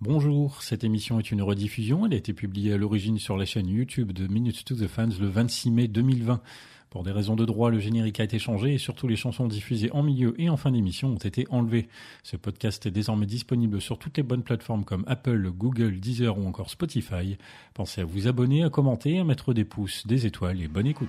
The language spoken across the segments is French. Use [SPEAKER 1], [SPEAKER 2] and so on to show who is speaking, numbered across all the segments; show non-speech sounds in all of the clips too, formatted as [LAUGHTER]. [SPEAKER 1] Bonjour, cette émission est une rediffusion. Elle a été publiée à l'origine sur la chaîne YouTube de Minutes to the Fans le 26 mai 2020. Pour des raisons de droit, le générique a été changé et surtout les chansons diffusées en milieu et en fin d'émission ont été enlevées. Ce podcast est désormais disponible sur toutes les bonnes plateformes comme Apple, Google, Deezer ou encore Spotify. Pensez à vous abonner, à commenter, à mettre des pouces, des étoiles et bonne écoute.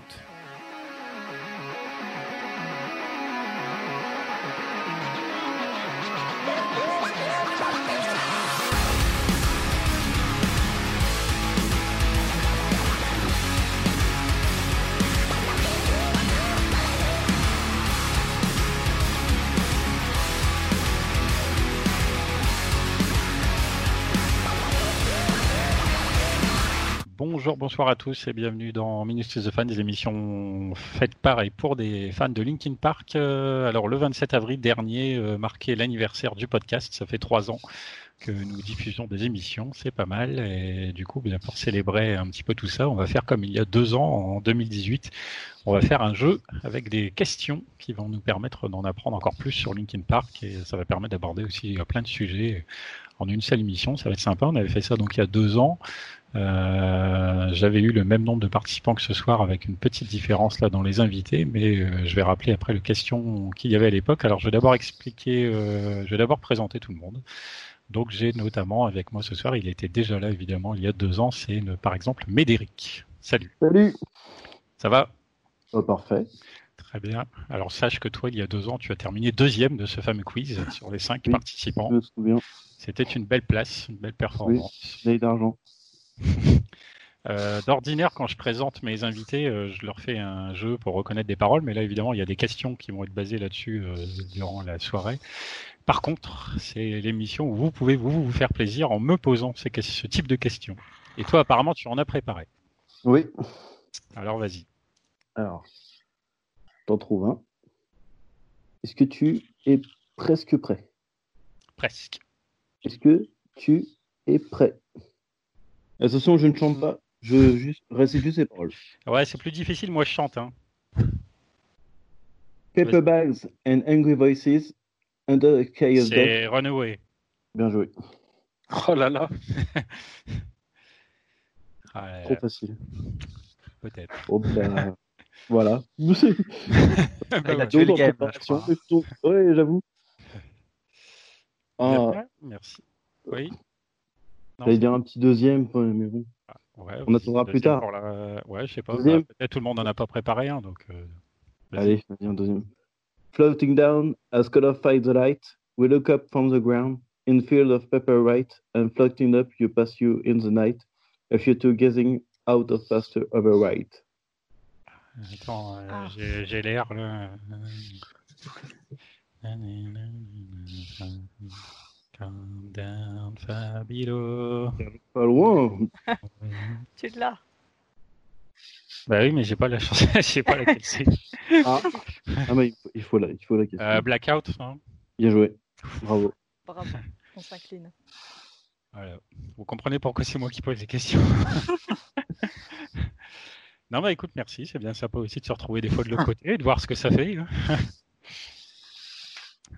[SPEAKER 1] Bonjour, bonsoir à tous et bienvenue dans Minutes to the Fans, des émissions faites par et pour des fans de Linkin Park. Euh, alors le 27 avril dernier euh, marquait l'anniversaire du podcast, ça fait trois ans que nous diffusons des émissions, c'est pas mal. Et du coup, bien pour célébrer un petit peu tout ça, on va faire comme il y a deux ans, en 2018, on va faire un jeu avec des questions qui vont nous permettre d'en apprendre encore plus sur Linkin Park et ça va permettre d'aborder aussi euh, plein de sujets en une seule émission. Ça va être sympa. On avait fait ça donc il y a deux ans. Euh, J'avais eu le même nombre de participants que ce soir avec une petite différence là dans les invités, mais euh, je vais rappeler après les questions qu'il y avait à l'époque. Alors je vais d'abord expliquer, euh, je vais d'abord présenter tout le monde. Donc j'ai notamment avec moi ce soir, il était déjà là évidemment il y a deux ans, c'est par exemple Médéric. Salut.
[SPEAKER 2] Salut.
[SPEAKER 1] Ça va
[SPEAKER 2] oh, Parfait.
[SPEAKER 1] Très bien. Alors sache que toi, il y a deux ans, tu as terminé deuxième de ce fameux quiz sur les cinq
[SPEAKER 2] Oui,
[SPEAKER 1] participants.
[SPEAKER 2] Je me souviens.
[SPEAKER 1] C'était une belle place, une belle
[SPEAKER 2] Oui,
[SPEAKER 1] performance.
[SPEAKER 2] j'ai d'argent.
[SPEAKER 1] Euh, D'ordinaire, quand je présente mes invités, euh, je leur fais un jeu pour reconnaître des paroles, mais là, évidemment, il y a des questions qui vont être basées là-dessus euh, durant la soirée. Par contre, c'est l'émission où vous pouvez vous, vous faire plaisir en me posant ces que- ce type de questions. Et toi, apparemment, tu en as préparé.
[SPEAKER 2] Oui.
[SPEAKER 1] Alors, vas-y.
[SPEAKER 2] Alors, t'en trouves un. Est-ce que tu es presque prêt
[SPEAKER 1] Presque.
[SPEAKER 2] Est-ce que tu es prêt Attention, je ne chante pas. Je juste restitue ces paroles.
[SPEAKER 1] Ouais, c'est plus difficile, moi, je chante. Hein.
[SPEAKER 2] Paper bags and angry voices under the chaos deck.
[SPEAKER 1] C'est Runaway.
[SPEAKER 2] Bien joué.
[SPEAKER 1] Oh là là. [LAUGHS] Ouais,
[SPEAKER 2] Trop facile.
[SPEAKER 1] peut-être.
[SPEAKER 2] Oh, ben, [LAUGHS] voilà. C'est
[SPEAKER 1] Bah ouais.
[SPEAKER 3] tué le
[SPEAKER 2] d'autres
[SPEAKER 3] game,
[SPEAKER 2] préparations,
[SPEAKER 3] je crois.
[SPEAKER 2] mais plutôt- Ouais,
[SPEAKER 3] [LAUGHS]
[SPEAKER 2] j'avoue. Ah,
[SPEAKER 1] Merci. Oui. Non,
[SPEAKER 2] j'allais dire un petit deuxième, mais bon.
[SPEAKER 1] Ouais,
[SPEAKER 2] On
[SPEAKER 1] vas-y,
[SPEAKER 2] attendra plus
[SPEAKER 1] deuxième
[SPEAKER 2] tard.
[SPEAKER 1] pour la- Ouais, je sais pas.
[SPEAKER 2] Deuxième.
[SPEAKER 1] bah, peut-être tout le monde n'en a pas préparé un, donc. euh, vas-y.
[SPEAKER 2] Allez, vas-y, un deuxième. Floating down, as color fight the light, we look up from the ground, in field of paper right, and floating up, you pass you in the night, a few two gazing out of faster over right.
[SPEAKER 1] Attends, euh,
[SPEAKER 4] Ah.
[SPEAKER 1] j'ai, j'ai l'air là. Calm down, Fabilo.
[SPEAKER 2] Pas
[SPEAKER 1] [LAUGHS]
[SPEAKER 2] loin.
[SPEAKER 4] Tu l'as.
[SPEAKER 1] Bah oui, mais j'ai pas la chance. [LAUGHS] Je sais pas laquelle c'est.
[SPEAKER 2] Ah, ah mais il faut, il faut la, il faut la question.
[SPEAKER 1] Euh, Blackout, non
[SPEAKER 2] Bien joué. Bravo.
[SPEAKER 4] Bravo. On s'incline.
[SPEAKER 1] Voilà. Vous comprenez pourquoi c'est moi qui pose les questions. [LAUGHS] non, bah écoute, merci. C'est bien sympa aussi de se retrouver des fois de l'autre côté et de voir ce que ça fait. hein. [LAUGHS]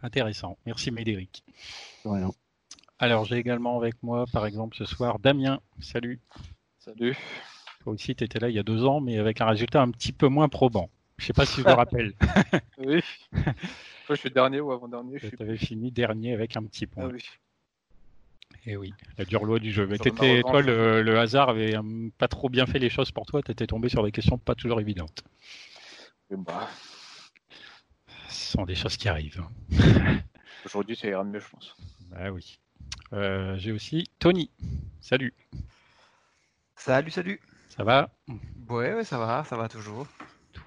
[SPEAKER 1] Intéressant. Merci Médéric.
[SPEAKER 2] De rien.
[SPEAKER 1] Alors, j'ai également avec moi, par exemple, ce soir, Damien. Salut.
[SPEAKER 3] Salut.
[SPEAKER 1] Toi aussi, tu étais là il y a deux ans, mais avec un résultat un petit peu moins probant. Je sais pas si je me [LAUGHS] rappelle.
[SPEAKER 3] [LAUGHS] Oui. Moi, je suis dernier ou avant-dernier. Je suis
[SPEAKER 1] tu avais fini dernier avec un petit
[SPEAKER 3] Ah
[SPEAKER 1] point.
[SPEAKER 3] oui.
[SPEAKER 1] Et oui, la dure loi du jeu. Mais
[SPEAKER 3] Sur
[SPEAKER 1] t'étais-
[SPEAKER 3] ma
[SPEAKER 1] toi,
[SPEAKER 3] revanche.
[SPEAKER 1] le, le hasard avait hum, pas trop bien fait les choses pour toi. Tu étais tombé sur des questions pas toujours évidentes.
[SPEAKER 3] Et bah,
[SPEAKER 1] Ce sont des choses qui arrivent. hein.
[SPEAKER 3] Aujourd'hui, ça ira mieux, je pense.
[SPEAKER 1] Bah oui. Euh, J'ai aussi Tony. Salut.
[SPEAKER 5] Salut, salut.
[SPEAKER 1] Ça va
[SPEAKER 5] Ouais, ouais, ça va, ça va toujours.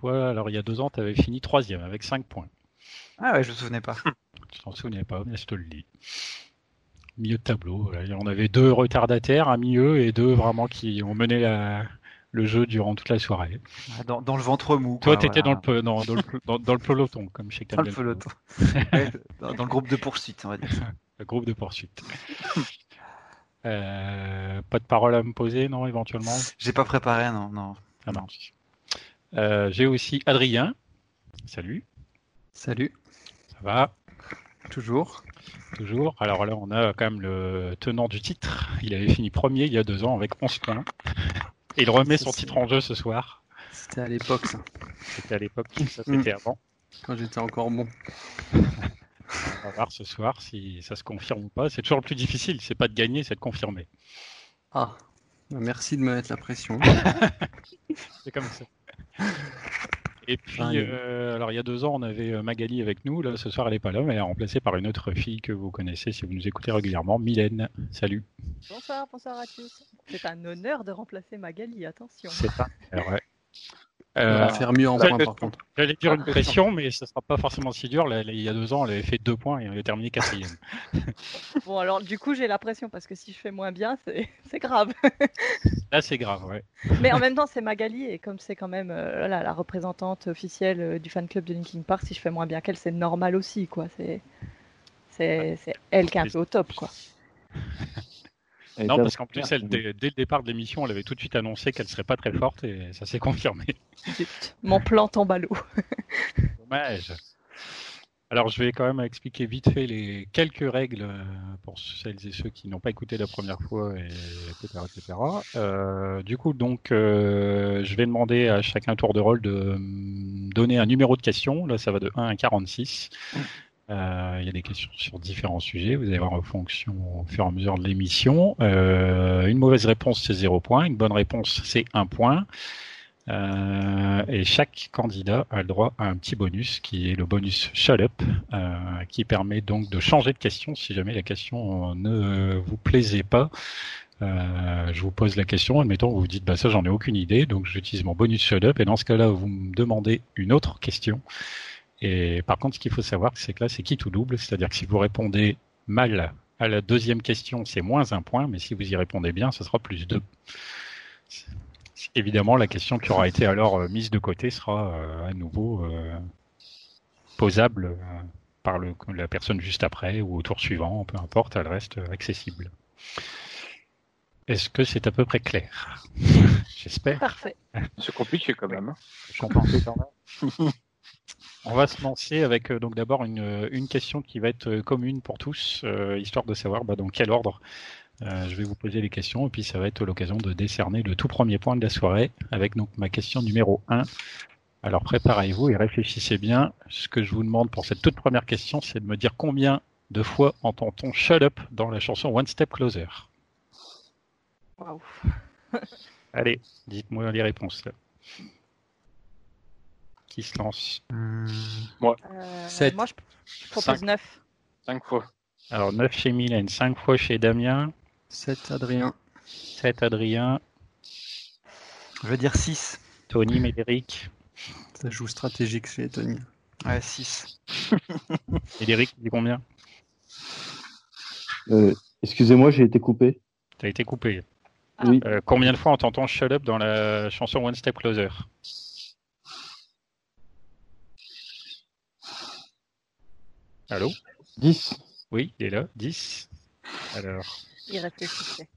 [SPEAKER 1] Toi, alors il y a deux ans, tu avais fini troisième avec 5 points.
[SPEAKER 5] Ah ouais, je me souvenais pas.
[SPEAKER 1] Tu t'en souvenais pas, mais je te le dis. Milieu de tableau. voilà. Et On avait deux retardataires, un milieu et deux vraiment qui ont mené la- le jeu durant toute la soirée.
[SPEAKER 5] Ah, Dans, dans le ventre mou.
[SPEAKER 1] Toi,
[SPEAKER 5] quoi,
[SPEAKER 1] tu étais
[SPEAKER 5] Ah, voilà.
[SPEAKER 1] dans, le, pe- dans, dans le, pe- dans- dans le peloton, comme chez
[SPEAKER 5] Dans le
[SPEAKER 1] Campbell.
[SPEAKER 5] peloton. [LAUGHS] Ouais, dans, dans le groupe de poursuite, on va dire.
[SPEAKER 1] Le groupe de poursuite. [LAUGHS] Euh, pas de parole à me poser, non, éventuellement
[SPEAKER 5] J'ai pas préparé, non, non.
[SPEAKER 1] Ah, marche. Euh, J'ai aussi Adrien. Salut,
[SPEAKER 5] Salut.
[SPEAKER 1] ça va
[SPEAKER 5] Toujours.
[SPEAKER 1] Toujours. Alors là, on a quand même le tenant du titre. Il avait fini premier il y a deux ans avec 11 points. Et il remet son
[SPEAKER 6] C'est-
[SPEAKER 1] titre en jeu ce soir.
[SPEAKER 6] C'était à l'époque, ça,
[SPEAKER 1] C'était à l'époque, ça c'était avant.
[SPEAKER 6] quand j'étais encore bon.
[SPEAKER 1] On va voir ce soir si ça se confirme ou pas. C'est toujours le plus difficile, c'est pas de gagner, c'est de confirmer.
[SPEAKER 6] Ah, merci de me mettre la pression.
[SPEAKER 1] Euh, C'est comme ça. Et puis,
[SPEAKER 6] Ah, il y a-
[SPEAKER 1] euh, alors il y a deux ans, on avait euh, Magali avec nous. Là, ce soir, elle n'est pas là, mais elle est remplacée par une autre fille que vous connaissez si vous nous écoutez régulièrement, Mylène. Salut.
[SPEAKER 4] Bonsoir, bonsoir à tous. C'est un honneur de remplacer Magali, attention.
[SPEAKER 1] C'est ça.
[SPEAKER 6] On va faire mieux en
[SPEAKER 3] ça,
[SPEAKER 6] point,
[SPEAKER 3] je-
[SPEAKER 6] par contre.
[SPEAKER 1] Eh Euh, J'allais dire une pression, mais ce sera pas forcément si dur. Là, là, il y a deux ans, elle avait fait deux points et elle avait terminé [LAUGHS] quatrième.
[SPEAKER 4] Bon, alors du coup, j'ai la pression parce que si je fais moins bien, c'est [LAUGHS] c'est grave.
[SPEAKER 1] Là, c'est grave, ouais.
[SPEAKER 4] Mais en même temps, c'est Magali et comme c'est quand même euh, voilà, la représentante officielle euh, du fan club de Linkin Park, si je fais moins bien qu'elle, c'est normal aussi, quoi. C'est c'est c'est elle qui est un peu au top, quoi.
[SPEAKER 2] Elle
[SPEAKER 1] non,
[SPEAKER 2] était
[SPEAKER 1] parce qu'en plus,
[SPEAKER 2] première,
[SPEAKER 1] elle, dès, dès le départ de l'émission, elle avait tout de suite annoncé qu'elle serait pas très forte et ça s'est [LAUGHS] confirmé.
[SPEAKER 4] Zut, Mon plan tombe à l'eau.
[SPEAKER 1] Dommage. Alors, je vais quand même expliquer vite fait les quelques règles euh, pour celles et ceux qui n'ont pas écouté la première fois, et etc. etc. Euh, du coup, donc, euh, je vais demander à chacun tour de rôle de euh, donner un numéro de question. Là, ça va de 1 à 46. Euh, Il y a des questions sur différents sujets. Vous allez voir en fonction au fur et à mesure de l'émission. Euh, une mauvaise réponse, c'est 0 points. Une bonne réponse, c'est 1 point. Euh, et chaque candidat a le droit à un petit bonus qui est le bonus Shut Up, euh, qui permet donc de changer de question si jamais la question ne vous plaisait pas. Euh, je vous pose la question, admettons vous vous dites bah ça j'en ai aucune idée, donc j'utilise mon bonus Shut Up et dans ce cas-là vous me demandez une autre question. Et par contre ce qu'il faut savoir c'est que là c'est qui tout double, c'est-à-dire que si vous répondez mal à la deuxième question c'est moins un point, mais si vous y répondez bien ce sera plus deux. Évidemment, la question qui aura été alors euh, mise de côté sera euh, à nouveau euh, posable euh, par le- la personne juste après ou au tour suivant, peu importe, elle reste euh, accessible. Est-ce que c'est à peu près clair [LAUGHS] J'espère.
[SPEAKER 4] Parfait.
[SPEAKER 3] C'est compliqué quand même. hein.
[SPEAKER 1] Je comprends. [LAUGHS] On va se lancer avec euh, donc d'abord une, euh, une question qui va être euh, commune pour tous, euh, histoire de savoir bah, dans quel ordre euh, je vais vous poser les questions, et puis ça va être l'occasion de décerner le tout premier point de la soirée avec donc ma question numéro 1. Alors préparez-vous et réfléchissez bien. Ce que je vous demande pour cette toute première question, c'est de me dire combien de fois entend-on Shut Up dans la chanson One Step Closer
[SPEAKER 4] Waouh.
[SPEAKER 1] Allez, dites-moi les réponses. là. Qui se lance
[SPEAKER 5] Hmm.
[SPEAKER 4] Euh,
[SPEAKER 6] Sept.
[SPEAKER 4] Moi, je, je propose
[SPEAKER 3] Cinq.
[SPEAKER 4] 9.
[SPEAKER 3] Cinq fois.
[SPEAKER 1] Alors 9 chez Mylène, 5 fois chez Damien,
[SPEAKER 6] 7 Adrien,
[SPEAKER 1] 7 Adrien,
[SPEAKER 5] Je vais dire 6.
[SPEAKER 1] Tony, Médéric.
[SPEAKER 6] ça joue stratégique chez Tony.
[SPEAKER 5] Ouais, 6.
[SPEAKER 1] Médéric, tu dis combien
[SPEAKER 2] Euh, Excusez-moi, j'ai été coupé.
[SPEAKER 1] T'as été coupé.
[SPEAKER 4] Ah.
[SPEAKER 2] Oui.
[SPEAKER 1] Euh, combien de fois entend-on Shut Up dans la chanson One Step Closer Allô
[SPEAKER 2] 10.
[SPEAKER 1] Oui, il est là. 10. Alors,
[SPEAKER 4] Il réfléchissait.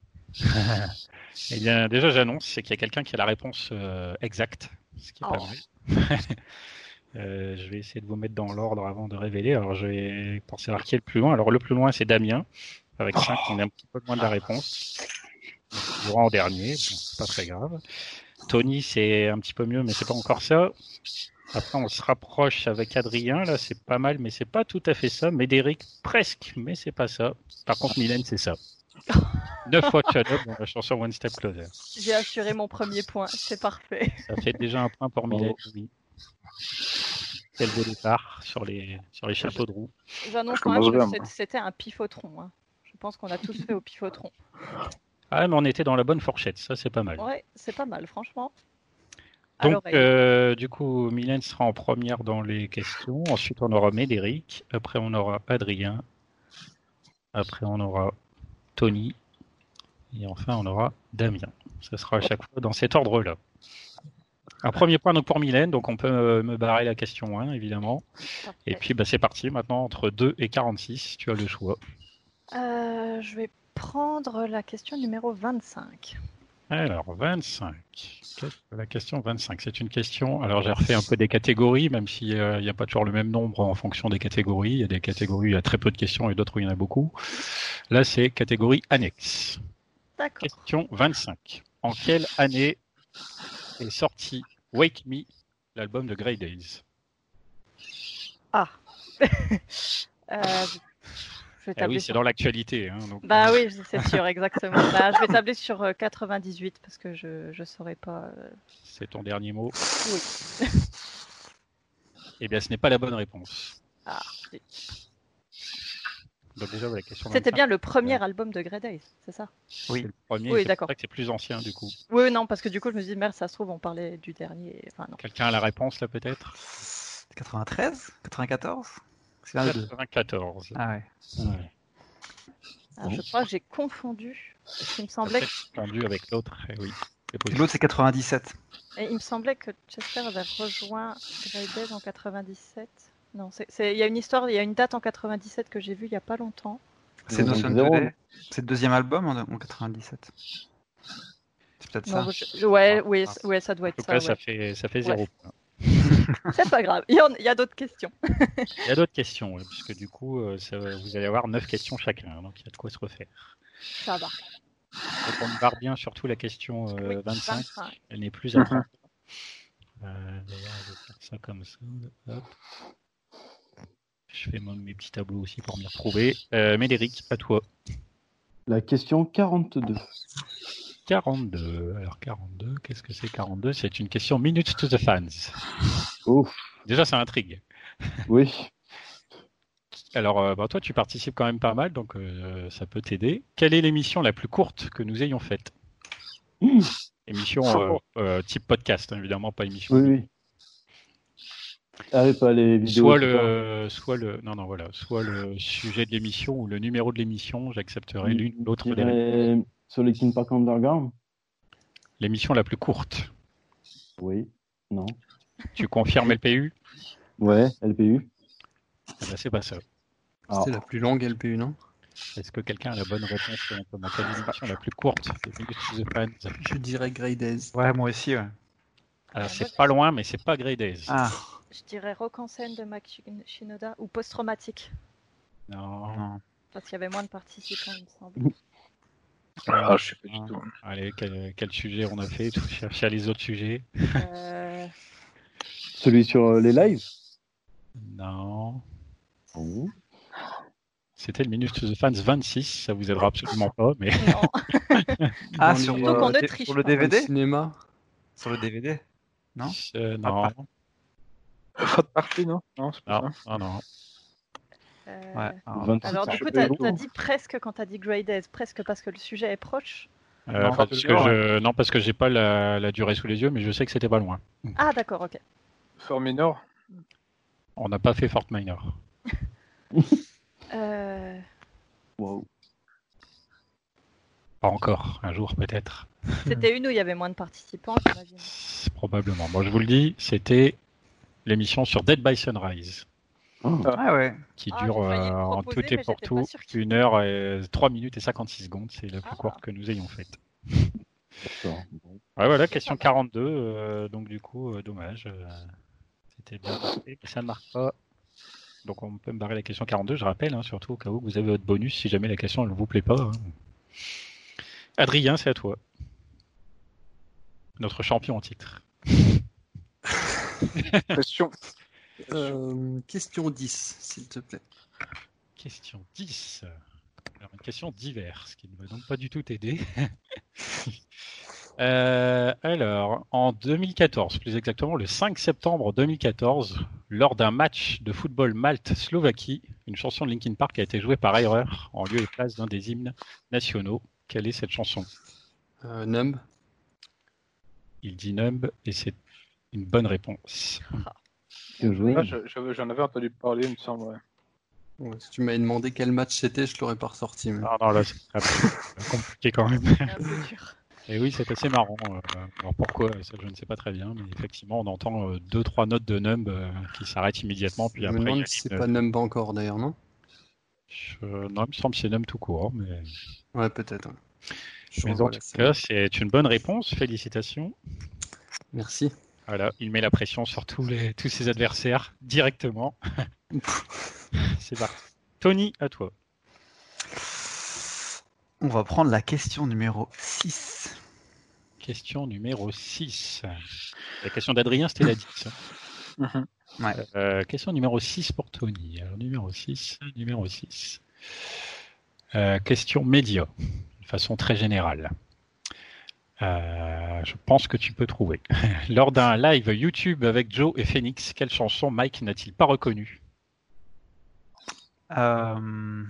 [SPEAKER 1] eh bien, déjà, j'annonce, c'est qu'il y a quelqu'un qui a la réponse euh, exacte, ce qui est pas
[SPEAKER 4] Oh.
[SPEAKER 1] mal. [LAUGHS] Euh, je vais essayer de vous mettre dans l'ordre avant de révéler. Alors, je vais pour savoir qui est le plus loin. Alors, le plus loin, c'est Damien, avec 5. On est un petit peu loin de la réponse. Donc, il aura en dernier. Bon, c'est pas très grave. Tony, c'est un petit peu mieux, mais c'est pas encore ça. Après, on se rapproche avec Adrien. Là, c'est pas mal, mais c'est pas tout à fait ça. Médéric, presque, mais c'est pas ça. Par contre, Mylène, c'est ça. Neuf fois Shadow dans la chanson One Step Closer.
[SPEAKER 4] J'ai assuré mon premier point. C'est parfait.
[SPEAKER 1] Ça fait déjà un point pour Mylène. Oui. Quel beau départ sur les, sur les chapeaux de roue.
[SPEAKER 4] J'annonce
[SPEAKER 3] Je
[SPEAKER 4] quand même
[SPEAKER 3] commence bien,
[SPEAKER 4] que
[SPEAKER 3] moi.
[SPEAKER 4] c'est- c'était un pifotron. hein. Je pense qu'on a tous fait
[SPEAKER 1] [LAUGHS]
[SPEAKER 4] au pifotron.
[SPEAKER 1] Ah, mais on était dans la bonne fourchette, ça c'est pas mal.
[SPEAKER 4] Ouais, c'est pas mal, franchement. À
[SPEAKER 1] Donc,
[SPEAKER 4] l'oreille.
[SPEAKER 1] euh, du coup, Mylène sera en première dans les questions. Ensuite, on aura Médéric. Après, on aura Adrien. Après, on aura Tony. Et enfin, on aura Damien. Ce sera à chaque fois dans cet ordre-là. Un premier point donc pour Mylène, donc on peut euh, me barrer la question 1, évidemment.
[SPEAKER 4] Parfait.
[SPEAKER 1] Et puis, bah, c'est parti. Maintenant, entre 2 et 46, tu as le choix.
[SPEAKER 4] Euh, je vais prendre la question numéro 25.
[SPEAKER 1] Alors, 25. Qu'est-ce que La question 25, c'est une question. Alors, j'ai refait un peu des catégories, même s'il n'y a pas toujours le même nombre en fonction des catégories. Il y a des catégories où il y a très peu de questions et d'autres où il y en a beaucoup. Là, c'est catégorie annexe.
[SPEAKER 4] D'accord.
[SPEAKER 1] Question 25. En quelle année est sorti Wake Me, l'album de Grey Days
[SPEAKER 4] Ah. [LAUGHS] Euh, je vais
[SPEAKER 1] Eh
[SPEAKER 4] tabler
[SPEAKER 1] oui, c'est
[SPEAKER 4] sur-
[SPEAKER 1] dans l'actualité. hein, donc-
[SPEAKER 4] Bah oui, c'est sûr, exactement. Bah, je vais tabler sur euh, 98 parce que je je saurais pas. euh,
[SPEAKER 1] C'est ton dernier mot.
[SPEAKER 4] Oui.
[SPEAKER 1] Eh bien, ce n'est pas la bonne réponse.
[SPEAKER 4] Ah, oui.
[SPEAKER 1] Donc déjà, voilà, la question
[SPEAKER 4] C'était
[SPEAKER 1] 25,
[SPEAKER 4] bien le premier album de Grey Days, c'est ça
[SPEAKER 1] c'est le premier,
[SPEAKER 4] Oui,
[SPEAKER 1] c'est pour
[SPEAKER 4] d'accord.
[SPEAKER 1] ça que C'est plus ancien du coup.
[SPEAKER 4] Oui, non, parce que du coup, je me dis, merde, ça se trouve, on parlait du dernier. Enfin, non.
[SPEAKER 1] Quelqu'un a la réponse là peut-être
[SPEAKER 5] 93 94 C'est l'un des deux.
[SPEAKER 1] 94.
[SPEAKER 5] Ah ouais.
[SPEAKER 1] Ouais.
[SPEAKER 4] Ah, je crois que j'ai confondu. Parce qu'il me semblait que...
[SPEAKER 1] Tendu avec l'autre. eh oui. C'est possible.
[SPEAKER 5] L'autre c'est 97.
[SPEAKER 4] et il me semblait que Chester avait rejoint Grey Days en 97. Non, c'est- c'est- il y a une histoire, il y a une date en 97 que j'ai vue il n'y a pas longtemps.
[SPEAKER 5] C'est
[SPEAKER 2] Ils
[SPEAKER 5] No
[SPEAKER 2] ont
[SPEAKER 5] Sun
[SPEAKER 2] zéro.
[SPEAKER 5] Today. C'est le deuxième album hein, en, en 97. C'est peut-être ça.
[SPEAKER 4] Non, je- je- ouais,
[SPEAKER 5] Ah,
[SPEAKER 4] oui,
[SPEAKER 5] ah.
[SPEAKER 4] c- ouais, ça doit
[SPEAKER 1] En tout
[SPEAKER 4] être
[SPEAKER 1] cas,
[SPEAKER 4] ça.
[SPEAKER 1] ça
[SPEAKER 4] ouais.
[SPEAKER 1] fait, ça fait
[SPEAKER 4] Ouais.
[SPEAKER 1] zéro point.
[SPEAKER 4] C'est pas grave. Il y, en- il y a d'autres questions.
[SPEAKER 1] Il y a d'autres questions, hein, puisque du coup, euh, ça- vous allez avoir neuf questions chacun, hein, donc il y a de quoi se refaire.
[SPEAKER 4] Ça va.
[SPEAKER 1] Donc on barre bien surtout la question euh,
[SPEAKER 4] Oui,
[SPEAKER 1] 25,
[SPEAKER 4] 25.
[SPEAKER 1] elle n'est plus à prendre. Euh, D'ailleurs, je vais faire ça comme ça. Hop. Je fais moi mes petits tableaux aussi pour m'y retrouver. Euh, Médéric, à toi.
[SPEAKER 2] La question 42.
[SPEAKER 1] 42. Alors 42, qu'est-ce que c'est 42 C'est une question minute to the fans.
[SPEAKER 2] Ouf,
[SPEAKER 1] Déjà, ça intrigue. [LAUGHS]
[SPEAKER 2] oui.
[SPEAKER 1] Alors, euh, bah, toi, tu participes quand même pas mal, donc euh, ça peut t'aider. Quelle est l'émission la plus courte que nous ayons faite
[SPEAKER 2] Mmh.
[SPEAKER 1] Émission euh, euh, type podcast, hein, évidemment, pas émission.
[SPEAKER 2] Oui, oui. Arrête pas les vidéos.
[SPEAKER 1] Soit le, soit le, non, non, voilà, soit le sujet de l'émission ou le numéro de l'émission, j'accepterai
[SPEAKER 2] Oui,
[SPEAKER 1] l'une ou l'autre.
[SPEAKER 2] Je
[SPEAKER 1] des réponses.
[SPEAKER 2] dirais Sur les King Park Underground
[SPEAKER 1] L'émission la plus courte.
[SPEAKER 2] Oui. Non.
[SPEAKER 1] Tu confirmes LPU
[SPEAKER 2] Ouais, LPU.
[SPEAKER 1] Ah bah, C'est pas ça.
[SPEAKER 2] Ah.
[SPEAKER 6] C'était la plus longue LPU, non
[SPEAKER 1] Est-ce que quelqu'un a la bonne réponse sur un commentaire Quelle est l'émission la plus courte des Minutes to the Fans
[SPEAKER 6] Je dirais Grey Days.
[SPEAKER 5] Ouais, moi aussi. Ouais.
[SPEAKER 1] Alors, c'est pas loin, mais c'est pas Grey Days.
[SPEAKER 5] Ah,
[SPEAKER 4] Je dirais Rock en scène de Mike Shin- Shinoda ou post-traumatique.
[SPEAKER 1] Non.
[SPEAKER 5] non.
[SPEAKER 4] Parce qu'il y avait moins de participants, il me semble.
[SPEAKER 3] Ah, je sais pas du
[SPEAKER 5] Ah.
[SPEAKER 3] tout.
[SPEAKER 1] Allez, quel, quel sujet on a fait Tout- Cherchez les autres sujets.
[SPEAKER 4] Euh,
[SPEAKER 2] Celui sur euh, les lives
[SPEAKER 1] Non. C'était le Minute to the Fans 26. Ça vous aidera absolument pas, mais
[SPEAKER 4] non.
[SPEAKER 5] Ah,
[SPEAKER 6] Dans
[SPEAKER 5] sur,
[SPEAKER 6] les-
[SPEAKER 4] Donc on ne
[SPEAKER 5] dé-
[SPEAKER 4] triche
[SPEAKER 5] sur le
[SPEAKER 4] pas.
[SPEAKER 6] dans le
[SPEAKER 5] DVD
[SPEAKER 6] cinéma.
[SPEAKER 5] Sur le DVD Non
[SPEAKER 1] [LAUGHS] Euh, non,
[SPEAKER 3] Votre partie, non Non, c'est pas
[SPEAKER 1] non, non, non.
[SPEAKER 4] Euh,
[SPEAKER 5] Ouais. alors,
[SPEAKER 2] 26
[SPEAKER 4] Alors du
[SPEAKER 2] je
[SPEAKER 4] coup,
[SPEAKER 2] sais
[SPEAKER 4] t'as
[SPEAKER 2] pas.
[SPEAKER 4] t'as dit presque quand t'as dit Grey Days, presque parce que le sujet est proche.
[SPEAKER 1] Euh, parce
[SPEAKER 5] Non,
[SPEAKER 1] que
[SPEAKER 3] pas toujours,
[SPEAKER 1] je... non, parce que j'ai pas la, la durée sous les yeux, mais je sais que c'était pas loin.
[SPEAKER 4] Ah d'accord, ok.
[SPEAKER 3] ça. Fort Minor
[SPEAKER 1] On n'a pas fait Fort Minor.
[SPEAKER 4] Euh,
[SPEAKER 2] Wow.
[SPEAKER 1] Pas encore, un jour peut-être.
[SPEAKER 4] C'était une où il y avait moins de participants, j'imagine.
[SPEAKER 1] C'est Probablement. Bon, je vous le dis, c'était l'émission sur Dead by Sunrise,
[SPEAKER 2] Oh,
[SPEAKER 5] Ah ouais.
[SPEAKER 1] qui
[SPEAKER 4] Ah,
[SPEAKER 1] dure
[SPEAKER 4] j'ai failli le
[SPEAKER 1] euh, en
[SPEAKER 4] proposer,
[SPEAKER 1] tout et
[SPEAKER 4] mais
[SPEAKER 1] pour
[SPEAKER 4] j'étais
[SPEAKER 1] tout
[SPEAKER 4] pas sûre qu'il-
[SPEAKER 1] 1 heure et 3 minutes et 56 secondes. C'est la plus
[SPEAKER 4] Ah.
[SPEAKER 1] courte que nous ayons faite.
[SPEAKER 2] d'accord. Bon.
[SPEAKER 1] Ouais, voilà, question 42. euh, donc, du coup, euh, dommage. euh, C'était bien passé, mais ça ne marque pas. Donc, on peut me barrer la question 42, je rappelle, hein, surtout au cas où vous avez votre bonus si jamais la question ne vous plaît pas. hein. Adrien, c'est à toi. Notre champion en titre.
[SPEAKER 3] [LAUGHS] Question.
[SPEAKER 6] Euh, question 10, s'il te plaît.
[SPEAKER 1] Question 10. Alors, une question diverse qui ne va donc pas du tout [LAUGHS] t'aider. Euh, alors, en 2014, plus exactement le 5 septembre 2014, lors d'un match de football Malte-Slovaquie, une chanson de Linkin Park a été jouée par erreur en lieu et place d'un des hymnes nationaux. Quelle est cette chanson
[SPEAKER 6] Euh, Numb.
[SPEAKER 1] Il dit Numb et c'est une bonne réponse.
[SPEAKER 2] Bien joué.
[SPEAKER 4] Ah,
[SPEAKER 3] Là, Ah, je- je- j'en avais entendu parler, il me semble. ouais.
[SPEAKER 6] Ouais, si tu m'avais demandé quel match c'était, je l'aurais pas ressorti. mais-
[SPEAKER 1] Ah non, là, c'est [LAUGHS] compliqué quand même.
[SPEAKER 4] Ah, C'est un peu dur.
[SPEAKER 1] Et oui, c'est assez marrant. euh, Alors pourquoi, ça, je ne sais pas très bien, mais effectivement, on entend euh, deux, trois notes de numb euh, qui s'arrêtent immédiatement, puis
[SPEAKER 6] je me
[SPEAKER 1] après. il y a
[SPEAKER 6] demande si c'est
[SPEAKER 1] une- euh,
[SPEAKER 6] pas Numb encore d'ailleurs, non
[SPEAKER 1] Je- Non, il me semble que c'est numb tout court, mais
[SPEAKER 6] Ouais, peut-être. ouais. Je
[SPEAKER 1] Mais en
[SPEAKER 6] vois
[SPEAKER 1] tout
[SPEAKER 6] la scène.
[SPEAKER 1] cas, c'est une bonne réponse. Félicitations.
[SPEAKER 6] Merci.
[SPEAKER 1] Voilà, il met la pression sur tous, les, tous ses adversaires
[SPEAKER 6] [LAUGHS]
[SPEAKER 1] directement. c'est parti. Tony, à toi.
[SPEAKER 5] On va prendre la question numéro 6.
[SPEAKER 1] Question numéro 6. La question d'Adrien, c'était la 10.
[SPEAKER 3] Mhm.
[SPEAKER 1] Euh, question numéro 6 pour Tony. Alors, numéro 6, numéro 6. Euh, question média, de façon très générale. Euh, je pense que tu peux trouver. [LAUGHS] Lors d'un live YouTube avec Joe et Phoenix, quelle chanson Mike n'a-t-il pas reconnue
[SPEAKER 5] Euh,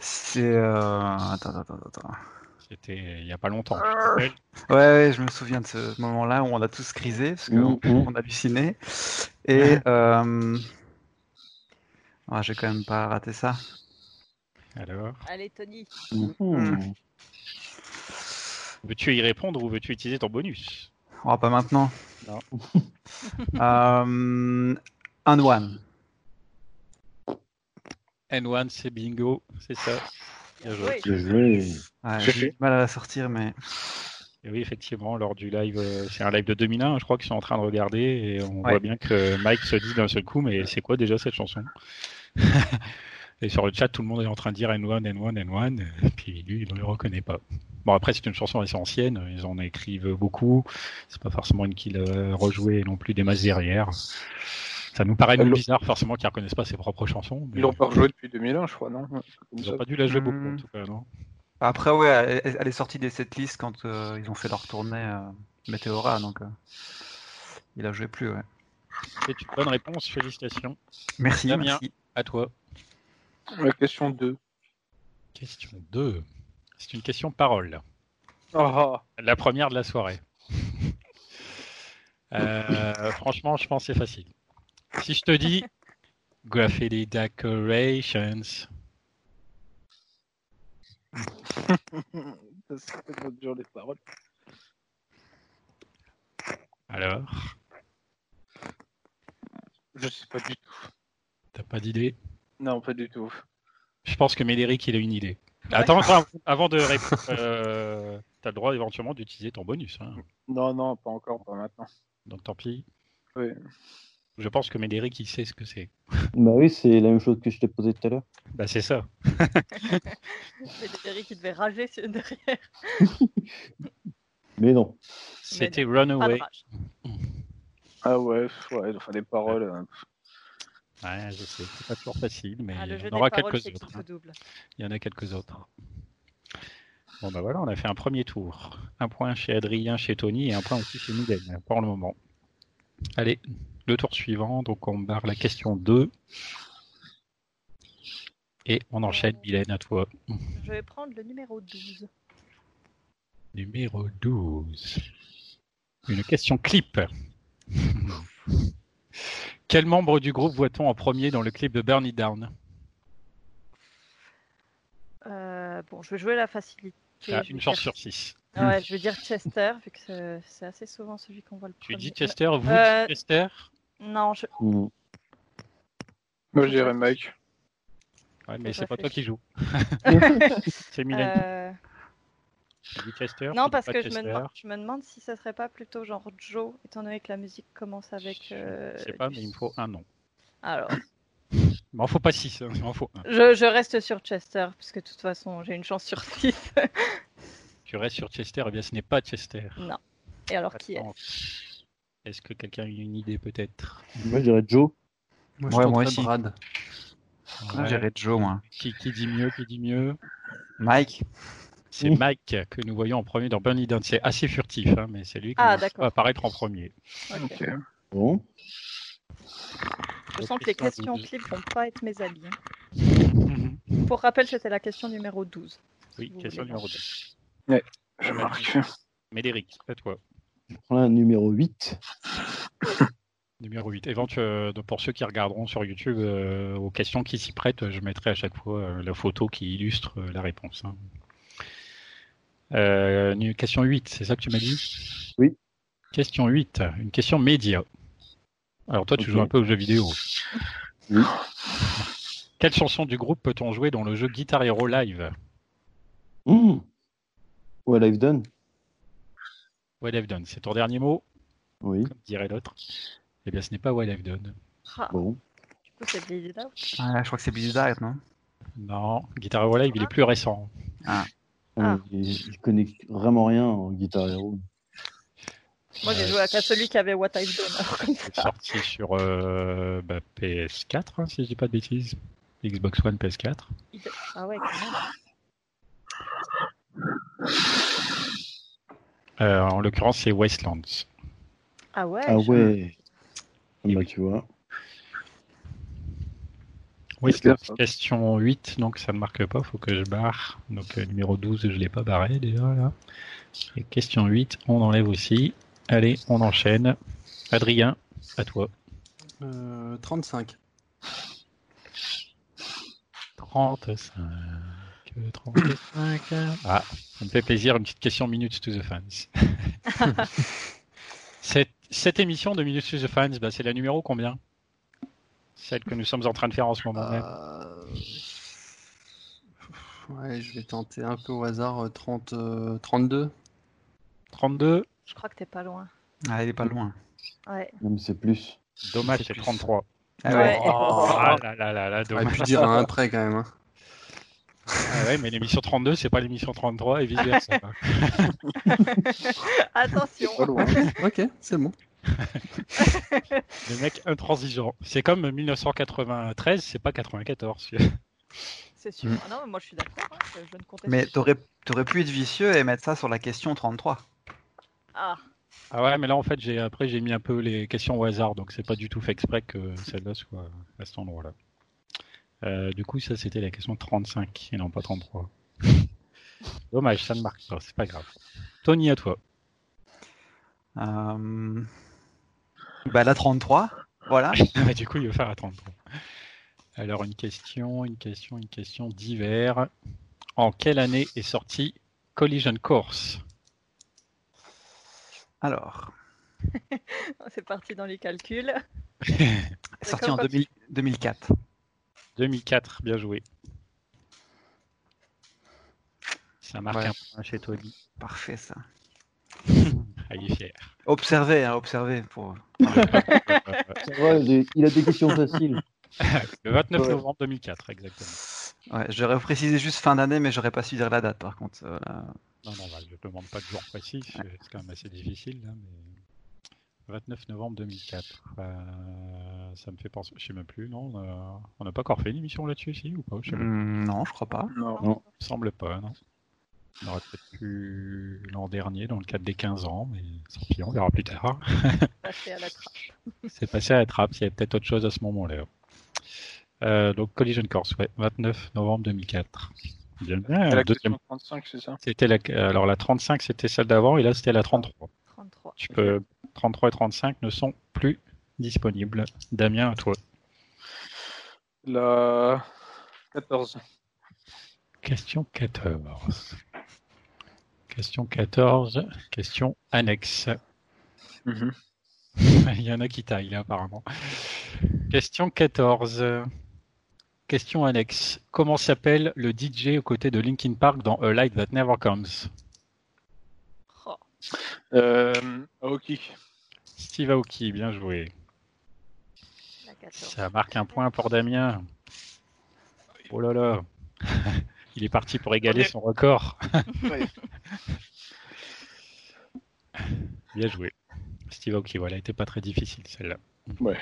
[SPEAKER 5] C'est. euh, Attends, attends, attends, attends.
[SPEAKER 1] C'était il n'y a pas longtemps. je te rappelle.
[SPEAKER 5] Ouais, ouais, je me souviens de ce moment-là où on a tous crisé, parce qu'on
[SPEAKER 6] Mhm.
[SPEAKER 5] on hallucinait. Et. Euh... ouais, J'ai quand même pas raté ça.
[SPEAKER 1] Alors,
[SPEAKER 4] Allez, Tony.
[SPEAKER 5] Mhm.
[SPEAKER 1] veux-tu y répondre ou veux-tu utiliser ton bonus
[SPEAKER 5] Oh, pas maintenant.
[SPEAKER 1] Non.
[SPEAKER 5] [LAUGHS] euh... Un one.
[SPEAKER 1] N1, c'est bingo, c'est ça. Bien joué.
[SPEAKER 4] Oui.
[SPEAKER 2] Bien joué.
[SPEAKER 5] Ouais,
[SPEAKER 3] Je
[SPEAKER 5] J'ai eu
[SPEAKER 3] l'ai.
[SPEAKER 5] du mal à la sortir, mais.
[SPEAKER 1] Et oui, effectivement, lors du live, euh, c'est un live de 2001, je crois qu'ils sont en train de regarder et on
[SPEAKER 5] Ouais.
[SPEAKER 1] voit bien que Mike se dit d'un seul coup, mais c'est quoi déjà cette chanson [LAUGHS] Et sur le chat, tout le monde est en train de dire N1, N1, N1, et puis lui, il ne le reconnaît pas. Bon, après, c'est une chanson assez ancienne, ils en écrivent beaucoup, c'est pas forcément une qu'il euh, rejouait non plus des masses derrière. Ça nous paraît
[SPEAKER 2] Euh,
[SPEAKER 1] nous
[SPEAKER 2] l'au-
[SPEAKER 1] bizarre, forcément, qu'ils ne reconnaissent pas ses propres chansons, mais
[SPEAKER 3] Ils l'ont pas rejoué depuis 2001, je crois, non
[SPEAKER 1] ils n'ont pas dû la jouer beaucoup en
[SPEAKER 5] Hmm.
[SPEAKER 1] tout cas, non
[SPEAKER 5] Après, ouais, elle- elle, elle est sortie des setlists quand euh, ils ont fait leur tournée euh, Meteora, donc. euh, Il a joué plus, ouais.
[SPEAKER 1] C'est une bonne réponse, félicitations
[SPEAKER 5] Merci,
[SPEAKER 1] Damien.
[SPEAKER 5] merci.
[SPEAKER 1] à toi.
[SPEAKER 3] La question 2.
[SPEAKER 1] Question 2. C'est une question parole.
[SPEAKER 3] Ah,
[SPEAKER 1] La première de la soirée. Euh, franchement, je pense que c'est facile. Si je te dis Graffiti Decorations,
[SPEAKER 3] ah. ça fait notre jour les paroles.
[SPEAKER 1] alors,
[SPEAKER 3] Je sais pas du tout.
[SPEAKER 1] t'as pas d'idée
[SPEAKER 3] Non, pas du tout.
[SPEAKER 1] Je pense que Médéric, il a une idée. Attends, attends, avant de répondre, euh, t'as le droit éventuellement d'utiliser ton bonus. hein.
[SPEAKER 3] Non, non, pas encore, pas maintenant.
[SPEAKER 1] Donc tant pis.
[SPEAKER 3] Oui.
[SPEAKER 1] Je pense que Médéric, il sait ce que c'est.
[SPEAKER 2] Bah oui, c'est la même chose que je t'ai posée tout à l'heure.
[SPEAKER 1] Bah, c'est ça.
[SPEAKER 4] C'est Eric qui devait rager sur- derrière.
[SPEAKER 2] Mais non.
[SPEAKER 1] C'était
[SPEAKER 4] Pas de
[SPEAKER 1] Runaway.
[SPEAKER 4] rage.
[SPEAKER 3] Ah ouais, pff, ouais, enfin des paroles. euh, pff.
[SPEAKER 1] Ouais, je sais, c'est pas toujours facile, mais
[SPEAKER 4] Ah, le jeu
[SPEAKER 1] on
[SPEAKER 4] des
[SPEAKER 1] aura
[SPEAKER 4] paroles,
[SPEAKER 1] quelques
[SPEAKER 4] c'est qu'il
[SPEAKER 1] autres.
[SPEAKER 4] faut double.
[SPEAKER 1] Il y en a quelques autres. Bon ben voilà, on a fait un premier tour. Un point chez Adrien, chez Tony et un point aussi chez Miden pour le moment. Allez, le tour suivant, donc on barre la question 2. Et on enchaîne, Mylène, à toi.
[SPEAKER 4] Je vais prendre le numéro 12.
[SPEAKER 1] Numéro 12. Une question clip. [LAUGHS] Quel membre du groupe voit-on en premier dans le clip de Burn It Down
[SPEAKER 4] Euh, bon, je vais jouer la facilité.
[SPEAKER 1] Ah,
[SPEAKER 4] je vais
[SPEAKER 1] Une chance
[SPEAKER 4] dire-
[SPEAKER 1] sur 6.
[SPEAKER 4] Ah ouais, je vais dire Chester, vu que c'est- c'est assez souvent celui qu'on voit le
[SPEAKER 1] Tu
[SPEAKER 4] premier.
[SPEAKER 1] dis Chester, vous
[SPEAKER 4] Euh,
[SPEAKER 1] dites Chester
[SPEAKER 4] Non, je...
[SPEAKER 2] Mm.
[SPEAKER 3] Moi, je dirais Mike.
[SPEAKER 1] Ouais,
[SPEAKER 4] faut
[SPEAKER 1] mais c'est pas toi
[SPEAKER 4] réfléchir.
[SPEAKER 1] qui joue. [LAUGHS] C'est Mylène
[SPEAKER 4] Euh,
[SPEAKER 1] Tu dis Chester, tu
[SPEAKER 4] non,
[SPEAKER 1] dis
[SPEAKER 4] parce
[SPEAKER 1] pas
[SPEAKER 4] que je me,
[SPEAKER 1] Chester.
[SPEAKER 4] demande, je me demande si ça serait pas plutôt genre Joe, étant donné que la musique commence avec. euh,
[SPEAKER 1] Je sais pas,
[SPEAKER 4] du-
[SPEAKER 1] mais il me faut un nom.
[SPEAKER 4] Alors,
[SPEAKER 1] Il m'en faut pas six, hein, il m'en faut un.
[SPEAKER 4] je, je reste sur Chester, puisque de toute façon, j'ai une chance sur 6.
[SPEAKER 1] Tu restes sur Chester, eh bien ce n'est pas Chester.
[SPEAKER 4] non. Et alors, qui est
[SPEAKER 1] Attends. Est-ce que quelqu'un a une idée peut-être
[SPEAKER 2] Moi, je dirais Joe.
[SPEAKER 5] Moi,
[SPEAKER 6] je tenterais Brad.
[SPEAKER 5] Moi, j'irais Joe, moi.
[SPEAKER 1] Qui, qui dit mieux Qui dit mieux
[SPEAKER 5] Mike
[SPEAKER 1] C'est
[SPEAKER 2] Oui.
[SPEAKER 1] Mike que nous voyons en premier dans Bunny Down. C'est assez furtif, hein, mais c'est lui qui
[SPEAKER 4] Ah,
[SPEAKER 1] va
[SPEAKER 4] d'accord.
[SPEAKER 1] apparaître en premier.
[SPEAKER 4] Ok.
[SPEAKER 3] Ok.
[SPEAKER 2] Bon.
[SPEAKER 4] Je sens que les
[SPEAKER 1] Question
[SPEAKER 4] questions
[SPEAKER 1] douze.
[SPEAKER 4] clips vont pas être mes
[SPEAKER 5] [LAUGHS]
[SPEAKER 4] amis. hein. Pour rappel, c'était la question numéro 12.
[SPEAKER 1] oui,
[SPEAKER 4] Vous
[SPEAKER 1] question
[SPEAKER 4] voulez
[SPEAKER 1] numéro 2.
[SPEAKER 3] Je marque.
[SPEAKER 1] Médéric, à toi.
[SPEAKER 2] Je prends la numéro 8.
[SPEAKER 1] Numéro 8. Éventuellement, euh, pour ceux qui regarderont sur YouTube euh, aux questions qui s'y prêtent, je mettrai à chaque fois euh, la photo qui illustre euh, la réponse. hein. Euh, nu- question 8, c'est ça que tu m'as dit
[SPEAKER 2] Oui.
[SPEAKER 1] Question 8, une question média. Alors toi, tu
[SPEAKER 2] Ok.
[SPEAKER 1] joues un peu aux jeux vidéo.
[SPEAKER 2] Oui.
[SPEAKER 1] Quelle chanson du groupe peut-on jouer dans le jeu Guitar Hero Live
[SPEAKER 2] Mmh. Well, I've done.
[SPEAKER 1] What I've done, c'est ton dernier mot,
[SPEAKER 2] Oui,
[SPEAKER 1] comme dirait l'autre. Eh bien, ce n'est pas What I've done.
[SPEAKER 4] Ah,
[SPEAKER 2] bon.
[SPEAKER 4] du coup, c'est Billy Idol.
[SPEAKER 5] Ouais, Ah, je crois que c'est Billy Diet, non
[SPEAKER 1] Non, Guitar Hero Live, il est plus récent.
[SPEAKER 4] Ah.
[SPEAKER 2] Euh, Je je connais vraiment rien en Guitar Hero.
[SPEAKER 4] Moi, j'ai
[SPEAKER 1] Euh,
[SPEAKER 4] joué à qu'à celui qui avait What I've Done.
[SPEAKER 5] [LAUGHS]
[SPEAKER 4] alors, comme ça.
[SPEAKER 1] C'est sorti sur euh, bah, PS4, hein, si je dis pas de bêtises. Xbox One, PS4.
[SPEAKER 4] Ah ouais, quand même.
[SPEAKER 1] Euh, en l'occurrence, c'est Wastelands.
[SPEAKER 4] Ah ouais.
[SPEAKER 2] Ah
[SPEAKER 4] je-
[SPEAKER 2] ouais.
[SPEAKER 1] Et
[SPEAKER 2] Bah,
[SPEAKER 1] oui.
[SPEAKER 2] tu vois.
[SPEAKER 1] Wastelands,
[SPEAKER 3] bien, ça.
[SPEAKER 1] question 8, donc ça ne marque pas, faut que je barre. Donc euh, numéro 12, je l'ai pas barré déjà là. Et question 8, on enlève aussi. Allez, on enchaîne. Adrien, à toi.
[SPEAKER 6] Euh, 35.
[SPEAKER 1] 35. 35. Ah, ça me fait plaisir, une petite question Minutes to the Fans. cette, cette émission de Minutes to the Fans, bah, c'est la numéro combien Celle que nous sommes en train de faire en ce moment même.
[SPEAKER 6] Euh, Ouais, je vais tenter un peu au hasard euh, 30, euh, 32.
[SPEAKER 1] 32,
[SPEAKER 4] Je crois que t'es pas loin.
[SPEAKER 5] Ah, il est pas loin.
[SPEAKER 4] Ouais.
[SPEAKER 2] Même c'est plus.
[SPEAKER 1] dommage,
[SPEAKER 5] C'est
[SPEAKER 1] c'est
[SPEAKER 5] plus.
[SPEAKER 1] 33.
[SPEAKER 5] Ah
[SPEAKER 4] Ouais.
[SPEAKER 1] Ah là là là là,
[SPEAKER 6] J'aurais
[SPEAKER 1] dommage.
[SPEAKER 6] pu dire à un prêt quand même. hein.
[SPEAKER 1] Ah ouais, mais l'émission 32, c'est pas l'émission 33 et vice versa.
[SPEAKER 4] Attention.
[SPEAKER 3] Pas loin.
[SPEAKER 6] [LAUGHS] ok, c'est bon.
[SPEAKER 1] Le mec intransigeant. C'est comme 1993, c'est pas 94.
[SPEAKER 4] C'est sûr.
[SPEAKER 5] Mm.
[SPEAKER 4] Ah non, mais moi je suis d'accord. hein, je- Je ne conteste
[SPEAKER 5] Mais
[SPEAKER 4] pas.
[SPEAKER 5] t'aurais t'aurais pu être vicieux et mettre ça sur la question 33.
[SPEAKER 4] Ah,
[SPEAKER 1] Ah ouais, mais là en fait, j'ai après j'ai mis un peu les questions au hasard, donc c'est pas du tout fait exprès que celle-là soit à cet endroit-là. Euh, du coup, ça c'était la question 35 et non pas 33. [LAUGHS] Dommage, ça ne marque pas, c'est pas grave. Tony, à toi. [LAUGHS]
[SPEAKER 5] Euh... Bah, la 33, voilà.
[SPEAKER 1] Ah, du coup, il va faire à 33. Alors, une question, une question, une question d'hiver. En quelle année est sorti Collision Course
[SPEAKER 5] Alors,
[SPEAKER 4] c'est parti dans les calculs.
[SPEAKER 5] [LAUGHS] sorti en
[SPEAKER 4] D'accord.
[SPEAKER 5] 2000 2004.
[SPEAKER 1] 2004, bien joué. Ça marque
[SPEAKER 5] Ouais.
[SPEAKER 1] un point chez Tony.
[SPEAKER 5] Parfait, ça.
[SPEAKER 1] Ah, il est fier.
[SPEAKER 5] Observez, hein, observez. Pour...
[SPEAKER 2] Ouais, il a- il a des questions faciles.
[SPEAKER 1] Le 29
[SPEAKER 2] Ouais.
[SPEAKER 1] novembre 2004, exactement.
[SPEAKER 5] Ouais, j'aurais précisé juste fin d'année, mais j'aurais pas su dire la date, par contre. Euh, là,
[SPEAKER 1] Non, non, bah, je ne demande pas de jour précis, c'est c'est quand même assez difficile. là, mais- 29 novembre 2004. euh, ça me fait penser, je sais même plus, non On a- On n'a pas encore fait une émission là-dessus, si, ou pas Je sais même
[SPEAKER 5] hmm, non, je crois pas.
[SPEAKER 3] Non.
[SPEAKER 1] Il me semble pas, non On aurait peut-être pu l'an dernier, dans le cadre des 15 ans, mais sans pire, on verra plus tard. [LAUGHS]
[SPEAKER 4] Passer à la trappe.
[SPEAKER 1] C'est passé à la trappe, il y avait peut-être autre chose à ce moment-là. Euh, donc Collision Course, ouais, 29 novembre 2004. Bien, bien,
[SPEAKER 3] C'est la
[SPEAKER 1] deuxième
[SPEAKER 3] question 35, c'est ça
[SPEAKER 1] C'était la... Alors la 35, c'était celle d'avant, et là, c'était la 33.
[SPEAKER 4] 33.
[SPEAKER 1] Tu peux... 33 et 35 ne sont plus disponibles. Damien, à toi.
[SPEAKER 3] La 14.
[SPEAKER 1] Question 14. Question 14, question annexe. [LAUGHS]
[SPEAKER 3] Mhm.
[SPEAKER 1] Il y en a qui taillent, là, apparemment. Question 14. Question annexe. Comment s'appelle le DJ aux côtés de Linkin Park dans A Light That Never Comes
[SPEAKER 4] Oh,
[SPEAKER 3] Euh, Aoki.
[SPEAKER 1] Steve Aoki, bien joué.
[SPEAKER 4] la 14.
[SPEAKER 1] Ça marque un point pour Damien. Oh là là. [LAUGHS] Il est parti pour égaler son record.
[SPEAKER 3] Ouais.
[SPEAKER 1] Bien joué. Steve Aoki, voilà, était pas très difficile celle-là.
[SPEAKER 3] Ouais.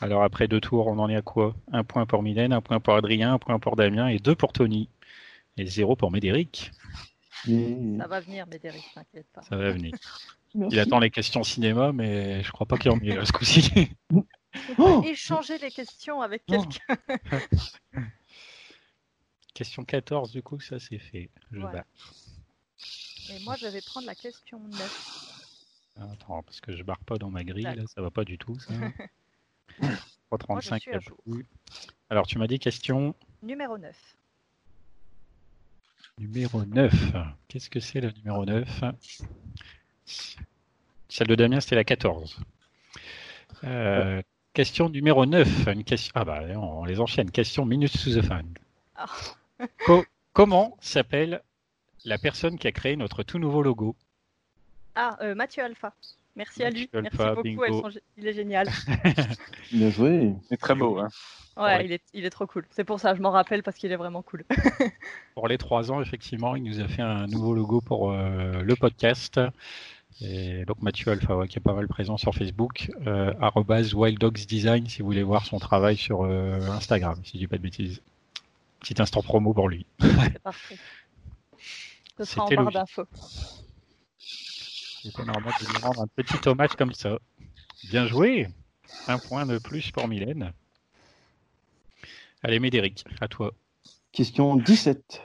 [SPEAKER 1] Alors après deux tours, on en est à quoi Un point pour Mylène, un point pour Adrien, un point pour Damien et deux pour Tony. Et zéro pour Médéric.
[SPEAKER 2] Mais-
[SPEAKER 4] Ça va venir, Médéric, t'inquiète pas.
[SPEAKER 1] Ça va venir.
[SPEAKER 2] Merci.
[SPEAKER 1] Il attend les questions cinéma, mais je crois pas qu'il en ait euh, ce coup-ci. [LAUGHS]
[SPEAKER 2] Oh
[SPEAKER 4] Échanger les questions avec
[SPEAKER 1] Non.
[SPEAKER 4] quelqu'un.
[SPEAKER 1] Question 14, du coup, ça c'est fait. Je
[SPEAKER 4] Voilà.
[SPEAKER 1] bats.
[SPEAKER 4] Et moi, je vais prendre la question 9.
[SPEAKER 1] Ah, Attends, parce que je barre pas dans ma grille, là,
[SPEAKER 4] D'accord.
[SPEAKER 1] ça va pas du tout,
[SPEAKER 4] [LAUGHS]
[SPEAKER 1] ça. 3,35,
[SPEAKER 4] suis à
[SPEAKER 1] y a
[SPEAKER 4] jour.
[SPEAKER 1] plus. Alors, tu m'as dit question
[SPEAKER 4] Numéro 9.
[SPEAKER 1] numéro 9. Qu'est-ce que c'est la numéro 9 Celle de Damien, c'était la 14. Euh, question numéro 9. Une question... Ah bah, on les enchaîne. Question minute sous the fan.
[SPEAKER 4] Ah.
[SPEAKER 1] Co- comment s'appelle la personne qui a créé notre tout nouveau logo.
[SPEAKER 4] Ah, euh, Mathieu Alpha. Merci à lui.
[SPEAKER 1] Mathieu
[SPEAKER 4] Merci
[SPEAKER 1] Alpha,
[SPEAKER 4] beaucoup.
[SPEAKER 1] bingo.
[SPEAKER 4] elles sont gé- Il
[SPEAKER 1] [LAUGHS]
[SPEAKER 4] est génial.
[SPEAKER 2] Bien joué.
[SPEAKER 3] C'est très beau. Hein.
[SPEAKER 4] Ouais,
[SPEAKER 1] Ouais.
[SPEAKER 4] Il, est, il est trop cool. C'est pour ça, je m'en rappelle parce qu'il est vraiment cool.
[SPEAKER 1] Pour les trois ans, effectivement, il nous a fait un nouveau logo pour euh, le podcast. Et donc Mathieu Alpha, ouais, qui est pas mal présent sur Facebook, euh, arrobase Wild Dogs Design, si vous voulez voir son travail sur euh, Instagram, si je dis pas de bêtises. Petit instant promo pour lui.
[SPEAKER 4] C'est parfait. Ce sera en
[SPEAKER 1] C'était
[SPEAKER 4] barre
[SPEAKER 1] logique.
[SPEAKER 4] d'infos.
[SPEAKER 1] C'était normal de lui rendre un petit hommage comme ça. Bien joué Un point de plus pour Mylène. Allez, Médéric, à toi.
[SPEAKER 2] Question 17.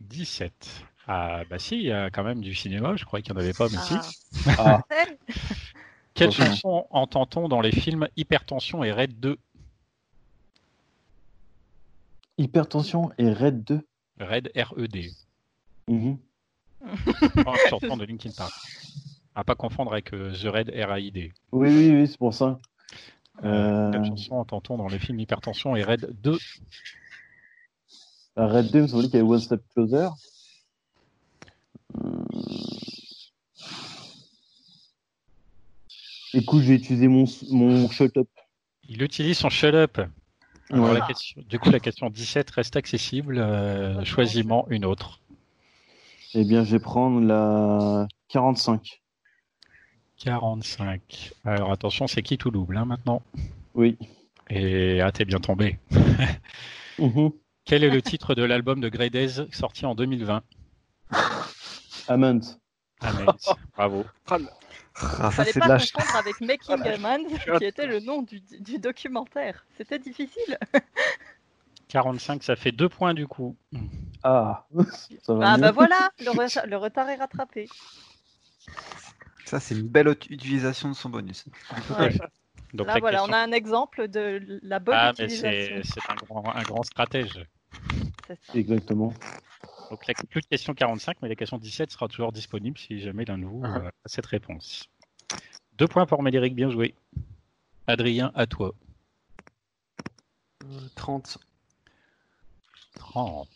[SPEAKER 1] 17. Ah, bah si, il y a quand même du cinéma, je croyais qu'il n'y en avait pas, mais si.
[SPEAKER 4] Ah.
[SPEAKER 2] Ah,
[SPEAKER 1] Quelle
[SPEAKER 2] Heureusement.
[SPEAKER 1] chanson entend-on dans les films Hypertension et Raid 2
[SPEAKER 2] hypertension et Red 2.
[SPEAKER 1] Raid R-E-D. E
[SPEAKER 2] Mhm.
[SPEAKER 1] Oh, chanson de Linkin Park. À pas confondre avec euh, The Raid R-A-I-D.
[SPEAKER 2] Oui, oui, oui, c'est pour ça.
[SPEAKER 1] Euh,
[SPEAKER 2] Euh,
[SPEAKER 1] Quelle chanson entend-on dans les films Hypertension et Raid 2
[SPEAKER 2] bah, Red 2, il me semblait qu'il y avait One Step Closer. Euh, Écoute, j'ai utilisé mon, mon shut up.
[SPEAKER 1] Il utilise son shut up. Alors,
[SPEAKER 2] Ouais.
[SPEAKER 1] la question- du coup, la question 17 reste accessible. Euh, Choisis-moi une autre.
[SPEAKER 2] Eh bien, je vais prendre la 45.
[SPEAKER 1] 45. Alors attention, c'est qui tout double hein, maintenant
[SPEAKER 2] Oui.
[SPEAKER 1] Et ah, t'es bien tombé.
[SPEAKER 2] Mhm.
[SPEAKER 1] Quel est le titre de l'album de Grey Days sorti en 2020
[SPEAKER 2] Amant.
[SPEAKER 1] Amen.
[SPEAKER 2] [LAUGHS]
[SPEAKER 1] Bravo.
[SPEAKER 5] Ah, ça,
[SPEAKER 4] Fallait
[SPEAKER 5] c'est
[SPEAKER 4] pas
[SPEAKER 5] de la
[SPEAKER 4] confondre avec Making
[SPEAKER 1] [LAUGHS]
[SPEAKER 4] a Man, qui était le nom du, du documentaire. C'était difficile.
[SPEAKER 1] 45, ça fait deux points du coup.
[SPEAKER 2] Ah, [LAUGHS] ça va
[SPEAKER 4] Ah
[SPEAKER 2] mieux.
[SPEAKER 4] bah voilà, le, re- le retard est rattrapé.
[SPEAKER 5] Ça, c'est une belle ut- utilisation de son bonus.
[SPEAKER 4] Ouais.
[SPEAKER 1] Donc,
[SPEAKER 4] Là
[SPEAKER 1] la
[SPEAKER 4] voilà,
[SPEAKER 1] question-
[SPEAKER 4] on a un exemple de la bonne
[SPEAKER 1] Ah, mais
[SPEAKER 4] utilisation.
[SPEAKER 1] c'est c'est un grand, un grand stratège.
[SPEAKER 4] C'est ça.
[SPEAKER 2] Exactement.
[SPEAKER 1] Donc, la, plus de question 45, mais la question 17 sera toujours disponible si jamais l'un de vous
[SPEAKER 5] Ah.
[SPEAKER 1] euh, a cette réponse. Deux points pour Médéric, bien joué. Adrien, à toi.
[SPEAKER 6] Euh, 30.
[SPEAKER 1] 30.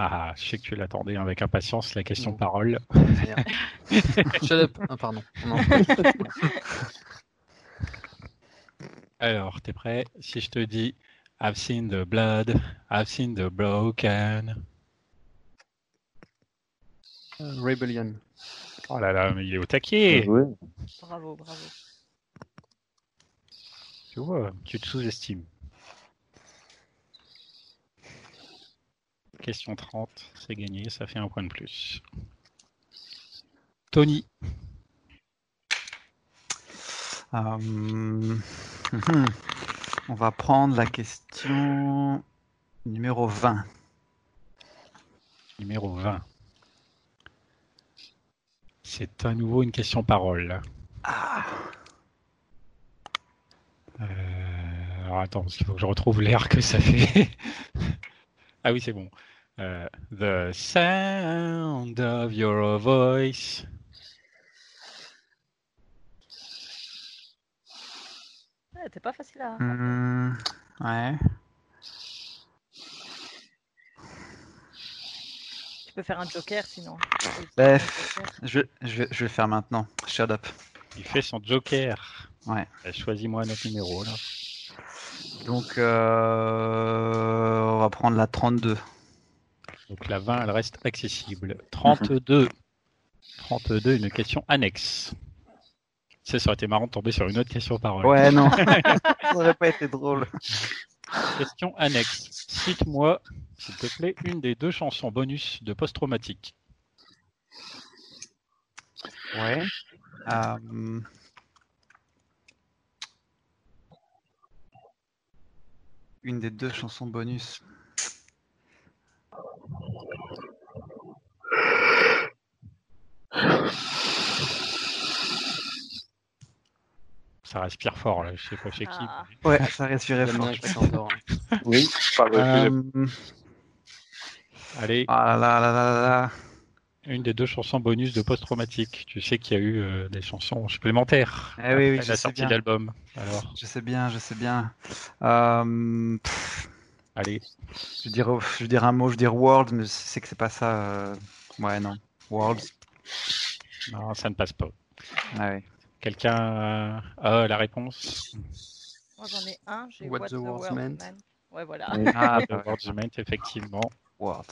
[SPEAKER 1] Ah, je sais que tu l'attendais avec impatience, la question parole.
[SPEAKER 6] Merde. Shut up. Ah, pardon. Non.
[SPEAKER 1] Alors, t'es prêt Si je te dis I've seen the blood, I've seen the broken.
[SPEAKER 6] Euh, Rebellion.
[SPEAKER 1] Oh là là, mais il est au
[SPEAKER 2] Bien
[SPEAKER 1] taquet
[SPEAKER 2] joué.
[SPEAKER 4] Bravo, bravo.
[SPEAKER 1] Tu vois, tu te sous-estimes. Question 30, c'est gagné, ça fait un point de plus. Tony,
[SPEAKER 5] Euh, [LAUGHS] On va prendre la question numéro 20.
[SPEAKER 1] numéro 20. C'est à nouveau une question parole.
[SPEAKER 5] Ah,
[SPEAKER 1] Euh, alors attends, il faut que je retrouve l'air que ça fait. [LAUGHS] ah oui, c'est bon. Euh, the sound of your voice.
[SPEAKER 4] Ouais, T'es pas facile à.
[SPEAKER 5] hum, ouais.
[SPEAKER 4] Tu peux faire un joker sinon. Bah,
[SPEAKER 5] Bref. Je, je, je vais faire maintenant. Shut up.
[SPEAKER 1] Il fait son joker.
[SPEAKER 5] Ouais.
[SPEAKER 1] Euh, Choisis-moi notre numéro là.
[SPEAKER 5] Donc, euh, on va prendre la 32.
[SPEAKER 1] Donc la 20, elle reste accessible. 32. 32, une question annexe. Tu sais, ça aurait été marrant de tomber sur une autre question parole.
[SPEAKER 5] Ouais, [LAUGHS] non. ça aurait pas été drôle.
[SPEAKER 1] Question annexe. Cite-moi, s'il te plaît, une des deux chansons bonus de post-traumatique.
[SPEAKER 5] Ouais. Euh, Une des deux chansons bonus.
[SPEAKER 1] Ça respire fort, là. je sais pas chez qui.
[SPEAKER 4] Ah.
[SPEAKER 5] Ouais, ça respirait
[SPEAKER 6] Il y en a
[SPEAKER 5] fort.
[SPEAKER 6] un qui s'endort.
[SPEAKER 2] Oui.
[SPEAKER 3] Par le plus
[SPEAKER 5] Euh,
[SPEAKER 1] Allez,
[SPEAKER 5] Ah là là là là.
[SPEAKER 1] une des deux chansons bonus de post-traumatique. Tu sais qu'il y a eu euh, des chansons supplémentaires
[SPEAKER 5] Eh oui, oui,
[SPEAKER 1] après
[SPEAKER 5] je
[SPEAKER 1] la
[SPEAKER 5] sais
[SPEAKER 1] sortie
[SPEAKER 5] bien.
[SPEAKER 1] de l'album. Alors,
[SPEAKER 5] Je sais bien, je sais bien. Euh, pff,
[SPEAKER 1] Allez,
[SPEAKER 5] Je dirais, je dirais un mot, je dirais World, mais c'est que c'est pas ça. euh, Ouais, non. World.
[SPEAKER 1] non, ça ne passe pas.
[SPEAKER 5] Ah oui.
[SPEAKER 1] Quelqu'un a la réponse
[SPEAKER 4] Moi, j'en ai un. J'ai
[SPEAKER 6] What
[SPEAKER 4] What,
[SPEAKER 6] the
[SPEAKER 4] the,
[SPEAKER 6] World
[SPEAKER 4] World
[SPEAKER 6] Meant.
[SPEAKER 4] Man. Ouais, voilà.
[SPEAKER 2] Ouais.
[SPEAKER 5] Ah, [LAUGHS]
[SPEAKER 1] The World's Meant, effectivement.
[SPEAKER 5] World.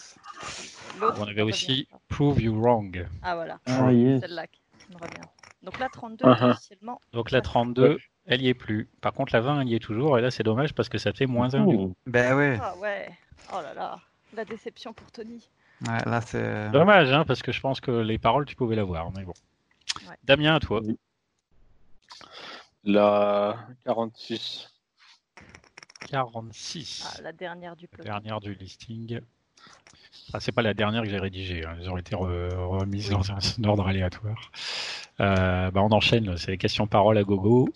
[SPEAKER 4] L'autre,
[SPEAKER 1] On
[SPEAKER 4] je
[SPEAKER 1] avait
[SPEAKER 4] reviens
[SPEAKER 1] aussi
[SPEAKER 4] pas.
[SPEAKER 1] Prove You Wrong.
[SPEAKER 4] Ah, voilà.
[SPEAKER 2] Ah, yes.
[SPEAKER 4] Celle-là qui me revient. Donc là, 32,
[SPEAKER 3] Uh-huh.
[SPEAKER 4] officiellement.
[SPEAKER 1] Donc la 32, elle y est plus. Par contre, la 20, elle y est toujours. Et là, c'est dommage parce que ça fait moins 1 du coup.
[SPEAKER 2] Oh.
[SPEAKER 5] Ben ouais.
[SPEAKER 4] Ah, ouais. Oh là là. La déception pour Tony.
[SPEAKER 5] Ouais, là, c'est. euh,
[SPEAKER 1] Dommage, hein, parce que je pense que les paroles, tu pouvais l'avoir. Mais bon.
[SPEAKER 4] Ouais.
[SPEAKER 1] Damien, à toi.
[SPEAKER 3] La 46.
[SPEAKER 1] 46.
[SPEAKER 4] Ah, la dernière du peloton.
[SPEAKER 1] dernière du listing. Ah, c'est pas la dernière que j'ai rédigée. hein. Elles ont été re- remises dans un ordre aléatoire. Euh, bah, on enchaîne. C'est les questions paroles à gogo.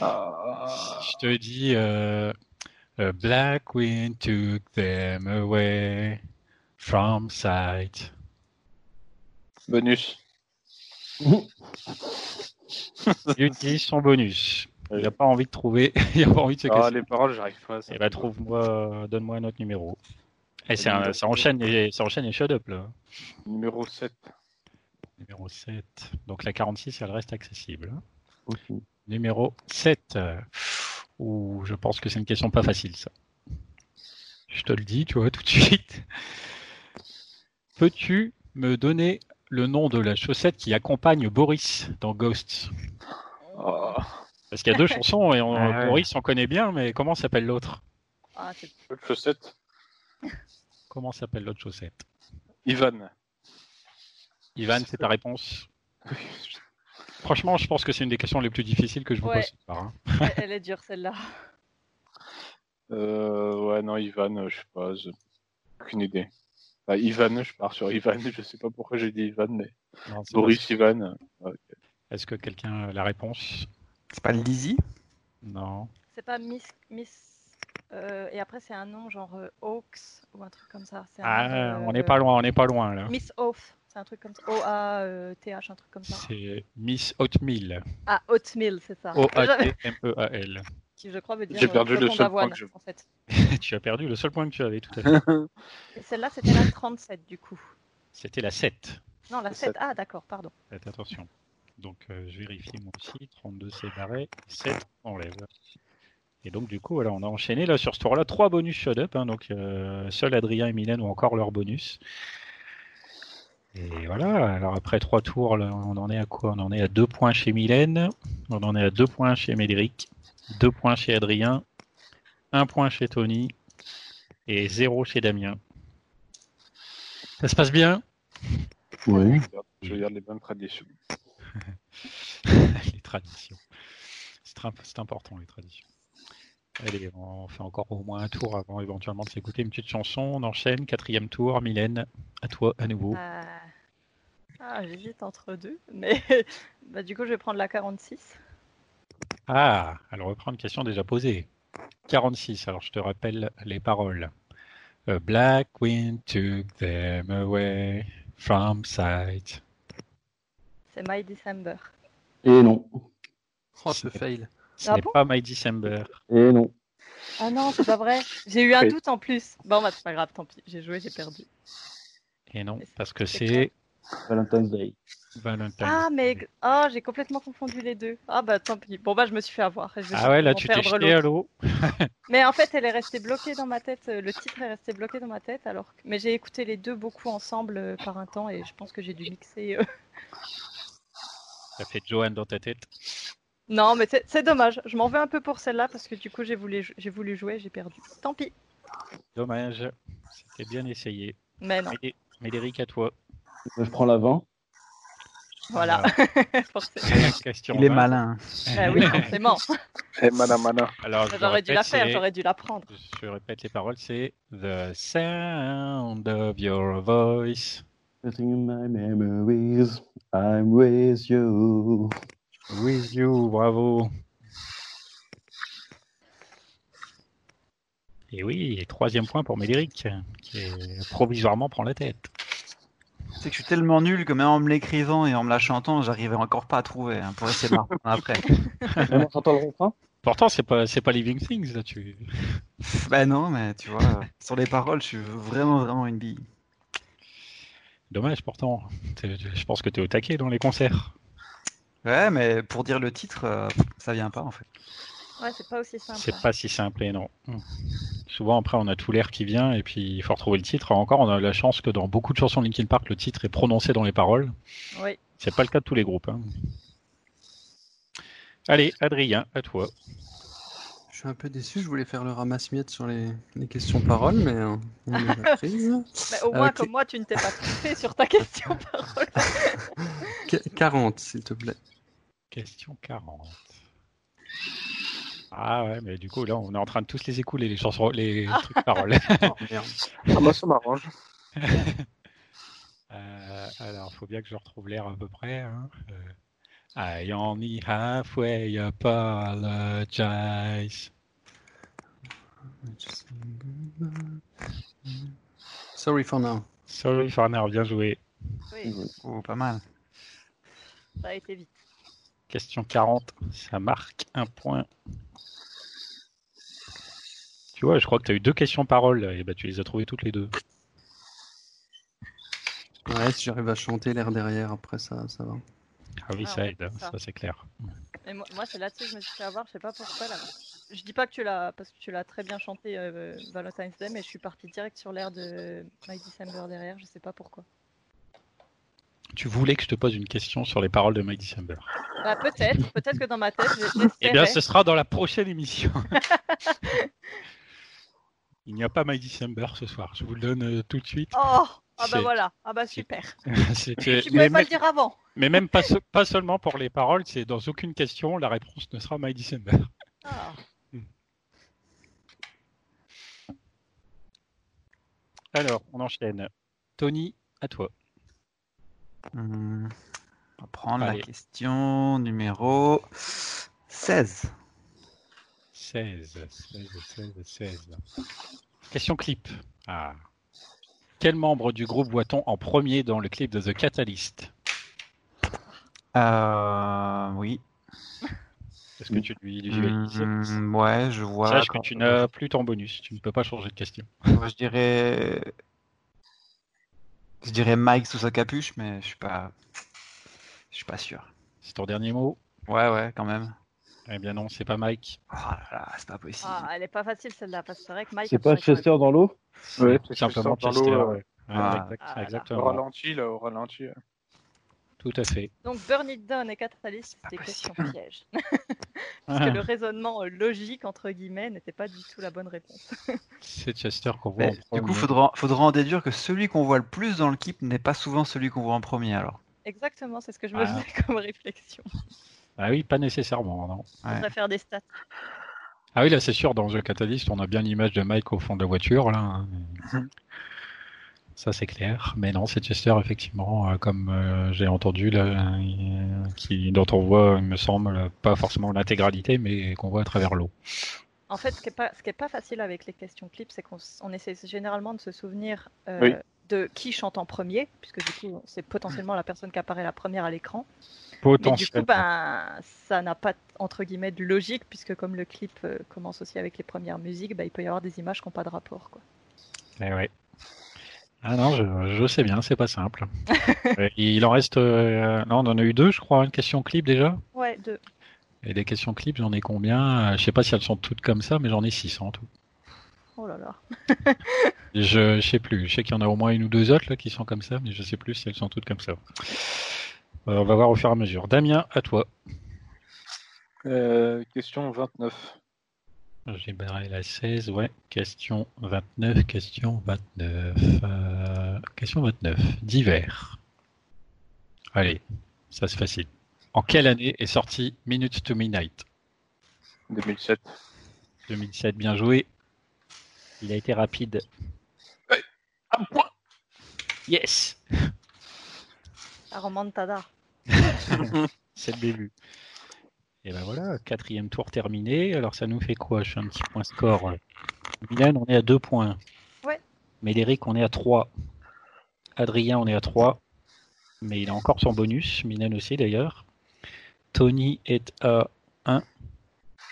[SPEAKER 3] Ah,
[SPEAKER 1] [LAUGHS] Je te dis euh, A Black Queen took them away from sight.
[SPEAKER 3] bonus.
[SPEAKER 1] Il utilise son bonus. Il n'a pas envie de trouver. [LAUGHS] Il n'a pas envie de se
[SPEAKER 3] Ah,
[SPEAKER 1] casser.
[SPEAKER 3] les paroles, j'arrive pas.
[SPEAKER 1] Eh ben, trouve-moi, donne-moi un autre numéro. Et c'est un- ça enchaîne les, ça enchaîne les shut-up là.
[SPEAKER 3] Numéro 7.
[SPEAKER 1] Numéro 7. Donc la 46, elle reste accessible.
[SPEAKER 2] Ok.
[SPEAKER 1] Numéro 7. Ou je pense que c'est une question pas facile, ça. Je te le dis, tu vois, [LAUGHS] tout de suite. Peux-tu me donner le nom de la chaussette qui accompagne Boris dans Ghosts
[SPEAKER 3] Oh,
[SPEAKER 1] Parce
[SPEAKER 5] [LAUGHS]
[SPEAKER 1] qu'il y a deux chansons et on-
[SPEAKER 5] Ah ouais.
[SPEAKER 1] Boris, on connaît bien, mais comment s'appelle l'autre
[SPEAKER 4] Ah,
[SPEAKER 1] [LAUGHS]
[SPEAKER 4] c'est
[SPEAKER 3] l'autre chaussette.
[SPEAKER 1] Comment s'appelle l'autre chaussette
[SPEAKER 3] Ivan.
[SPEAKER 1] Ivan, c'est ta réponse Franchement, je pense que c'est une des questions les plus difficiles que je vous
[SPEAKER 4] Ouais.
[SPEAKER 1] pose. ce soir, hein.
[SPEAKER 4] Elle- Elle est dure celle-là.
[SPEAKER 3] Euh, ouais, non, Ivan, euh, je sais pas. j'ai Aucune idée. Bah, Ivan, je pars sur Ivan. [LAUGHS] Je sais pas pourquoi j'ai dit Ivan, mais.
[SPEAKER 1] Non, c'est
[SPEAKER 3] Boris, Ivan.
[SPEAKER 1] pas- Est-ce que quelqu'un a la réponse
[SPEAKER 5] C'est pas Lizzie
[SPEAKER 1] Non.
[SPEAKER 4] C'est pas Miss. Miss... euh, et après, c'est un nom genre euh, Hawks ou un truc comme ça. C'est un
[SPEAKER 1] Ah,
[SPEAKER 4] nom de-
[SPEAKER 1] on n'est pas loin, on n'est pas loin là.
[SPEAKER 4] Miss Oath. C'est un truc comme ça. O-A-T-H, un truc comme ça.
[SPEAKER 1] C'est Miss Oatmeal.
[SPEAKER 4] Ah, Oatmeal, c'est ça.
[SPEAKER 1] E O-A-T-M-E-A-l.
[SPEAKER 4] Qui, je crois, veut dire.
[SPEAKER 3] J'ai
[SPEAKER 4] euh,
[SPEAKER 3] perdu le
[SPEAKER 4] flocon
[SPEAKER 3] seul point
[SPEAKER 4] d'avoine,
[SPEAKER 3] que je-
[SPEAKER 4] en fait.
[SPEAKER 1] tu as perdu le seul point que tu avais tout à fait.
[SPEAKER 4] Et celle-là, c'était la 37, du coup.
[SPEAKER 1] C'était la 7.
[SPEAKER 4] Non, la
[SPEAKER 3] C'est
[SPEAKER 4] 7. Ah, d'accord, pardon.
[SPEAKER 1] Faites attention. Donc euh, je vérifie moi aussi. 32 c'est barré. 7 on enlève. Et donc du coup, voilà, on a enchaîné là sur ce tour-là trois bonus shut up. hein. donc euh, seuls Adrien et Mylène ont encore leur bonus. Et voilà, alors après trois tours, là, on en est à quoi On en est à deux points chez Mylène, on en est à deux points chez Médéric, deux points chez Adrien, un point chez Tony et zéro chez Damien. Ça se passe bien
[SPEAKER 2] Oui.
[SPEAKER 3] Je regarde les bonnes traditions.
[SPEAKER 1] [LAUGHS] les traditions. C'est tr- c'est important, les traditions. Allez, on fait encore au moins un tour avant éventuellement de s'écouter une petite chanson. On enchaîne, quatrième tour. Mylène, à toi à
[SPEAKER 3] Oh.
[SPEAKER 1] nouveau.
[SPEAKER 4] Ah, Ah, j'hésite entre deux. Mais [LAUGHS] bah, du coup, je vais prendre la 46.
[SPEAKER 1] Ah, alors reprend une question déjà posée. 46, alors je te rappelle les paroles. A black wind took them away from sight.
[SPEAKER 4] C'est My December.
[SPEAKER 2] Et non.
[SPEAKER 6] Oh, ce fail.
[SPEAKER 1] Ce
[SPEAKER 4] Ah
[SPEAKER 1] n'est
[SPEAKER 4] bon
[SPEAKER 1] pas My December.
[SPEAKER 2] Et non.
[SPEAKER 4] Ah non, c'est pas vrai. J'ai eu un
[SPEAKER 3] Oui.
[SPEAKER 4] doute en plus. Bon, bah, c'est pas grave, tant pis. J'ai joué, j'ai perdu.
[SPEAKER 1] Et non,
[SPEAKER 4] Mais c'est-
[SPEAKER 1] parce que
[SPEAKER 4] c'est
[SPEAKER 1] c'est
[SPEAKER 2] Valentine's Day.
[SPEAKER 1] Valentine's
[SPEAKER 4] Ah, mais
[SPEAKER 1] Day.
[SPEAKER 4] ah, j'ai complètement confondu les deux. Ah, bah tant pis. Bon, bah, je me suis fait avoir. Je vais
[SPEAKER 1] Ah ouais, là
[SPEAKER 4] certainement
[SPEAKER 1] tu t'es
[SPEAKER 4] perdre
[SPEAKER 1] jeté
[SPEAKER 4] l'autre.
[SPEAKER 1] à l'eau.
[SPEAKER 4] Mais en fait, elle est restée bloquée dans ma tête. euh, Le titre est resté bloqué dans ma tête. alors que- Mais j'ai écouté les deux beaucoup ensemble euh, par un temps et je pense que j'ai dû mixer. euh. [LAUGHS]
[SPEAKER 1] Ça fait Joanne dans ta tête.
[SPEAKER 4] Non, mais c'est c'est dommage. Je m'en veux un peu pour celle-là parce que du coup, j'ai voulu, j'ai voulu jouer, j'ai perdu. Tant pis.
[SPEAKER 1] Dommage. C'était bien essayé.
[SPEAKER 4] Mais non,
[SPEAKER 1] Médé- Médéric, à
[SPEAKER 4] [LAUGHS]
[SPEAKER 1] toi.
[SPEAKER 2] Moi, je prends la 20.
[SPEAKER 4] voilà. [LAUGHS] Forcément.
[SPEAKER 1] Première question.
[SPEAKER 5] Il est
[SPEAKER 1] vingt.
[SPEAKER 5] malin.
[SPEAKER 4] Ah [LAUGHS] oui, forcément.
[SPEAKER 3] Eh, mana, mana.
[SPEAKER 1] Alors, je
[SPEAKER 4] J'aurais dû la
[SPEAKER 1] répète,
[SPEAKER 4] faire,
[SPEAKER 1] c'est-
[SPEAKER 4] j'aurais dû la prendre.
[SPEAKER 1] Je répète les paroles, c'est The sound of your voice.
[SPEAKER 2] Sitting in my memories, I'm with you. [LAUGHS]
[SPEAKER 1] With you, bravo. Et oui, et troisième point pour Médéric, qui est- provisoirement prend la tête.
[SPEAKER 5] C'est que je suis tellement nul que même en me
[SPEAKER 6] [LAUGHS]
[SPEAKER 5] l'écrivant et en me la chantant, j'arrivais encore pas à trouver hein, pour essayer de la reprendre après.
[SPEAKER 2] Même en chantant le refrain
[SPEAKER 1] Pourtant, c'est pas, c'est pas Living Things, là, tu.
[SPEAKER 5] Bah non, mais tu vois, euh, sur les paroles, je suis vraiment, vraiment une bille.
[SPEAKER 1] Dommage, pourtant. T'es- Je pense que t'es au taquet dans les concerts.
[SPEAKER 5] Ouais, mais pour dire le titre, euh, ça vient pas en fait.
[SPEAKER 4] Ouais, c'est pas aussi simple.
[SPEAKER 1] C'est pas si simple, et non. Hmm. Souvent, après, on a tout l'air qui vient, et puis il faut retrouver le titre. Encore, on a la chance que dans beaucoup de chansons de Linkin Park, le titre est prononcé dans les paroles.
[SPEAKER 4] Oui.
[SPEAKER 1] C'est pas le cas de tous les groupes. hein. Allez, Adrien, à toi.
[SPEAKER 6] Je suis un peu déçu, je voulais faire le ramasse-miettes sur les, les questions paroles, mais euh, on les a prises.
[SPEAKER 4] Mais au moins,
[SPEAKER 6] Euh, qui-
[SPEAKER 4] comme moi, tu ne t'es pas trompé sur ta question parole.
[SPEAKER 6] Qu- 40, s'il te plaît.
[SPEAKER 1] Question 40. Ah ouais, mais du coup, là, on est en train de tous les écouler, les chansons, les trucs paroles.
[SPEAKER 6] Oh, merde.
[SPEAKER 3] Ah, moi, ça m'arrange.
[SPEAKER 1] Euh, alors, faut bien que je retrouve l'air à peu près. Hein. Euh, I only halfway apologize.
[SPEAKER 6] Sorry for now.
[SPEAKER 1] Sorry, Farnar, bien joué.
[SPEAKER 4] [LAUGHS] Oui,
[SPEAKER 5] Oh, pas mal.
[SPEAKER 4] ça a été vite.
[SPEAKER 1] Question 40, ça marque un point. Tu vois, je crois que tu as eu deux questions paroles, et bah tu les as trouvées toutes les deux.
[SPEAKER 6] Ouais, si j'arrive à chanter l'air derrière, après ça, ça va.
[SPEAKER 1] Ah oui,
[SPEAKER 4] Ah,
[SPEAKER 1] ça
[SPEAKER 4] ouais,
[SPEAKER 1] aide, hein,
[SPEAKER 4] ça.
[SPEAKER 1] ça c'est clair.
[SPEAKER 4] Et moi, moi, c'est là-dessus que je me suis fait avoir, je sais pas pourquoi. Là. Je dis pas que tu l'as, parce que tu l'as très bien chanté euh, Valentine's Day, mais je suis partie direct sur l'air de My December derrière, je sais pas pourquoi.
[SPEAKER 1] Tu voulais que je te pose une question sur les paroles de My December.
[SPEAKER 4] Bah, peut-être, peut-être que dans ma tête, j'ai-
[SPEAKER 1] Eh bien,
[SPEAKER 4] j'espérais.
[SPEAKER 1] ce sera dans la prochaine
[SPEAKER 4] [LAUGHS]
[SPEAKER 1] émission. Il n'y a pas My December ce soir. Je vous le donne euh, tout de suite. [LAUGHS]
[SPEAKER 4] Oh, ah bah
[SPEAKER 1] C'est-
[SPEAKER 4] voilà, ah bah super.
[SPEAKER 1] C'était-
[SPEAKER 4] Tu
[SPEAKER 1] mais,
[SPEAKER 4] pouvais pas
[SPEAKER 1] mais-
[SPEAKER 4] le dire avant.
[SPEAKER 1] mais même pas, se- pas seulement pour les paroles, c'est dans aucune question, la réponse ne sera My December.
[SPEAKER 4] Ah.
[SPEAKER 1] Alors, on enchaîne. Tony, à toi.
[SPEAKER 5] Hmm. On va prendre
[SPEAKER 1] Allez.
[SPEAKER 5] la question numéro 16.
[SPEAKER 1] 16, 16, 16, 16. Question clip. Ah. Quel membre du groupe voit-on en premier dans le clip de The Catalyst
[SPEAKER 5] Euh, oui.
[SPEAKER 1] Est-ce que tu lui visualises
[SPEAKER 5] Hmm, ouais, je vois.
[SPEAKER 1] Sache
[SPEAKER 5] quand-
[SPEAKER 1] que tu n'as plus ton bonus, tu ne peux pas changer de question.
[SPEAKER 5] Moi, je dirais. Je dirais Mike sous sa capuche, mais je suis pas. Je suis pas sûr.
[SPEAKER 1] C'est ton dernier mot
[SPEAKER 5] Ouais, ouais, quand même.
[SPEAKER 1] Eh bien non, c'est pas Mike.
[SPEAKER 5] Oh là là, c'est pas possible.
[SPEAKER 4] Ah, elle est pas facile celle-là, parce que c'est vrai que Mike.
[SPEAKER 2] C'est
[SPEAKER 4] a
[SPEAKER 2] pas
[SPEAKER 4] trouvé sur
[SPEAKER 2] Chester dans l'eau
[SPEAKER 3] Ouais,
[SPEAKER 1] Tout
[SPEAKER 3] c'est
[SPEAKER 1] simplement
[SPEAKER 3] Chester dans
[SPEAKER 1] Chester,
[SPEAKER 3] l'eau,
[SPEAKER 1] ouais.
[SPEAKER 3] ouais.
[SPEAKER 1] Ouais,
[SPEAKER 5] Ah.
[SPEAKER 1] exact-
[SPEAKER 4] Ah, là.
[SPEAKER 3] Au
[SPEAKER 1] exactement.
[SPEAKER 3] ralenti, là, au ralenti. ouais.
[SPEAKER 1] Tout à fait.
[SPEAKER 4] le- Donc Burn It Down et Catalyst,
[SPEAKER 5] pas
[SPEAKER 4] c'était question
[SPEAKER 5] possible.
[SPEAKER 4] piège. [LAUGHS]
[SPEAKER 1] Ah.
[SPEAKER 4] Parce que le raisonnement euh, logique, entre guillemets, n'était pas du tout la bonne réponse.
[SPEAKER 1] C'est Chester qu'on voit.
[SPEAKER 5] Mais
[SPEAKER 1] en
[SPEAKER 5] du coup,
[SPEAKER 1] premier.
[SPEAKER 5] faudra, faudra en déduire que celui qu'on voit le plus dans le clip n'est pas souvent celui qu'on voit en premier, alors.
[SPEAKER 4] Exactement, c'est ce que je me
[SPEAKER 1] Ah.
[SPEAKER 4] faisais [LAUGHS] comme réflexion.
[SPEAKER 1] Ah oui, pas nécessairement, non.
[SPEAKER 4] On
[SPEAKER 5] Ouais.
[SPEAKER 4] devrait faire des stats.
[SPEAKER 1] Ah oui, là c'est sûr, dans The Catalyst, on a bien l'image de Mike au fond de la voiture, là. hein. Ça c'est clair, mais non, c'est Chester effectivement, euh, comme euh, j'ai entendu, là, euh, qui, dont on voit, il me semble, pas forcément l'intégralité, mais qu'on voit à travers l'eau.
[SPEAKER 4] En fait, ce qui n'est pas, ce qui est pas facile avec les questions clips, c'est qu'on s- on essaie généralement de se souvenir euh,
[SPEAKER 3] Oui.
[SPEAKER 4] de qui chante en premier, puisque du coup, c'est potentiellement la personne qui apparaît la première à l'écran. Mais du coup,
[SPEAKER 1] Potentiellement.
[SPEAKER 4] ben, ça n'a pas entre guillemets de logique, puisque comme le clip euh, commence aussi avec les premières musiques, ben, il peut y avoir des images qui n'ont pas de rapport. Quoi.
[SPEAKER 1] Eh ouais. Ah non, je, je sais bien, c'est pas
[SPEAKER 4] [LAUGHS]
[SPEAKER 1] simple. Ouais, il en reste, euh, non, on en a eu deux, je crois, une question clip déjà.
[SPEAKER 4] Ouais, deux.
[SPEAKER 1] Et les questions clips, j'en ai combien Euh, Je sais pas si elles sont toutes comme ça, mais j'en ai six en tout.
[SPEAKER 4] Oh là là.
[SPEAKER 1] Je, je sais plus. Je sais qu'il y en a au moins une ou deux autres là, qui sont comme ça, mais je sais plus si elles sont toutes comme ça. Euh, on va voir au fur et à mesure. Damien, à toi.
[SPEAKER 3] Euh, question 29.
[SPEAKER 1] J'ai barré la 16, ouais. Question 29, question 29. euh, question 29, d'hiver. Allez, ça se facile. En quelle année est sorti Minutes to Midnight
[SPEAKER 3] 2007.
[SPEAKER 1] 2007, bien joué. Il a été rapide.
[SPEAKER 3] Un point
[SPEAKER 1] Yes
[SPEAKER 4] La remontada.
[SPEAKER 1] C'est le début. Et ben voilà, quatrième tour terminé. Alors ça nous fait quoi Je fais un petit point score. Milan, on est à deux points.
[SPEAKER 4] Ouais.
[SPEAKER 1] Médéric, on est à 3. Adrien, on est à 3. Mais il a encore son bonus. Milan aussi d'ailleurs. Tony est à 1.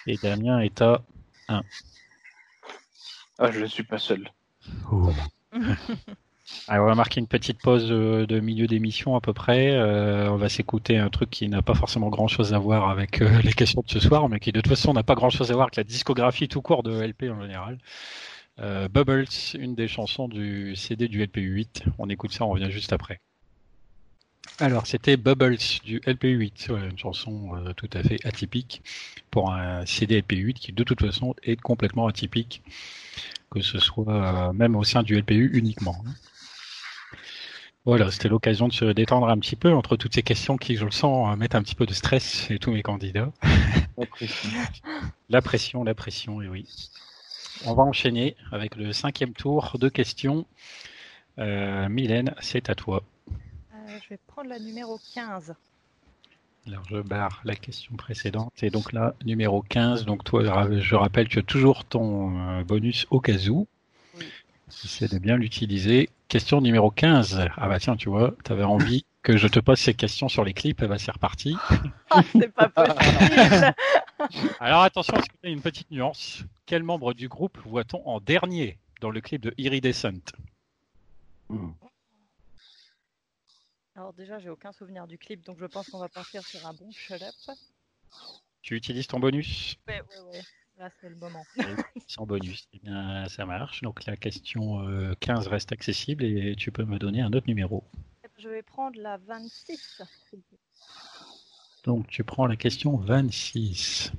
[SPEAKER 1] Et Damien est à.
[SPEAKER 3] Ah, je ne suis pas seul.
[SPEAKER 1] Alors, Ah, on va marquer une petite pause euh, de milieu d'émission à peu près. Euh, on va s'écouter un truc qui n'a pas forcément grand chose à voir avec euh, [LAUGHS] les questions de ce soir, mais qui de toute façon n'a pas grand chose à voir avec la discographie tout court de LP en général. Euh, Bubbles, une des chansons du CD du LP8. On écoute ça, on revient juste après. Alors, c'était Bubbles du LP8, ouais, une chanson euh, tout à fait atypique pour un CD LP8 qui, de toute façon, est complètement atypique, que ce soit euh, même au sein du LPU uniquement. Voilà, c'était l'occasion de se détendre un petit peu entre toutes ces questions qui, je le sens, euh, mettent un petit peu de stress chez tous mes candidats. La pression, la pression, et oui. On va enchaîner avec le cinquième tour de questions. Euh, Mylène, c'est à toi.
[SPEAKER 4] Euh, je vais prendre la numéro [LAUGHS] 15.
[SPEAKER 1] Alors, je barre la question précédente. Et donc là, numéro 15. Donc, toi, ra- je rappelle, tu as toujours ton euh, bonus au cas où.
[SPEAKER 4] Oui.
[SPEAKER 1] J'essaie de bien l'utiliser. Question numéro 15. Ah bah tiens, tu vois, tu avais envie que je te pose ces questions sur les clips. Eh bah, c'est reparti.
[SPEAKER 4] Ah, c'est pas possible.
[SPEAKER 1] Alors, attention, parce que y a une petite nuance. Quel membre du groupe voit-on en dernier dans le clip de Iridescent
[SPEAKER 4] Alors déjà, j'ai aucun souvenir du clip, donc je pense qu'on va partir sur un bon shut up.
[SPEAKER 1] Tu utilises ton bonus
[SPEAKER 4] Ouais, ouais, ouais. Là, c'est le moment.
[SPEAKER 1] Sans bonus. Eh bien, ça marche. Donc la question euh, 15 reste accessible et tu peux me donner un autre numéro.
[SPEAKER 4] Je vais prendre la 26.
[SPEAKER 1] Donc tu prends la question 26.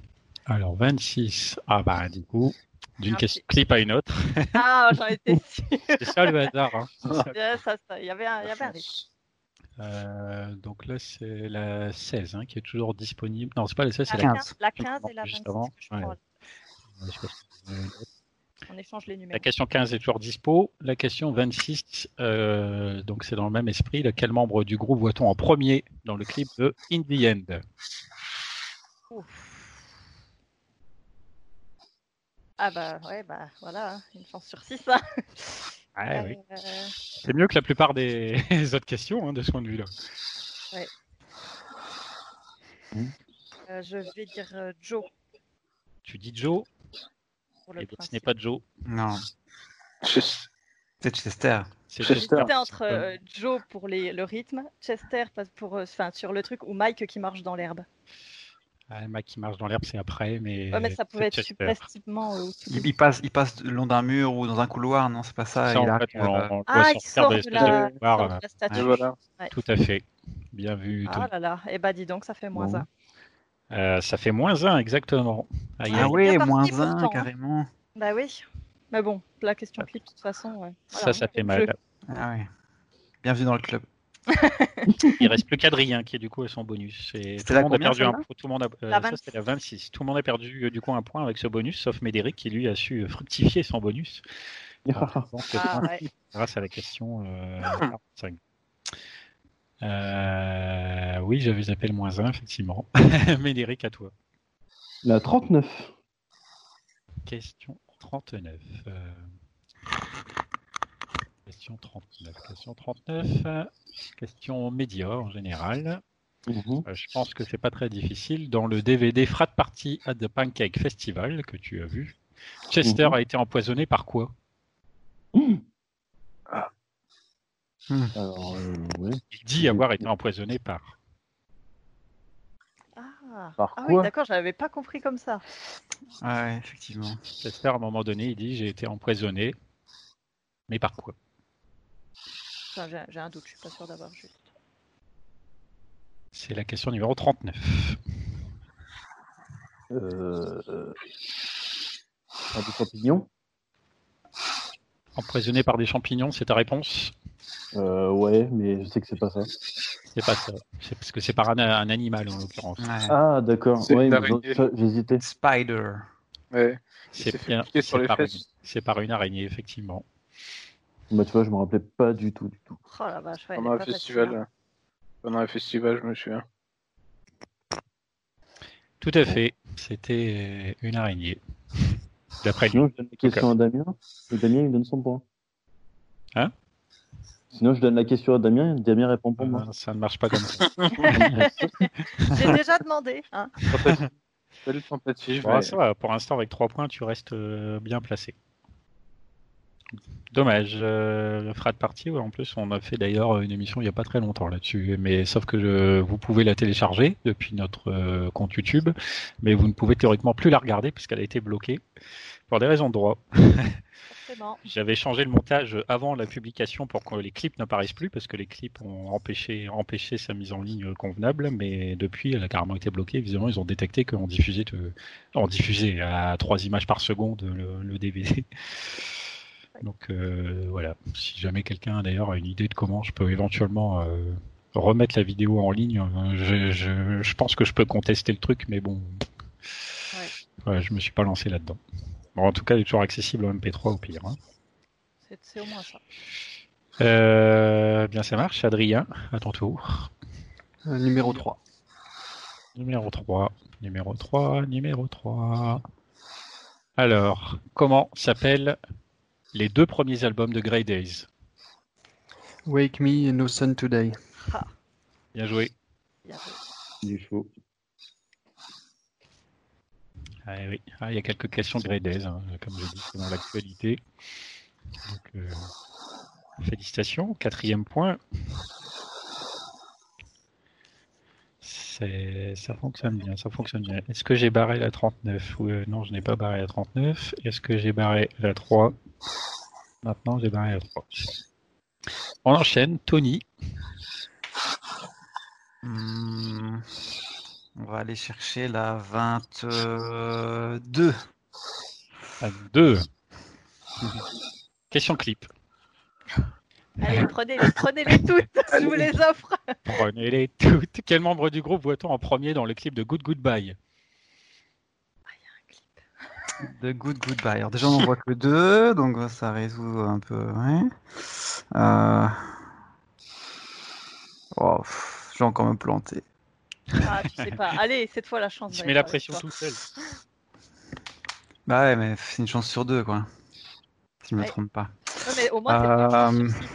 [SPEAKER 1] Alors 26. Ah bah du coup, d'une
[SPEAKER 4] Ah,
[SPEAKER 1] question
[SPEAKER 4] c'est-
[SPEAKER 1] clip à une autre.
[SPEAKER 4] Ah, j'en étais sûre.
[SPEAKER 1] [LAUGHS]
[SPEAKER 4] [LAUGHS]
[SPEAKER 1] C'est ça le hasard. hein. [LAUGHS] C'est ça.
[SPEAKER 4] Ouais, ça, ça, Il y avait un, il Ah, y avait un risque.
[SPEAKER 1] Euh, donc là c'est la 16 hein, qui est toujours disponible. Non, c'est pas la 16,
[SPEAKER 4] Ah,
[SPEAKER 1] c'est
[SPEAKER 4] La
[SPEAKER 1] la
[SPEAKER 4] 15, la 15 et la
[SPEAKER 1] Juste
[SPEAKER 4] 26
[SPEAKER 1] avant,
[SPEAKER 4] que je prends.
[SPEAKER 1] ouais. je sais pas si c'est une autre.
[SPEAKER 4] On échange les numéros.
[SPEAKER 1] La euh, question 15 est toujours dispo. La question 26, euh, donc c'est dans le même esprit. Quel membre du groupe voit-on en premier dans le clip de In the End
[SPEAKER 4] Ah bah ouais, bah voilà, hein, Euh, une chance sur 6.
[SPEAKER 1] Ah oui. C'est mieux que la plupart des [LAUGHS] des autres questions hein, de ce point de vue-là.
[SPEAKER 4] je vais dire euh, Joe
[SPEAKER 1] Tu dis Joe,
[SPEAKER 4] pour le
[SPEAKER 1] et ce n'est
[SPEAKER 4] principe.
[SPEAKER 1] pas Joe.
[SPEAKER 5] Non,
[SPEAKER 3] Je-
[SPEAKER 5] c'est Chester.
[SPEAKER 1] C'est
[SPEAKER 3] Chester.
[SPEAKER 1] Chester.
[SPEAKER 4] J'étais entre euh, Joe pour les, le rythme, Chester passe pour, euh, enfin, sur le truc ou Mike qui marche dans l'herbe.
[SPEAKER 1] Ah, le mec qui marche dans l'herbe, c'est après, mais.
[SPEAKER 4] Ouais, mais ça pouvait être
[SPEAKER 1] c'est Chester.
[SPEAKER 4] successivement euh, au tout
[SPEAKER 5] Il,
[SPEAKER 4] début.
[SPEAKER 5] il passe, il passe le long d'un mur ou dans un couloir, non, c'est pas ça.
[SPEAKER 1] Ça,
[SPEAKER 5] il
[SPEAKER 1] en
[SPEAKER 5] arrive,
[SPEAKER 1] fait, on,
[SPEAKER 5] euh,
[SPEAKER 1] on le
[SPEAKER 4] Ah,
[SPEAKER 1] voit
[SPEAKER 4] il
[SPEAKER 1] sortir
[SPEAKER 4] sort
[SPEAKER 1] de Ah,
[SPEAKER 4] de
[SPEAKER 1] l'espèce de
[SPEAKER 4] la, il
[SPEAKER 1] couloir,
[SPEAKER 4] sort de la
[SPEAKER 3] Et
[SPEAKER 4] statue.
[SPEAKER 3] voilà.
[SPEAKER 1] euh, Tout à fait. Bien vu.
[SPEAKER 4] Ah
[SPEAKER 1] Tony.
[SPEAKER 4] là là, et bah dis donc, ça fait moins
[SPEAKER 5] Bon.
[SPEAKER 4] un.
[SPEAKER 1] Euh, ça fait moins 1, exactement. Aïe,
[SPEAKER 4] il est
[SPEAKER 5] Ah
[SPEAKER 1] aïe.
[SPEAKER 5] oui,
[SPEAKER 4] bien
[SPEAKER 5] moins
[SPEAKER 4] parti
[SPEAKER 5] un,
[SPEAKER 4] pourtant, hein.
[SPEAKER 5] carrément.
[SPEAKER 4] Bah oui, mais bon, la question clip, de toute façon. ouais.
[SPEAKER 1] Ça,
[SPEAKER 4] Voilà,
[SPEAKER 1] ça
[SPEAKER 4] on
[SPEAKER 1] fait
[SPEAKER 4] joue.
[SPEAKER 1] mal.
[SPEAKER 5] Ah oui. Bienvenue dans le club.
[SPEAKER 1] Il reste plus qu'Adrien qui du coup a son bonus. Et tout le
[SPEAKER 5] la
[SPEAKER 1] monde a
[SPEAKER 5] combien,
[SPEAKER 1] perdu un
[SPEAKER 5] celle-là
[SPEAKER 1] point. Tout le monde a, euh,
[SPEAKER 4] La
[SPEAKER 1] ça, c'était la 26. Tout le monde a perdu euh, du coup un point avec ce bonus, sauf Médéric qui lui a su euh, fructifier son
[SPEAKER 5] [LAUGHS]
[SPEAKER 1] bonus.
[SPEAKER 2] [LAUGHS]
[SPEAKER 1] Alors, je pense que
[SPEAKER 4] Ah
[SPEAKER 1] grâce-
[SPEAKER 4] ouais.
[SPEAKER 1] grâce à la question euh, 45. Euh, oui, j'avais zappé le moins 1, effectivement. [LAUGHS] Médéric, à toi.
[SPEAKER 2] La 39.
[SPEAKER 1] Question 39. euh, Question 39. Question 39. euh, Question média en général.
[SPEAKER 2] Mhm.
[SPEAKER 1] Euh, Je pense que c'est pas très difficile. Dans le DVD Frat Party at the Pancake Festival que tu as vu, Chester
[SPEAKER 2] Mhm.
[SPEAKER 1] a été empoisonné par quoi
[SPEAKER 2] Alors, euh, ouais.
[SPEAKER 1] Il dit avoir été empoisonné par.
[SPEAKER 4] Ah,
[SPEAKER 3] Bah,
[SPEAKER 2] Par
[SPEAKER 4] Ah
[SPEAKER 2] quoi
[SPEAKER 4] oui, d'accord, je l'avais pas compris comme ça.
[SPEAKER 5] Ouais, effectivement.
[SPEAKER 1] Chester, à un moment donné, il dit J'ai été empoisonné. Mais par quoi
[SPEAKER 4] Enfin, j'ai- J'ai un doute, je suis pas sûre d'avoir juste.
[SPEAKER 1] C'est la question numéro 39.
[SPEAKER 2] Euh, euh, par des champignons
[SPEAKER 1] Empoisonné par des champignons, c'est ta réponse
[SPEAKER 2] Euh, Ouais, mais je sais que c'est pas ça.
[SPEAKER 1] C'est pas ça. C'est parce que c'est par un, un animal en l'occurrence.
[SPEAKER 5] Ouais.
[SPEAKER 2] Ah, d'accord.
[SPEAKER 3] C'est
[SPEAKER 2] Ouais,
[SPEAKER 3] une
[SPEAKER 2] mais
[SPEAKER 3] araignée.
[SPEAKER 2] ça, j'hésitais.
[SPEAKER 5] Spider.
[SPEAKER 3] Ouais. Il
[SPEAKER 1] C'est
[SPEAKER 3] s'est fait
[SPEAKER 1] bien-
[SPEAKER 3] piquer sur
[SPEAKER 1] c'est
[SPEAKER 3] les
[SPEAKER 1] par,
[SPEAKER 3] fesses.
[SPEAKER 1] une- c'est par une araignée, effectivement.
[SPEAKER 2] Bah, tu vois, je me rappelais pas du tout, du tout.
[SPEAKER 4] Oh la vache, ouais, elle
[SPEAKER 3] Pendant
[SPEAKER 4] est
[SPEAKER 3] un
[SPEAKER 4] pas
[SPEAKER 3] festival.
[SPEAKER 4] facile, hein.
[SPEAKER 3] euh, Pendant un festival, je me souviens.
[SPEAKER 1] Tout à fait. C'était euh, une araignée. D'après lui.
[SPEAKER 2] Sinon, je donne la question à Damien, et Damien, il me donne son point.
[SPEAKER 1] Hein
[SPEAKER 2] Sinon, je donne la question à Damien, et Damien répond pour moi.
[SPEAKER 3] [LAUGHS]
[SPEAKER 1] Euh, Ça ne marche pas comme ça.
[SPEAKER 4] hein, J'ai déjà demandé. Hein.
[SPEAKER 3] Belle tentative.
[SPEAKER 1] Bon,
[SPEAKER 3] mais-
[SPEAKER 1] ça va, pour l'instant, avec 3 points, tu restes euh, bien placé. Dommage, euh, le frat party, ouais, en plus, on a fait d'ailleurs une émission il n'y a pas très longtemps là-dessus, mais sauf que euh, vous pouvez la télécharger depuis notre euh, compte YouTube, mais vous ne pouvez théoriquement plus la regarder puisqu'elle a été bloquée pour des raisons de droit.
[SPEAKER 4] Forcément.
[SPEAKER 1] J'avais changé le montage avant la publication pour que les clips n'apparaissent plus, parce que les clips ont empêché, empêché sa mise en ligne convenable, mais depuis, elle a carrément été bloquée. Visiblement, ils ont détecté qu'on diffusait, de- on diffusait à trois images par seconde le, le DVD. Donc euh, voilà, si jamais quelqu'un d'ailleurs a une idée de comment je peux éventuellement euh, remettre la vidéo en ligne, euh, je, je- je pense que je peux contester le truc, mais bon, Ouais, je me suis pas lancé là-dedans. Bon, en tout cas, elle est toujours accessible en MP3 au pire. hein.
[SPEAKER 4] C'est- C'est au moins ça.
[SPEAKER 1] Euh, bien, ça marche. Adrien, à ton tour.
[SPEAKER 6] Euh, numéro 3.
[SPEAKER 1] Numéro 3, numéro 3, numéro 3. Alors, comment s'appellent les deux premiers albums de Grey Days
[SPEAKER 6] Wake me no sun today.
[SPEAKER 1] Bien joué.
[SPEAKER 4] Il y a-
[SPEAKER 2] Du faux.
[SPEAKER 1] Ah oui, Ah, il y a quelques questions de Grey Days, hein, comme j'ai dit, c'est dans l'actualité. Donc, euh, félicitations, quatrième point. C'est- Ça fonctionne bien, ça fonctionne bien. Est-ce que j'ai barré la 39 Ou, euh, Non, je n'ai pas barré la 39. Est-ce que j'ai barré la 3 Maintenant, j'ai barré la 3. On enchaîne, Tony.
[SPEAKER 5] Hmm, On va aller chercher la 22.
[SPEAKER 1] à 2. Question clip.
[SPEAKER 4] Allez, prenez-les,
[SPEAKER 3] [LAUGHS]
[SPEAKER 4] prenez-les toutes. Je vous les offre.
[SPEAKER 1] Prenez-les toutes. [LAUGHS] Quel membre du groupe voit-on en premier dans le clip de Good Goodbye
[SPEAKER 5] The Good Goodbye. Alors déjà, on n'en voit que deux, donc euh, ça résout un peu. ouais. Euh, oh, pff, je vais encore me planter.
[SPEAKER 4] Ah, tu sais pas. Allez, cette fois la chance.
[SPEAKER 1] Tu
[SPEAKER 4] d'aller
[SPEAKER 1] mets la
[SPEAKER 4] faire
[SPEAKER 1] pression
[SPEAKER 4] l'histoire.
[SPEAKER 1] tout seul.
[SPEAKER 5] Bah ouais, mais c'est une chance sur deux, quoi. Si je me
[SPEAKER 4] Ouais.
[SPEAKER 5] trompe pas.
[SPEAKER 4] Ouais, mais au moins, c'est une chance
[SPEAKER 5] Euh,
[SPEAKER 4] sur six.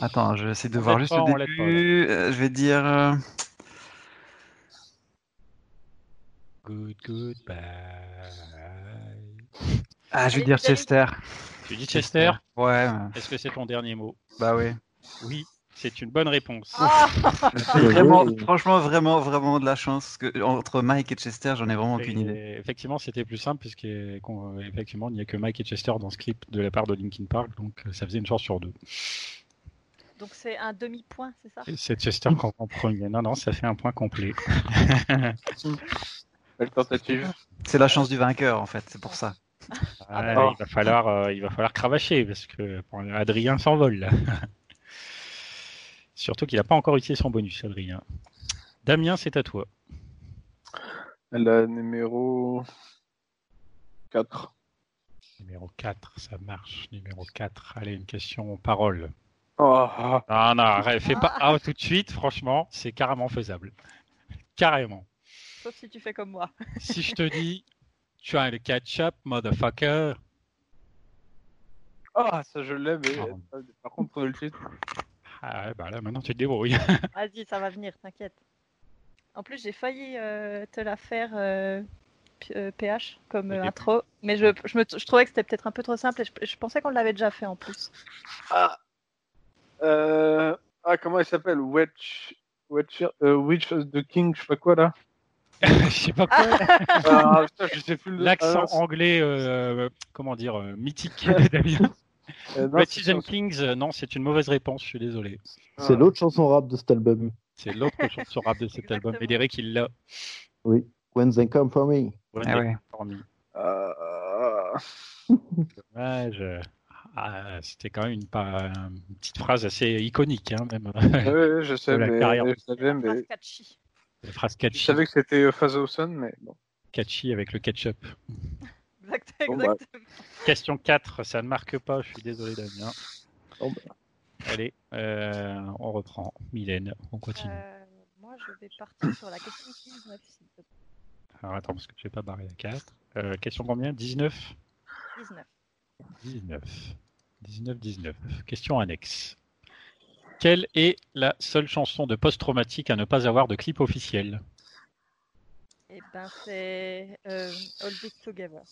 [SPEAKER 5] Attends, je vais essayer de
[SPEAKER 1] On
[SPEAKER 5] voir
[SPEAKER 1] l'aide
[SPEAKER 5] juste
[SPEAKER 1] pas, on
[SPEAKER 5] le
[SPEAKER 1] l'aide pas, là.
[SPEAKER 5] début. Euh, je vais dire. euh,
[SPEAKER 1] Good Goodbye.
[SPEAKER 5] Ah,
[SPEAKER 4] Allez,
[SPEAKER 5] je vais dire
[SPEAKER 4] David.
[SPEAKER 5] Chester.
[SPEAKER 1] Tu dis Chester,
[SPEAKER 5] Ouais, euh,
[SPEAKER 1] est-ce que c'est ton dernier mot
[SPEAKER 5] bah oui.
[SPEAKER 1] Oui, c'est une bonne réponse.
[SPEAKER 4] Ah,
[SPEAKER 5] J'ai vraiment,
[SPEAKER 2] joué.
[SPEAKER 5] franchement, vraiment, vraiment de la chance que entre Mike et Chester, j'en ai vraiment
[SPEAKER 1] Et-
[SPEAKER 5] aucune idée.
[SPEAKER 1] Effectivement, c'était plus simple puisque qu'on- effectivement, il n'y a que Mike et Chester dans ce clip de la part de Linkin Park, donc euh, ça faisait une chance sur deux.
[SPEAKER 4] donc c'est un demi-point, c'est ça
[SPEAKER 1] Et C'est Chester qu'on prend en premier. Non, non, ça fait un point complet.
[SPEAKER 3] Belle tentative.
[SPEAKER 5] C'est la chance du vainqueur, en fait, c'est pour ça.
[SPEAKER 4] Ah,
[SPEAKER 1] Ouais,
[SPEAKER 4] bah
[SPEAKER 1] il va falloir, euh, il va falloir cravacher parce que pour- Adrien s'envole. [LAUGHS] là. Surtout qu'il n'a pas encore utilisé son bonus, Adrien. Damien, c'est à toi.
[SPEAKER 3] La numéro 4.
[SPEAKER 1] Numéro 4, ça marche. Numéro 4. Allez, une question en parole.
[SPEAKER 3] Oh, ah,
[SPEAKER 1] Ah non, arrête, fais pas ah, tout de suite, franchement, c'est carrément faisable. Carrément.
[SPEAKER 4] Sauf si tu fais comme moi.
[SPEAKER 1] Si je te dis, try to catch up, motherfucker.
[SPEAKER 3] ah, ça je l'ai, mais
[SPEAKER 1] Pardon.
[SPEAKER 3] euh, par contre, on le titre.
[SPEAKER 1] Ah ouais, bah là, maintenant tu te débrouilles. [LAUGHS]
[SPEAKER 4] Vas-y, ça va venir, t'inquiète. En plus, j'ai failli euh, te la faire euh, P- euh, PH comme
[SPEAKER 1] Au
[SPEAKER 4] euh,
[SPEAKER 1] début.
[SPEAKER 4] intro, mais je, je, me- je trouvais que c'était peut-être un peu trop simple et je, je pensais qu'on l'avait déjà fait en plus.
[SPEAKER 3] Ah, euh, ah comment elle s'appelle Witch, Witch, euh, Witch of the King, je sais pas quoi là.
[SPEAKER 1] je sais pas quoi.
[SPEAKER 3] [LAUGHS] Ah, putain, je sais plus le
[SPEAKER 1] L'accent
[SPEAKER 3] ah,
[SPEAKER 1] anglais, euh, comment dire, euh,
[SPEAKER 4] [LAUGHS]
[SPEAKER 1] mythique de Damien.
[SPEAKER 3] c'est- euh, non, c'est-
[SPEAKER 1] Ratchet and Kings, euh, non, c'est une mauvaise réponse, je suis désolé.
[SPEAKER 3] ah,
[SPEAKER 2] C'est l'autre chanson rap de cet album.
[SPEAKER 1] C'est l'autre [LAUGHS] chanson rap de cet album. Et
[SPEAKER 4] Exactement.
[SPEAKER 1] Derek, il l'a.
[SPEAKER 2] When they come for me.
[SPEAKER 5] Ah ouais.
[SPEAKER 1] [LAUGHS]
[SPEAKER 3] euh,
[SPEAKER 1] Dommage. Ah, C'était quand même une, pa- une petite phrase assez iconique, hein, même.
[SPEAKER 3] [LAUGHS] ouais, ouais, je sais,
[SPEAKER 1] De la
[SPEAKER 3] mais,
[SPEAKER 1] carrière.
[SPEAKER 3] je savais, mais-
[SPEAKER 4] Phrase catchy.
[SPEAKER 1] La phrase
[SPEAKER 3] je
[SPEAKER 1] catchy,
[SPEAKER 3] savais que c'était Fazowson, mais bon.
[SPEAKER 1] catchy avec le ketchup.
[SPEAKER 4] [LAUGHS] Exact,
[SPEAKER 3] Bon, bah.
[SPEAKER 4] exactement.
[SPEAKER 1] Question 4, ça ne marque pas, je suis désolé Damien.
[SPEAKER 3] Bon, bah.
[SPEAKER 1] Allez, euh, on reprend. Mylène, on continue.
[SPEAKER 4] Euh, moi, je vais partir sur la question 19. s'il te plaît.
[SPEAKER 1] Alors attends, parce que je n'ai pas barré la 4. Euh, question combien 19
[SPEAKER 4] 19.
[SPEAKER 1] 19. 19, 19. Question annexe. Quelle est la seule chanson de post-traumatique à ne pas avoir de clip officiel
[SPEAKER 4] Et Ben, c'est euh, All This Together.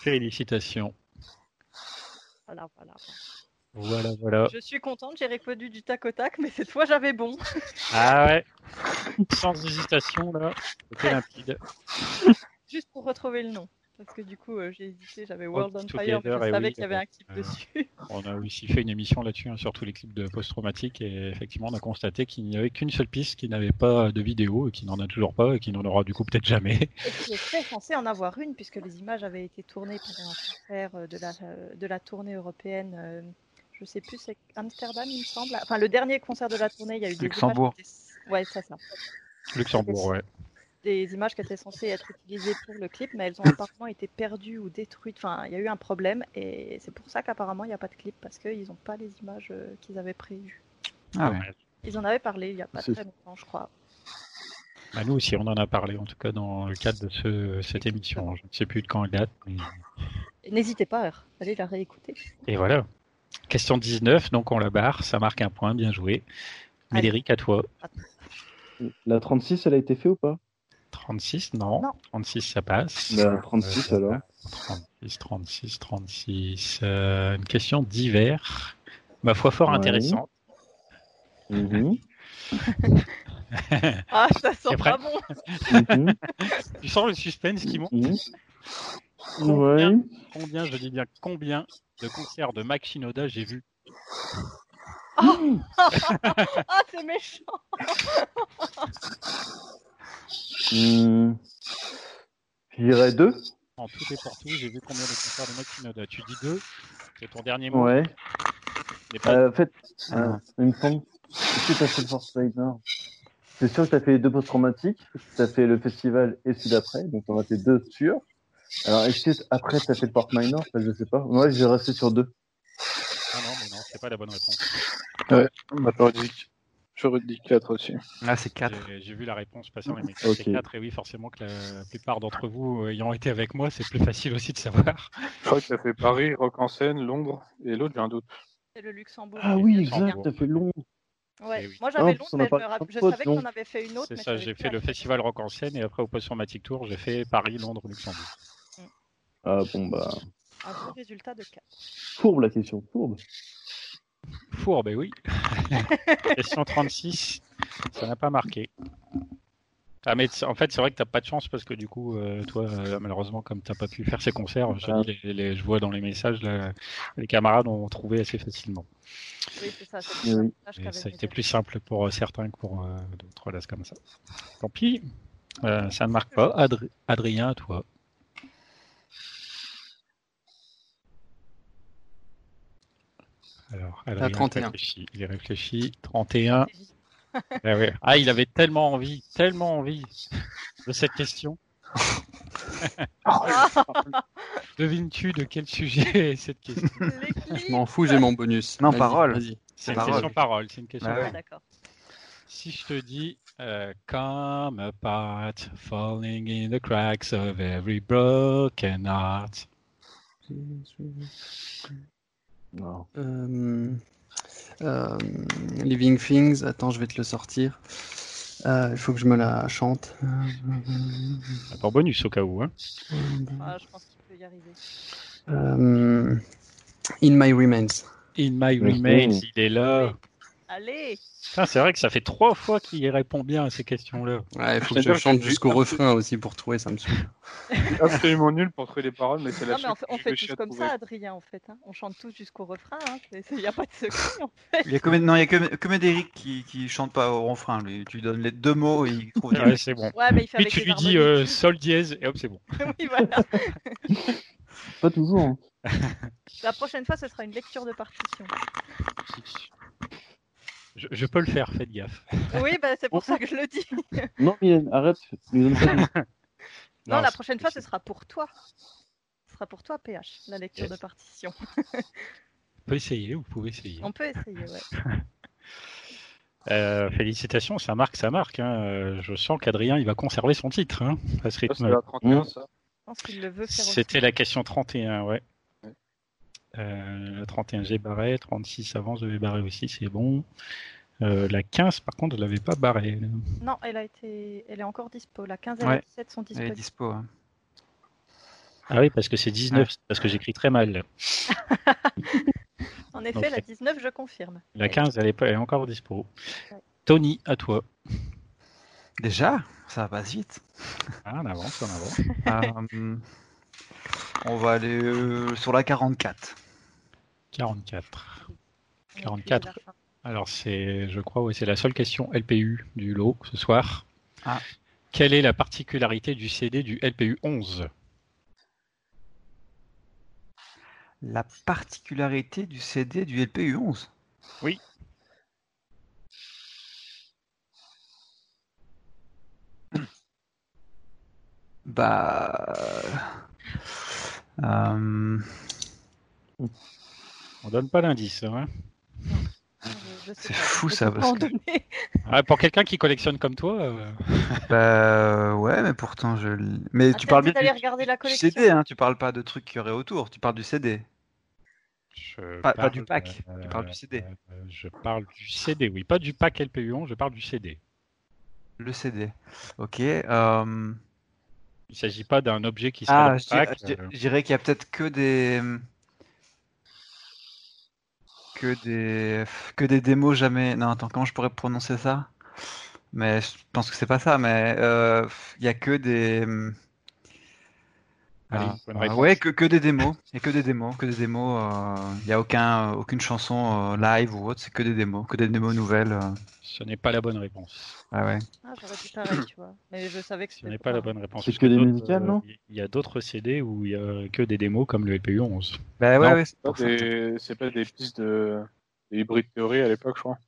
[SPEAKER 1] Félicitations.
[SPEAKER 4] Voilà, voilà.
[SPEAKER 1] Voilà, voilà.
[SPEAKER 4] Je suis contente, j'ai répondu du tac au tac, mais cette fois j'avais bon.
[SPEAKER 1] Ah ouais. Sans hésitation, là. C'était limpide.
[SPEAKER 4] Juste pour retrouver le nom. Parce que du coup, euh, j'ai hésité, j'avais World
[SPEAKER 1] All
[SPEAKER 4] on Fire, puis
[SPEAKER 1] Together,
[SPEAKER 4] je
[SPEAKER 1] eh
[SPEAKER 4] savais
[SPEAKER 1] oui,
[SPEAKER 4] qu'il y avait un clip
[SPEAKER 1] euh,
[SPEAKER 4] dessus.
[SPEAKER 1] On a aussi fait une émission là-dessus, hein, sur tous les clips de post-traumatique, et effectivement, on a constaté qu'il n'y avait qu'une seule piste qui n'avait pas de vidéo, et qui n'en a toujours pas, et qui n'en aura du coup peut-être jamais.
[SPEAKER 4] Et qui était censé en avoir une, puisque les images avaient été tournées pendant un concert euh, de la, euh, de la tournée européenne. euh, je sais plus, c'est Amsterdam, il me semble. Enfin, le dernier concert de la tournée, il y a eu des
[SPEAKER 5] Luxembourg.
[SPEAKER 4] images. qui étaient- Ouais, c'est ça.
[SPEAKER 1] [LAUGHS] Luxembourg, ouais.
[SPEAKER 4] Des images qui étaient censées être utilisées pour le clip, mais elles ont apparemment été perdues ou détruites. Enfin, il y a eu un problème, et c'est pour ça qu'apparemment il n'y a pas de clip, parce qu'ils n'ont pas les images euh, qu'ils avaient prévues.
[SPEAKER 5] Ah ouais.
[SPEAKER 4] Ils en avaient parlé il n'y a pas
[SPEAKER 2] C'est-
[SPEAKER 4] très longtemps, je crois.
[SPEAKER 1] Bah, nous aussi, on en a parlé, en tout cas, dans le cadre de ce- cette émission. Je ne sais plus de quand elle date. mais-
[SPEAKER 4] Et N'hésitez pas, à allez la réécouter.
[SPEAKER 1] Et voilà. Question 19, donc on la barre, ça marque un point, bien joué.
[SPEAKER 4] Allez.
[SPEAKER 1] Médéric, à toi.
[SPEAKER 2] La 36, elle a été faite ou pas
[SPEAKER 1] 36, non.
[SPEAKER 4] Non.
[SPEAKER 1] 36, ça passe.
[SPEAKER 2] La 36,
[SPEAKER 1] Euh,
[SPEAKER 2] alors.
[SPEAKER 1] 36, 36, 36. Euh, une question d'hiver. Ma foi, fort
[SPEAKER 2] Ouais.
[SPEAKER 1] intéressante.
[SPEAKER 2] Mhm,
[SPEAKER 4] Ah, ça sent
[SPEAKER 1] T'es prêt
[SPEAKER 4] pas bon [LAUGHS]
[SPEAKER 2] mhm,
[SPEAKER 1] Tu sens le suspense qui monte
[SPEAKER 2] mhm.
[SPEAKER 1] Combien,
[SPEAKER 2] Ouais.
[SPEAKER 1] combien, je dis bien combien, de concerts de Max Shinoda j'ai vu
[SPEAKER 4] Ah, c'est méchant
[SPEAKER 2] Hmm. Je dirais deux.
[SPEAKER 1] En tout et pour tout, j'ai vu combien de concerts de Max Shinoda Tu dis deux C'est ton dernier mot
[SPEAKER 2] Ouais.
[SPEAKER 1] mais pas-
[SPEAKER 2] Euh, en fait, euh, il me semble que tu as fait le Force Rider. C'est sûr que tu as fait les deux post-traumatiques. Tu as fait le festival et celui d'après. Donc, on a fait deux sûrs. Alors, est-ce que après, tu as fait le Port Minor Ça, Je sais pas. Moi, je vais rester sur deux.
[SPEAKER 1] Ah non, mais non, c'est pas la bonne réponse.
[SPEAKER 3] Bah, j'aurais dit- J'aurais dit 4 aussi.
[SPEAKER 5] Ah, c'est 4.
[SPEAKER 1] J'ai- J'ai vu la réponse passer en les mecs.
[SPEAKER 2] Ok.
[SPEAKER 1] C'est 4 et oui, forcément que la plupart d'entre vous euh, ayant été avec moi, c'est plus facile aussi de savoir.
[SPEAKER 3] Je crois que ça fait Paris, Rock en scène, Londres, et l'autre, j'ai un doute.
[SPEAKER 4] C'est le Luxembourg.
[SPEAKER 2] Ah oui,
[SPEAKER 1] Luxembourg.
[SPEAKER 2] exact. Tu as fait long.
[SPEAKER 4] Ouais.
[SPEAKER 1] Eh oui.
[SPEAKER 4] Moi
[SPEAKER 2] Ah,
[SPEAKER 4] j'avais
[SPEAKER 2] on
[SPEAKER 4] Londres,
[SPEAKER 2] s'en a
[SPEAKER 4] mais je,
[SPEAKER 2] pas-
[SPEAKER 4] me rappelle- je
[SPEAKER 2] on s'en
[SPEAKER 4] savais qu'on
[SPEAKER 2] pose,
[SPEAKER 4] en avait fait une autre.
[SPEAKER 1] C'est
[SPEAKER 4] mais
[SPEAKER 1] ça,
[SPEAKER 4] je savais
[SPEAKER 1] j'ai
[SPEAKER 4] plus
[SPEAKER 1] fait le
[SPEAKER 4] laquelle.
[SPEAKER 1] festival rock en scène et après au post-traumatic tour, j'ai fait Paris, Londres, Luxembourg.
[SPEAKER 2] Ah bon, bah.
[SPEAKER 4] Un bon résultat de 4.
[SPEAKER 2] Fourbe la question. Fourbe.
[SPEAKER 1] Four, ben oui. Question 36, ça n'a pas marqué. Ah mais t- en fait c'est vrai que t'as pas de chance parce que du coup euh, toi euh, malheureusement comme t'as pas pu faire ces concerts, je, te
[SPEAKER 2] Ah.
[SPEAKER 1] dis, les- les- je vois dans les messages là, les camarades ont trouvé assez facilement.
[SPEAKER 4] Oui, c'est ça.
[SPEAKER 2] Eh
[SPEAKER 4] C'est
[SPEAKER 2] oui.
[SPEAKER 1] Et ça a été plus simple pour euh, certains que pour euh, d'autres, là, c'est comme ça. Tant pis, euh, ça ne marque pas. Adri- Adrien, à toi. Alors, Adrien,
[SPEAKER 6] 31.
[SPEAKER 1] Il réfléchit, il réfléchit.
[SPEAKER 4] [LAUGHS]
[SPEAKER 1] 31. Ah, ouais. Ah, il avait tellement envie, tellement envie de cette question. Devines-tu de quel sujet est cette question
[SPEAKER 2] [LAUGHS]
[SPEAKER 6] Je m'en fous, j'ai mon bonus.
[SPEAKER 5] Non,
[SPEAKER 6] Vas-y,
[SPEAKER 5] parole.
[SPEAKER 6] Vas-y.
[SPEAKER 1] C'est une
[SPEAKER 5] Parole.
[SPEAKER 1] question parole. C'est une question
[SPEAKER 5] Ah ouais.
[SPEAKER 1] parole.
[SPEAKER 4] D'accord.
[SPEAKER 1] Si je te dis euh, Come apart, falling in the cracks of every broken heart.
[SPEAKER 2] Non.
[SPEAKER 6] Euh, euh, Living Things, attends, je vais te le sortir. Euh, Il faut que je me la chante.
[SPEAKER 1] Attends, bonus au cas où. Hein.
[SPEAKER 4] Ah, je pense qu'il peut y arriver.
[SPEAKER 6] Euh, In My Remains.
[SPEAKER 1] In My
[SPEAKER 2] Merci.
[SPEAKER 3] Mm-hmm.
[SPEAKER 1] Remains, il est là.
[SPEAKER 4] Allez
[SPEAKER 1] Putain, C'est vrai que ça fait trois fois qu'il répond bien à ces questions-là.
[SPEAKER 6] Ouais, il faut que
[SPEAKER 3] C'est-à-dire
[SPEAKER 6] je chante
[SPEAKER 3] que-
[SPEAKER 6] jusqu'au refrain aussi pour trouver, ça me saoule.
[SPEAKER 3] Absolument nul pour trouver les paroles, mais c'est
[SPEAKER 4] Non,
[SPEAKER 3] la
[SPEAKER 4] mais on
[SPEAKER 3] seule
[SPEAKER 4] fait,
[SPEAKER 3] que
[SPEAKER 4] on
[SPEAKER 3] j'ai
[SPEAKER 4] fait
[SPEAKER 3] réussi
[SPEAKER 4] tous
[SPEAKER 3] à
[SPEAKER 4] comme
[SPEAKER 3] trouver.
[SPEAKER 4] ça, Adrien, en fait. hein. On chante tous jusqu'au refrain. hein. Il n'y a pas de secret. en
[SPEAKER 5] Il y a que, non, il y a que, que Médéric qui, qui chante pas au refrain. Lui. Tu lui donnes les deux mots et il trouve.
[SPEAKER 1] Ouais, c'est bon.
[SPEAKER 4] fait. Ouais, mais il fait
[SPEAKER 1] Puis
[SPEAKER 4] avec
[SPEAKER 1] tu
[SPEAKER 4] les
[SPEAKER 1] lui dis euh,
[SPEAKER 4] harmoniques.
[SPEAKER 1] sol dièse et hop, c'est bon.
[SPEAKER 4] [LAUGHS] Oui, voilà.
[SPEAKER 2] Pas toujours. hein.
[SPEAKER 4] La prochaine fois, ce sera une lecture de partition.
[SPEAKER 1] Je, je peux le faire, faites gaffe.
[SPEAKER 4] Oui, bah, c'est pour ça que je le dis.
[SPEAKER 2] Non, Mylène, arrête. Nous donne [LAUGHS] pas de-
[SPEAKER 4] Non,
[SPEAKER 1] Non,
[SPEAKER 4] la
[SPEAKER 1] c'est-
[SPEAKER 4] prochaine fois, ce sera pour toi. Ce sera pour toi, PH, la lecture
[SPEAKER 1] Yes.
[SPEAKER 4] de partition.
[SPEAKER 1] Vous pouvez essayer, vous pouvez essayer.
[SPEAKER 4] On peut essayer, ouais.
[SPEAKER 1] Euh, félicitations, ça marque, ça marque. hein. Euh, Je sens qu'Adrien, il va conserver son titre hein, à ce
[SPEAKER 3] Ça,
[SPEAKER 1] rythme.
[SPEAKER 3] Ah, c'est la 31,
[SPEAKER 2] Mmh.
[SPEAKER 3] ça.
[SPEAKER 4] Je pense qu'il le veut faire aussi.
[SPEAKER 1] C'était la question 31, ouais.
[SPEAKER 3] Ouais.
[SPEAKER 1] Euh, 31, j'ai barré. 36 avance, je vais barrer aussi, c'est bon. Euh, la 15, par contre, je l'avais pas barrée.
[SPEAKER 4] Non, elle a été, elle est encore dispo. La 15 et
[SPEAKER 5] Ouais.
[SPEAKER 4] la 17 sont
[SPEAKER 5] Elle est
[SPEAKER 4] disponibles.
[SPEAKER 5] dispo. hein.
[SPEAKER 1] Ah oui, parce que c'est 19, c'est parce que j'écris très mal.
[SPEAKER 4] En effet,
[SPEAKER 1] Ok.
[SPEAKER 4] la 19, je confirme.
[SPEAKER 1] La 15, elle est, pas- elle est encore dispo.
[SPEAKER 4] Ouais.
[SPEAKER 1] Tony, à toi.
[SPEAKER 5] Déjà, ça passe [LAUGHS] vite.
[SPEAKER 1] Ah, on avance, on avance.
[SPEAKER 5] Euh, on va aller euh, sur la 44.
[SPEAKER 1] 44.
[SPEAKER 4] On est
[SPEAKER 1] 44.
[SPEAKER 4] plus à la fin.
[SPEAKER 1] Alors, c'est, je crois, ouais, c'est la seule question LPU du lot ce soir.
[SPEAKER 5] Ah.
[SPEAKER 1] Quelle est la particularité du CD du LPU 11
[SPEAKER 5] La particularité du CD du LPU 11.
[SPEAKER 1] Oui.
[SPEAKER 5] [CLEARS THROAT] Bah. euh,
[SPEAKER 1] On donne pas l'indice. hein.
[SPEAKER 4] Je- je sais
[SPEAKER 5] [LAUGHS] C'est
[SPEAKER 4] pas,
[SPEAKER 5] fou,
[SPEAKER 4] je
[SPEAKER 5] ça,
[SPEAKER 4] peux
[SPEAKER 5] parce
[SPEAKER 4] pas en
[SPEAKER 5] que-
[SPEAKER 4] donner.
[SPEAKER 1] Ah, pour quelqu'un qui collectionne comme toi, euh,
[SPEAKER 5] bah ouais, mais pourtant je. l- Mais
[SPEAKER 4] Ah,
[SPEAKER 5] tu
[SPEAKER 4] t'es-
[SPEAKER 5] parles
[SPEAKER 4] t'es
[SPEAKER 5] bien
[SPEAKER 4] allé
[SPEAKER 5] du,
[SPEAKER 4] regarder la
[SPEAKER 5] du
[SPEAKER 4] collection.
[SPEAKER 5] CD, hein, tu parles pas de trucs qu'il y aurait autour, tu parles du CD.
[SPEAKER 1] je
[SPEAKER 5] Pas- pas du pack,
[SPEAKER 1] euh,
[SPEAKER 5] tu parles du CD.
[SPEAKER 1] euh, je parle du CD, oui, pas du pack LPU 11, je parle du CD.
[SPEAKER 5] Le CD. Ok. euh,
[SPEAKER 1] Il s'agit pas d'un objet qui sera
[SPEAKER 5] Ah,
[SPEAKER 1] dans
[SPEAKER 5] je
[SPEAKER 1] le
[SPEAKER 5] dirais,
[SPEAKER 1] pack.
[SPEAKER 5] je dirais-
[SPEAKER 1] euh,
[SPEAKER 5] je dirais qu'il y a peut-être que des que des que des démos jamais. Non, attends, comment je pourrais prononcer ça? Mais je pense que c'est pas ça. Mais euh, il y a que des
[SPEAKER 1] Allez,
[SPEAKER 5] Ah,
[SPEAKER 1] bonne
[SPEAKER 5] ah,
[SPEAKER 1] réponse.
[SPEAKER 5] ouais, que, que des démos. Et que des démos, que des démos. euh, Il n'y a aucun aucune chanson euh, live ou autre. C'est que des démos, que des démos nouvelles. euh.
[SPEAKER 1] Ce n'est pas la bonne réponse.
[SPEAKER 5] Ah ouais.
[SPEAKER 4] Ah, j'aurais dit pareil, tu vois. Mais je savais que
[SPEAKER 1] Ce
[SPEAKER 4] c'était
[SPEAKER 1] n'est pas la
[SPEAKER 4] bonne.
[SPEAKER 1] bonne réponse.
[SPEAKER 2] C'est
[SPEAKER 1] parce
[SPEAKER 2] que des
[SPEAKER 1] d'autres,
[SPEAKER 2] musicales,
[SPEAKER 1] euh,
[SPEAKER 2] non
[SPEAKER 1] Il y a d'autres CD où il y a que des démos comme le LPU 11.
[SPEAKER 5] Bah ouais,
[SPEAKER 1] Non.
[SPEAKER 5] ouais, c'est
[SPEAKER 3] pas
[SPEAKER 5] pour ça.
[SPEAKER 3] des- C'est pas des pistes de des hybrides théorie à l'époque, je crois.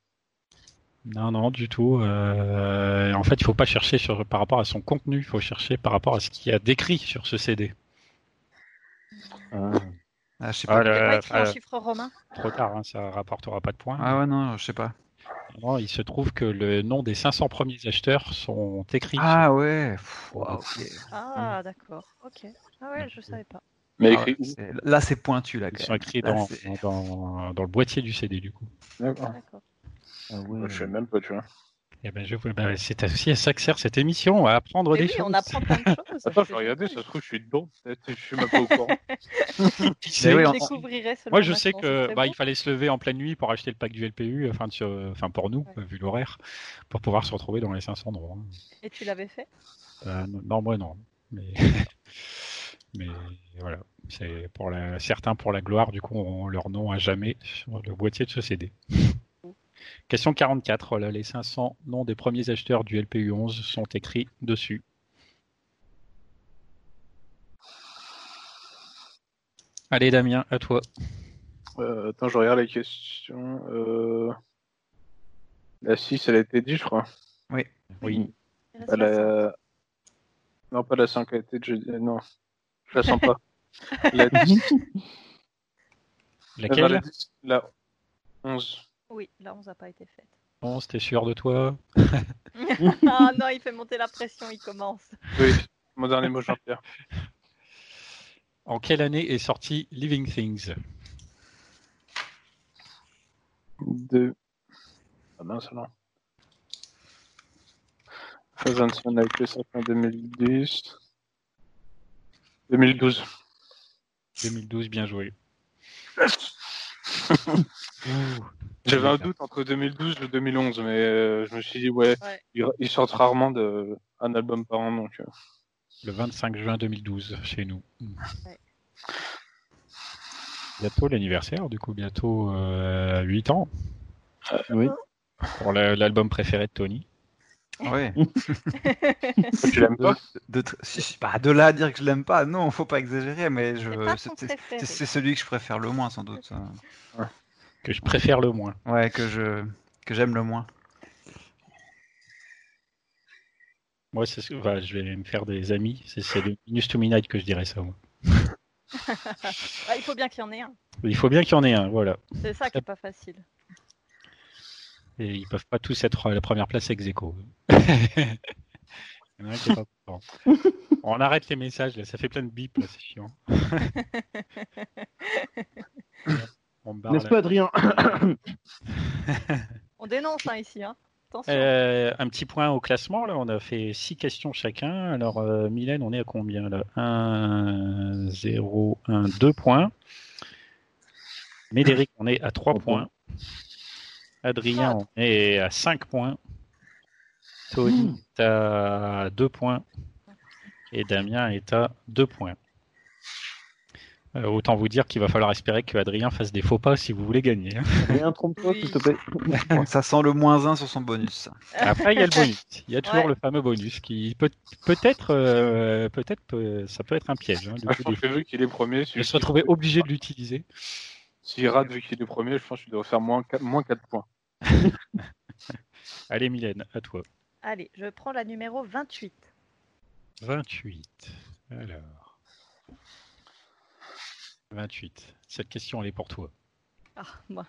[SPEAKER 1] Non, non, du tout. euh, en fait, il faut pas chercher sur, par rapport à son contenu, il faut chercher par rapport à ce qu'il y a décrit sur ce CD.
[SPEAKER 2] Ah.
[SPEAKER 5] Ah, je sais pas.
[SPEAKER 1] Ah,
[SPEAKER 4] C'est
[SPEAKER 1] le-
[SPEAKER 4] pas écrit en
[SPEAKER 1] euh,
[SPEAKER 4] chiffre romain
[SPEAKER 1] trop tard, hein, ça rapportera pas de points.
[SPEAKER 5] Ah ouais, non, je sais pas.
[SPEAKER 1] Non, il se trouve que le nom des 500 premiers acheteurs sont écrits.
[SPEAKER 5] Ah ouais. pff, waouh, ok. Mm.
[SPEAKER 4] Ah, d'accord. Ok. Ah ouais, je savais pas.
[SPEAKER 3] Mais
[SPEAKER 5] Ah
[SPEAKER 3] écrit
[SPEAKER 5] ouais, c'est- Là, c'est pointu, là.
[SPEAKER 1] Ils
[SPEAKER 5] quand
[SPEAKER 1] sont
[SPEAKER 5] même.
[SPEAKER 1] écrits
[SPEAKER 5] Là,
[SPEAKER 1] dans,
[SPEAKER 5] c'est-
[SPEAKER 1] dans, dans le boîtier du CD du coup.
[SPEAKER 3] où D'accord.
[SPEAKER 4] D'accord.
[SPEAKER 2] Ah ouais.
[SPEAKER 3] Moi, Je sais même pas, tu vois.
[SPEAKER 1] Eh ben, je vous- ben, c'est aussi à ça que sert cette émission, à apprendre
[SPEAKER 4] Mais
[SPEAKER 1] des
[SPEAKER 4] oui,
[SPEAKER 1] choses.
[SPEAKER 4] on apprend plein de choses.
[SPEAKER 3] [LAUGHS] Attends, je
[SPEAKER 4] C'est
[SPEAKER 3] vais regarder,
[SPEAKER 4] génial.
[SPEAKER 3] ça se trouve, je suis dedans. peut-être, Je suis même pas au courant.
[SPEAKER 1] Qui
[SPEAKER 5] Mais
[SPEAKER 1] sait
[SPEAKER 5] oui,
[SPEAKER 4] Je
[SPEAKER 5] on-
[SPEAKER 4] découvrirai seulement
[SPEAKER 1] Moi, je
[SPEAKER 4] maintenant,
[SPEAKER 1] sais
[SPEAKER 4] ce
[SPEAKER 1] que
[SPEAKER 4] serait
[SPEAKER 1] bah,
[SPEAKER 4] beau.
[SPEAKER 1] il fallait se lever en pleine nuit pour acheter le pack du LPU, enfin, de se- enfin pour nous,
[SPEAKER 4] Ouais.
[SPEAKER 1] vu l'horaire, pour pouvoir se retrouver dans les 500 droits.
[SPEAKER 4] Et tu l'avais fait
[SPEAKER 1] Euh, non, moi non. Mais, [LAUGHS] mais voilà, c'est pour la... certains pour la gloire, du coup, on leur nom à jamais sur le boîtier de ce CD. Question 44, voilà, les 500 noms des premiers acheteurs du LPU 11 sont écrits dessus. Allez Damien, à toi.
[SPEAKER 3] [LAUGHS] Euh, attends, je regarde les questions. Euh... La 6, elle a été dit, je crois.
[SPEAKER 1] Oui.
[SPEAKER 4] Il reste
[SPEAKER 3] Pas
[SPEAKER 4] la cinq.
[SPEAKER 3] la... Non, pas la 5, elle a été déjà dit. euh, Non, je la sens pas. la 10, euh,
[SPEAKER 1] Laquelle
[SPEAKER 3] la, 10, la 11.
[SPEAKER 4] Oui, la 11 n'a pas été faite. [LAUGHS]
[SPEAKER 1] Bon, t'es sûr de toi
[SPEAKER 4] Ah non, il fait monter la pression, il commence.
[SPEAKER 3] Oui, mon dernier mot, Jean-Pierre.
[SPEAKER 1] En quelle année est sorti Living Things
[SPEAKER 3] Deux. Ah mince, non. Phase Hanson avec le sac en 2010. 2012.
[SPEAKER 1] 2012, bien joué.
[SPEAKER 3] [LAUGHS] J'avais un doute entre 2012 et 2011, mais euh, je me suis dit, ouais,
[SPEAKER 4] Ouais.
[SPEAKER 3] ils, ils sortent rarement de, un album par an, donc. euh,
[SPEAKER 1] Le 25 juin 2012, chez nous.
[SPEAKER 4] Ouais.
[SPEAKER 1] Bientôt l'anniversaire, du coup, bientôt euh, 8 ans
[SPEAKER 3] Euh,
[SPEAKER 2] Oui.
[SPEAKER 1] pour la- l'album préféré de Tony.
[SPEAKER 5] Ah [LAUGHS] ouais.
[SPEAKER 3] Tu l'aimes pas
[SPEAKER 5] De, tr- si, si, bah, de là à dire que je l'aime pas, non, faut pas exagérer, mais je,
[SPEAKER 4] C'est pas son
[SPEAKER 5] c'est- c'est
[SPEAKER 4] préféré.
[SPEAKER 5] c'est- c'est celui que je préfère le moins sans doute. euh.
[SPEAKER 1] Que je préfère le moins.
[SPEAKER 5] Ouais, que je que j'aime le [LAUGHS] moins.
[SPEAKER 1] Moi, c'est ce- enfin, je vais me faire des amis. C'est- C'est de Minus to Midnight que je dirais ça. moi.
[SPEAKER 4] Ah, il faut bien qu'il y en ait un.
[SPEAKER 1] Il faut bien qu'il y en ait un, voilà.
[SPEAKER 4] C'est ça qui n'est pas facile.
[SPEAKER 1] Et ils peuvent pas tous être à la première place ex aequo. Il y en a un qui est pas content. On arrête les messages, là. ça fait plein de bips, là, c'est chiant. On me barre
[SPEAKER 2] N'est-ce
[SPEAKER 1] la-
[SPEAKER 2] pas, Adrien
[SPEAKER 4] On dénonce hein, ici. Hein. Attention.
[SPEAKER 1] Euh, un petit point au classement, là, on a fait six questions chacun. Alors, euh, Mylène, on est à combien là 1, 0, 1, 2 points. Médéric, on est à 3 points. Adrien, on est à 5 points. Tony est à 2 points. Et Damien est à 2 points. Euh, autant vous dire qu'il va falloir espérer que Adrien fasse des faux pas si vous voulez gagner. hein.
[SPEAKER 2] Rien, trompe-toi,
[SPEAKER 4] Oui.
[SPEAKER 2] s'il te plaît.
[SPEAKER 5] Ça sent le moins 1 sur son bonus.
[SPEAKER 1] Après, il
[SPEAKER 4] [LAUGHS]
[SPEAKER 1] y a le bonus. Il y a toujours
[SPEAKER 4] Ouais.
[SPEAKER 1] le fameux bonus qui peut peut-être euh, peut-être peut- ça peut être un piège. hein, du
[SPEAKER 3] Ah,
[SPEAKER 1] coup, des
[SPEAKER 3] je pense que vu qu'il est premier,
[SPEAKER 1] Je
[SPEAKER 3] si
[SPEAKER 1] me suis retrouvé obligé de l'utiliser.
[SPEAKER 3] s'il rate vu qu'il est premier, je pense que je dois faire moins 4, moins quatre points.
[SPEAKER 1] Allez, Mylène, à toi.
[SPEAKER 4] Allez, je prends la numéro 28.
[SPEAKER 1] 28. Alors. 28. Cette question, elle est pour toi.
[SPEAKER 4] Ah, moi.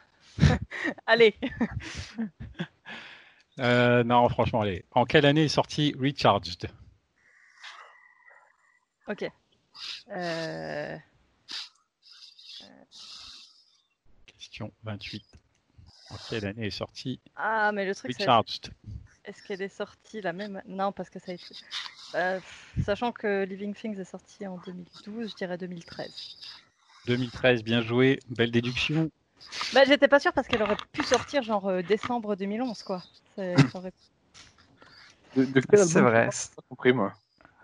[SPEAKER 4] [LAUGHS] Allez,
[SPEAKER 1] Euh, non, franchement, allez. En quelle année est sorti Recharged
[SPEAKER 4] ok. Euh,
[SPEAKER 1] Question 28. En quelle année est sorti
[SPEAKER 4] Ah, mais le truc, c'est
[SPEAKER 1] Recharged
[SPEAKER 4] est-ce qu'elle est sortie la même Non, parce que ça a été. Euh, sachant que Living Things est sorti en 2012, je dirais 2013.
[SPEAKER 1] 2013, bien joué. Belle déduction.
[SPEAKER 4] Bah, j'étais pas sûre parce qu'elle aurait pu sortir genre euh, décembre 2011, quoi. C'est ça aurait-
[SPEAKER 3] De, de quel
[SPEAKER 5] [LAUGHS] C'est
[SPEAKER 3] album
[SPEAKER 5] vrai.
[SPEAKER 3] j'ai pas compris, moi.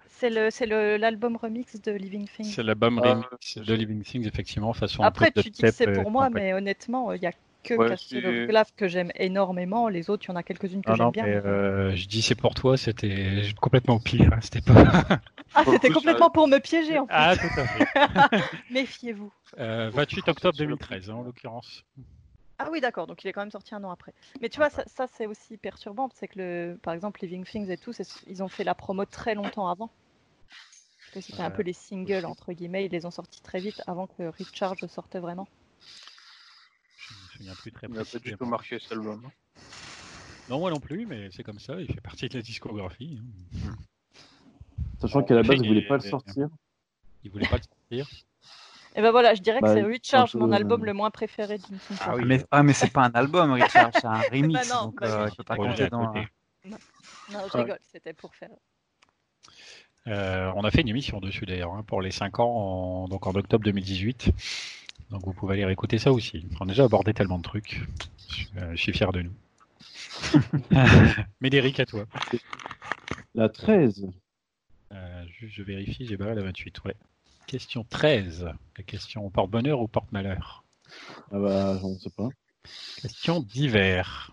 [SPEAKER 4] C'est le, c'est le- l'album remix de Living Things.
[SPEAKER 1] C'est l'album
[SPEAKER 3] Ah,
[SPEAKER 1] remix de Living Things, effectivement, façon. un peu
[SPEAKER 4] Après, tu dis que
[SPEAKER 1] dubstep,
[SPEAKER 4] c'est
[SPEAKER 1] euh,
[SPEAKER 4] pour moi,
[SPEAKER 1] tempête.
[SPEAKER 4] mais honnêtement, il n'y a que
[SPEAKER 3] Ouais,
[SPEAKER 4] Castle
[SPEAKER 3] c'est-
[SPEAKER 4] of Glav que j'aime énormément. Les autres, il y en a quelques-unes que
[SPEAKER 1] Ah Non,
[SPEAKER 4] j'aime
[SPEAKER 1] non,
[SPEAKER 4] bien.
[SPEAKER 1] mais,
[SPEAKER 4] mais-
[SPEAKER 1] euh, je dis c'est pour toi, c'était complètement au pire. hein, C'était pas.
[SPEAKER 4] Ah,
[SPEAKER 3] Pour le
[SPEAKER 4] c'était
[SPEAKER 3] coup, ça-
[SPEAKER 4] complètement pour me piéger, en fait.
[SPEAKER 1] Ah, tout à fait.
[SPEAKER 4] Méfiez-vous.
[SPEAKER 1] Euh, 28 octobre 2013, hein, en l'occurrence.
[SPEAKER 4] Ah oui, d'accord, donc il est quand même sorti un an après. Mais tu vois, ça, ça, c'est aussi perturbant, c'est que, le, par exemple, Living Things et tout, c'est- ils ont fait la promo très longtemps avant. Parce que C'était un
[SPEAKER 1] Ouais,
[SPEAKER 4] peu les singles,
[SPEAKER 1] aussi.
[SPEAKER 4] entre guillemets, ils les ont sortis très vite avant que Recharge sortait vraiment.
[SPEAKER 1] Je me souviens plus très
[SPEAKER 3] Il n'a pas du tout
[SPEAKER 1] précisément.
[SPEAKER 3] marché cet album. hein.
[SPEAKER 1] Non, moi non plus, mais c'est comme ça, il fait partie de la discographie. hein.
[SPEAKER 2] Sachant qu'à la base,
[SPEAKER 1] Et-
[SPEAKER 2] ils voulaient pas le sortir.
[SPEAKER 1] Il voulait pas le sortir.
[SPEAKER 4] Et ben voilà, je dirais
[SPEAKER 2] Bah,
[SPEAKER 4] que c'est
[SPEAKER 2] c'est un
[SPEAKER 4] Recharge,
[SPEAKER 2] peu-
[SPEAKER 4] mon album le moins préféré de Linkin Park.
[SPEAKER 5] Ah, oui. mais, ah, mais c'est pas un [LAUGHS] album, Richard, c'est un remix.
[SPEAKER 4] non,
[SPEAKER 5] donc,
[SPEAKER 4] bah
[SPEAKER 5] euh,
[SPEAKER 4] oui.
[SPEAKER 5] il peut pas
[SPEAKER 1] Ouais,
[SPEAKER 5] compter
[SPEAKER 1] à
[SPEAKER 5] dans.
[SPEAKER 1] côté.
[SPEAKER 4] Non, je rigole, c'était pour faire.
[SPEAKER 1] Euh, on a fait une émission dessus d'ailleurs, hein, pour les 5 ans, en- donc en octobre 2018. Donc vous pouvez aller réécouter ça aussi. On a déjà abordé tellement de trucs. Je, suis- euh, je suis fier [LAUGHS] de nous. Médéric, à toi.
[SPEAKER 2] La 13.
[SPEAKER 1] Euh, juste, je vérifie, j'ai barré la 28, ouais. Question 13. La question porte-bonheur ou porte-malheur
[SPEAKER 2] Ah bah, on sait pas.
[SPEAKER 1] Question d'hiver.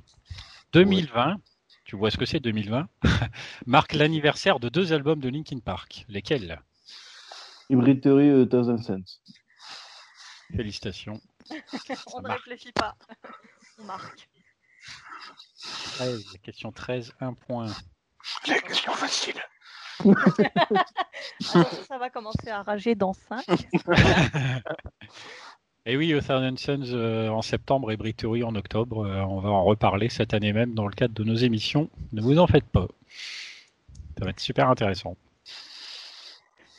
[SPEAKER 1] 2020, tu vois ce que c'est 2020 [LAUGHS] Marque l'anniversaire de deux albums de Linkin Park. Lesquels
[SPEAKER 2] Hybrid Theory euh, Thousand Cents.
[SPEAKER 1] Félicitations.
[SPEAKER 4] On ne
[SPEAKER 1] marche.
[SPEAKER 4] réfléchit pas. On marque.
[SPEAKER 1] 13. Question 13, 1 point.
[SPEAKER 3] La question facile.
[SPEAKER 4] Attention, ça va commencer à rager dans 5.
[SPEAKER 1] Et oui, A Thousand Suns euh, en septembre et Brittery en octobre. Euh, on va en reparler cette année même dans le cadre de nos émissions. Ne vous en faites pas. Ça va être super intéressant.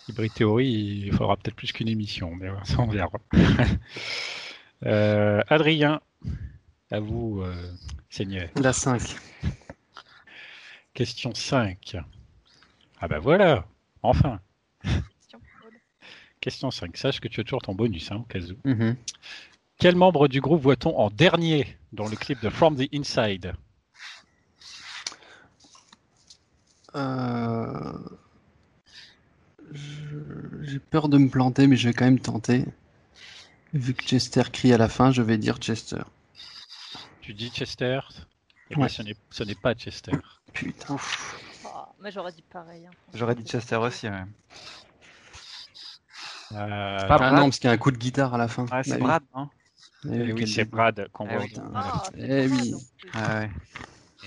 [SPEAKER 1] Hybrid Theory, il faudra peut-être plus qu'une émission, mais ça on verra. [LAUGHS] Euh, Adrien, à vous, euh, Seigneur.
[SPEAKER 6] La 5.
[SPEAKER 1] Question 5. Ah bah voilà, enfin. Question 5. Sache que tu as toujours ton bonus, hein, au cas où.
[SPEAKER 6] Mhm.
[SPEAKER 1] Quel membre du groupe voit-on en dernier dans le clip de From the Inside
[SPEAKER 6] Euh, je- J'ai peur de me planter, mais je vais quand même tenter. Vu que Chester crie à la fin, je vais dire Chester.
[SPEAKER 1] Tu dis Chester Eh
[SPEAKER 6] Ouais.
[SPEAKER 1] bien, ce n'est- ce n'est pas Chester.
[SPEAKER 6] Putain.
[SPEAKER 4] Oh, mais j'aurais dit pareil. hein.
[SPEAKER 5] J'aurais dit Chester aussi, ouais.
[SPEAKER 1] Euh,
[SPEAKER 5] pas-
[SPEAKER 6] Ah
[SPEAKER 5] Brad
[SPEAKER 6] non, parce qu'il y a un coup de guitare à la fin.
[SPEAKER 5] Ouais, c'est
[SPEAKER 6] Bah oui.
[SPEAKER 5] Brad, non
[SPEAKER 6] Eh
[SPEAKER 1] eh
[SPEAKER 6] oui,
[SPEAKER 1] oui,
[SPEAKER 6] quel
[SPEAKER 1] c'est
[SPEAKER 6] dé-
[SPEAKER 1] Brad qu'on
[SPEAKER 5] Ah
[SPEAKER 1] voit.
[SPEAKER 5] oui.
[SPEAKER 1] dans-
[SPEAKER 4] Ah, c'est
[SPEAKER 6] Eh
[SPEAKER 4] grave,
[SPEAKER 6] oui.
[SPEAKER 4] en plus.
[SPEAKER 2] Ah,
[SPEAKER 5] Ouais, ouais.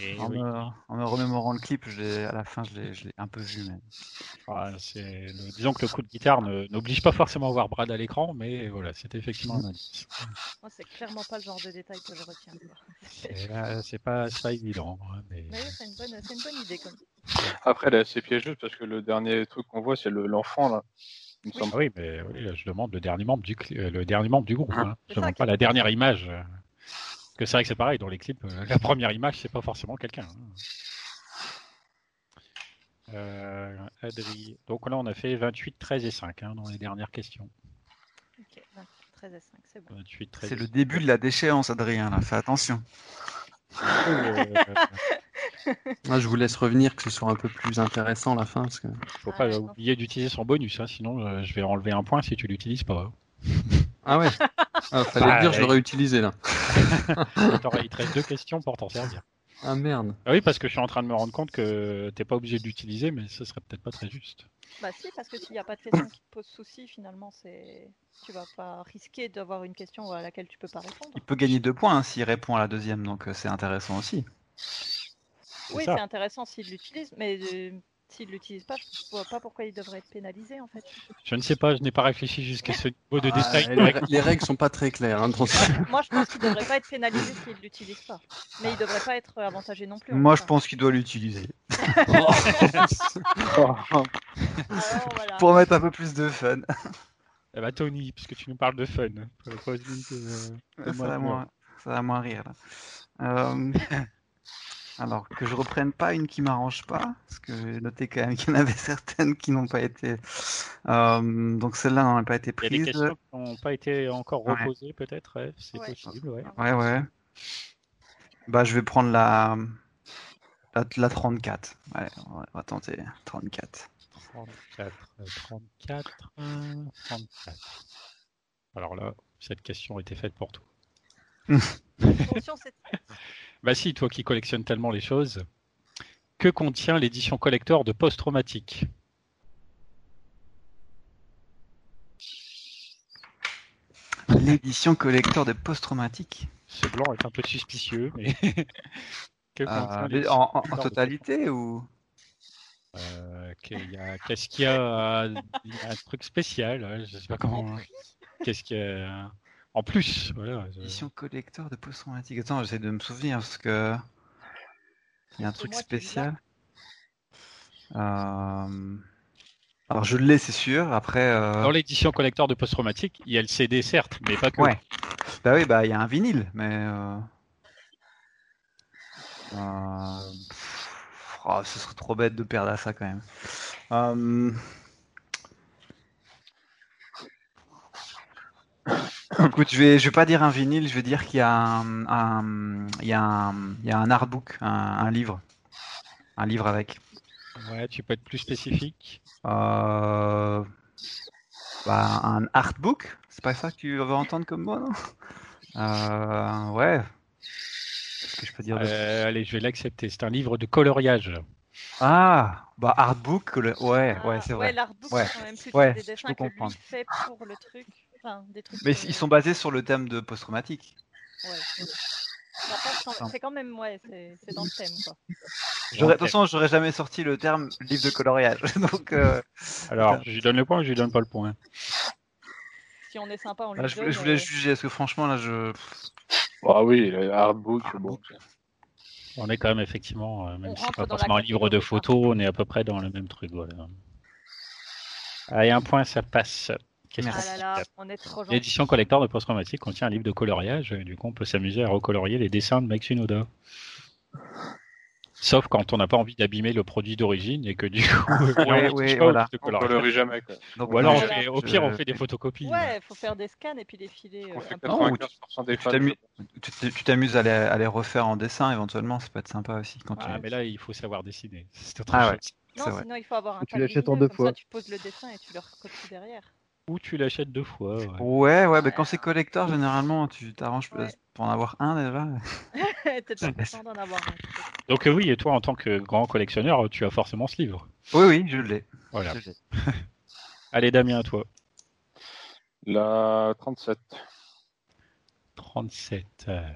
[SPEAKER 1] Eh
[SPEAKER 5] En,
[SPEAKER 1] oui.
[SPEAKER 5] me, en me remémorant le clip, je l'ai- à la fin, je l'ai- je l'ai un peu vu. Mais...
[SPEAKER 1] Ah, c'est le- disons que le coup de guitare ne- n'oblige pas forcément à voir Brad à l'écran, mais voilà, c'est effectivement un
[SPEAKER 5] [LAUGHS]
[SPEAKER 1] indice.
[SPEAKER 4] Moi, c'est clairement pas le genre de détail que je retiens. quoi.
[SPEAKER 1] Et là, C'est pas, c'est pas évident. hein, mais-
[SPEAKER 4] Mais oui, c'est une, bonne- c'est une bonne idée. Comme...
[SPEAKER 3] Après, là, c'est piégeux parce que le dernier truc qu'on voit, c'est le- l'enfant, là. Il me
[SPEAKER 1] Ah
[SPEAKER 3] semble.
[SPEAKER 1] oui, mais
[SPEAKER 5] Ah.
[SPEAKER 1] oui, là, je demande le dernier membre du, cli- euh, le dernier membre du groupe. hein. Je ne
[SPEAKER 4] C'est
[SPEAKER 1] demande
[SPEAKER 4] ça
[SPEAKER 1] pas
[SPEAKER 4] qui-
[SPEAKER 1] la dernière image. que c'est vrai que c'est pareil, dans les clips, euh, la première image, c'est pas forcément quelqu'un. hein. Euh, Adri- Donc là, on a fait 28, 13 et 5 hein, dans les dernières questions.
[SPEAKER 4] Ok, 13 à 5, c'est bon.
[SPEAKER 1] 28, 13
[SPEAKER 5] C'est le début de la déchéance, Adrien, là. Fais attention.
[SPEAKER 1] Euh,
[SPEAKER 4] [LAUGHS]
[SPEAKER 6] Ah, je vous laisse revenir, que ce soit un peu plus intéressant la fin. Parce que...
[SPEAKER 1] faut
[SPEAKER 4] Ah,
[SPEAKER 1] pas
[SPEAKER 4] je
[SPEAKER 1] euh,
[SPEAKER 4] pense.
[SPEAKER 1] oublier d'utiliser son bonus, hein, sinon euh, je vais enlever un point si tu l'utilises pas.
[SPEAKER 6] Ah ouais ah, Fallait
[SPEAKER 1] Bah,
[SPEAKER 6] le dire,
[SPEAKER 1] ouais.
[SPEAKER 6] je l'aurais utilisé là.
[SPEAKER 1] T'aurais- Il te reste deux questions pour t'en servir.
[SPEAKER 6] Ah merde.
[SPEAKER 1] Ah oui, parce que je suis en train de me rendre compte que t'es pas obligé de l'utiliser, mais ce serait peut-être pas très juste.
[SPEAKER 4] Bah si, parce que s'il n'y a pas de question qui te pose souci, finalement, c'est tu vas pas risquer d'avoir une question à laquelle tu peux pas répondre.
[SPEAKER 5] Il peut gagner deux points hein, s'il répond à la deuxième, donc euh, c'est intéressant aussi.
[SPEAKER 4] Oui,
[SPEAKER 1] ça.
[SPEAKER 4] c'est intéressant s'il l'utilise, mais euh, s'il l'utilise pas, je vois pas pourquoi il devrait être pénalisé en fait.
[SPEAKER 1] Je ne sais pas, je n'ai pas réfléchi jusqu'à ce niveau de détail.
[SPEAKER 6] Ah, les, les règles sont pas très claires. hein, dans ce-
[SPEAKER 4] Moi, je pense qu'il devrait pas être pénalisé s'il l'utilise pas, mais il devrait pas être avantagé non plus. en
[SPEAKER 5] Moi,
[SPEAKER 4] fait.
[SPEAKER 5] je pense qu'il doit l'utiliser.
[SPEAKER 4] Alors, Ah,
[SPEAKER 1] Ah.
[SPEAKER 4] voilà.
[SPEAKER 5] Pour mettre un peu plus de fun.
[SPEAKER 1] Eh bah Tony, puisque tu nous parles de fun. euh, pose donc, euh,
[SPEAKER 5] Ça
[SPEAKER 1] moi, moi.
[SPEAKER 5] va moins, ça va moins rire. là. Euh, [LAUGHS] Alors que je reprenne pas une qui m'arrange pas, parce que j'ai noté quand même qu'il y en avait [LAUGHS] certaines qui n'ont pas été. Euh, donc celle-là n'a pas été
[SPEAKER 1] Il y a des
[SPEAKER 5] prise.
[SPEAKER 1] questions qui n'ont pas été encore
[SPEAKER 5] Ouais.
[SPEAKER 1] reposées, peut-être. ouais, c'est
[SPEAKER 4] Ouais.
[SPEAKER 1] possible, ouais.
[SPEAKER 5] Ouais, ouais. Bah, je vais prendre la, la, la 34. Ouais, on va- on va tenter 34.
[SPEAKER 1] 34, euh, 34, euh, 34. Alors là, cette question était faite pour toi.
[SPEAKER 4] Attention, c'est
[SPEAKER 1] Bah si, toi qui collectionnes tellement les choses. Que contient l'édition collector de Post-Traumatique
[SPEAKER 5] L'édition collector de post-traumatique.
[SPEAKER 1] Ce blanc est un peu suspicieux, mais... [LAUGHS] que contient
[SPEAKER 5] Euh,
[SPEAKER 1] l'édition
[SPEAKER 5] en, en- en
[SPEAKER 1] collector de
[SPEAKER 5] totalité ou
[SPEAKER 1] Euh, qu'il y a- Qu'est-ce qu'il y a euh, il y a Un truc spécial, euh, je sais pas comment. hein. Qu'est-ce qu'il y a En plus, voilà. euh,
[SPEAKER 5] Édition collector de post-traumatique. Attends, j'essaie de me souvenir parce que. Il y a un
[SPEAKER 4] C'est
[SPEAKER 5] truc
[SPEAKER 4] moi qui ai dit ça.
[SPEAKER 5] spécial. Euh, Alors je l'ai, c'est sûr. Après. euh,
[SPEAKER 1] Dans l'édition collector de post-traumatique, il y a le CD, certes, mais pas que.
[SPEAKER 5] Ouais. Bah oui, bah il y a un vinyle, mais. euh, euh, pff, oh, ce serait trop bête de perdre à ça quand même. Euh, Euh, Écoute, je vais, je vais pas dire un vinyle, je vais dire qu'il y a un, un- il y a un, il y a un artbook, un, un livre, un livre avec.
[SPEAKER 1] Ouais, tu peux être plus spécifique.
[SPEAKER 5] Euh, bah, un artbook, c'est pas ça que tu veux entendre comme mot, non Euh, Ouais. Qu'est-ce que je peux dire de-
[SPEAKER 1] Euh, allez, je vais l'accepter. C'est un livre de coloriage.
[SPEAKER 5] Ah, bah artbook, le- ouais,
[SPEAKER 4] Ah,
[SPEAKER 5] [LAUGHS] ouais, c'est vrai.
[SPEAKER 4] Ouais, l'artbook,
[SPEAKER 5] Ouais.
[SPEAKER 4] c'est quand même plus
[SPEAKER 5] Ouais,
[SPEAKER 4] des
[SPEAKER 5] je
[SPEAKER 4] dessins
[SPEAKER 5] peux
[SPEAKER 4] que lui
[SPEAKER 5] comprendre.
[SPEAKER 4] fait pour le truc. Enfin, des trucs.
[SPEAKER 5] Mais
[SPEAKER 4] que-
[SPEAKER 5] ils sont basés sur le thème de post-traumatique.
[SPEAKER 4] Ouais. Ça passe quand- Bah, C'est quand même, ouais, c'est c'est dans le thème, quoi.
[SPEAKER 5] J'aurais- De toute façon, j'aurais jamais sorti le terme livre de coloriage. [LAUGHS] Donc, euh,
[SPEAKER 1] Alors, je lui donne le point ou je lui donne pas le point hein.
[SPEAKER 4] Si on est sympa, on lui
[SPEAKER 5] là, Ah, Bah, je,
[SPEAKER 4] donne.
[SPEAKER 5] voulais- je voulais
[SPEAKER 4] euh,
[SPEAKER 5] juger, parce que franchement, là, je.
[SPEAKER 3] Ah oui, le hardbook, bon.
[SPEAKER 1] On est quand même effectivement, euh, même
[SPEAKER 4] On
[SPEAKER 1] si c'est
[SPEAKER 4] rentre
[SPEAKER 1] pas
[SPEAKER 4] dans la
[SPEAKER 1] forcément un livre de
[SPEAKER 4] catégorie, quoi.
[SPEAKER 1] photos, on est à peu près dans le même truc. Voilà. Allez, un point, ça passe. Question
[SPEAKER 4] Ah là là,
[SPEAKER 1] suivante.
[SPEAKER 4] on est trop gentil.
[SPEAKER 1] L'édition collector de post-traumatique contient un livre de coloriage, et du coup on peut s'amuser à recolorier les dessins de Max Unoda. Sauf quand on n'a pas envie d'abîmer le produit d'origine et que du coup on
[SPEAKER 5] [LAUGHS] Ouais,
[SPEAKER 1] touche
[SPEAKER 5] ouais,
[SPEAKER 1] pas au
[SPEAKER 5] voilà.
[SPEAKER 1] livre de
[SPEAKER 3] On
[SPEAKER 1] coloriage.
[SPEAKER 3] colorie jamais, quoi.
[SPEAKER 5] Donc,
[SPEAKER 1] Ou alors on
[SPEAKER 5] je-
[SPEAKER 1] fait- au
[SPEAKER 5] je-
[SPEAKER 1] pire on fait des photocopies.
[SPEAKER 4] Ouais, faut faire des scans et puis les filer.
[SPEAKER 3] On
[SPEAKER 4] euh,
[SPEAKER 3] fait
[SPEAKER 4] un peu.
[SPEAKER 5] Ah, Non, ou tu-
[SPEAKER 3] 95% des
[SPEAKER 5] tu
[SPEAKER 3] fans.
[SPEAKER 5] t'amuses- tu t- tu t'amuses à, les- à les refaire en dessin éventuellement, ça peut être sympa aussi. Quand
[SPEAKER 1] Ah,
[SPEAKER 5] tu...
[SPEAKER 1] mais là il faut savoir dessiner. [LAUGHS] C'est autre
[SPEAKER 5] Ah
[SPEAKER 1] chose.
[SPEAKER 5] c'est
[SPEAKER 4] Non,
[SPEAKER 5] vrai.
[SPEAKER 4] sinon il faut avoir un
[SPEAKER 2] Tu
[SPEAKER 4] tableau
[SPEAKER 2] l'achètes en
[SPEAKER 4] lumineux,
[SPEAKER 2] deux
[SPEAKER 4] comme
[SPEAKER 2] fois.
[SPEAKER 4] ça, tu poses le dessin et tu le recopies derrière.
[SPEAKER 1] Ou tu l'achètes deux fois. ouais.
[SPEAKER 5] Ouais, ouais, mais quand c'est collector, généralement, tu t'arranges euh,
[SPEAKER 4] Ouais.
[SPEAKER 5] pour en avoir un déjà.
[SPEAKER 4] T'es pas content d'en avoir un. peut-être.
[SPEAKER 1] Donc euh, oui, et toi en tant que grand collectionneur, tu as forcément ce livre.
[SPEAKER 5] Oui, oui, je l'ai.
[SPEAKER 1] Voilà.
[SPEAKER 5] Je l'ai.
[SPEAKER 1] [LAUGHS] Allez Damien, à toi.
[SPEAKER 3] La 37.
[SPEAKER 1] 37. euh,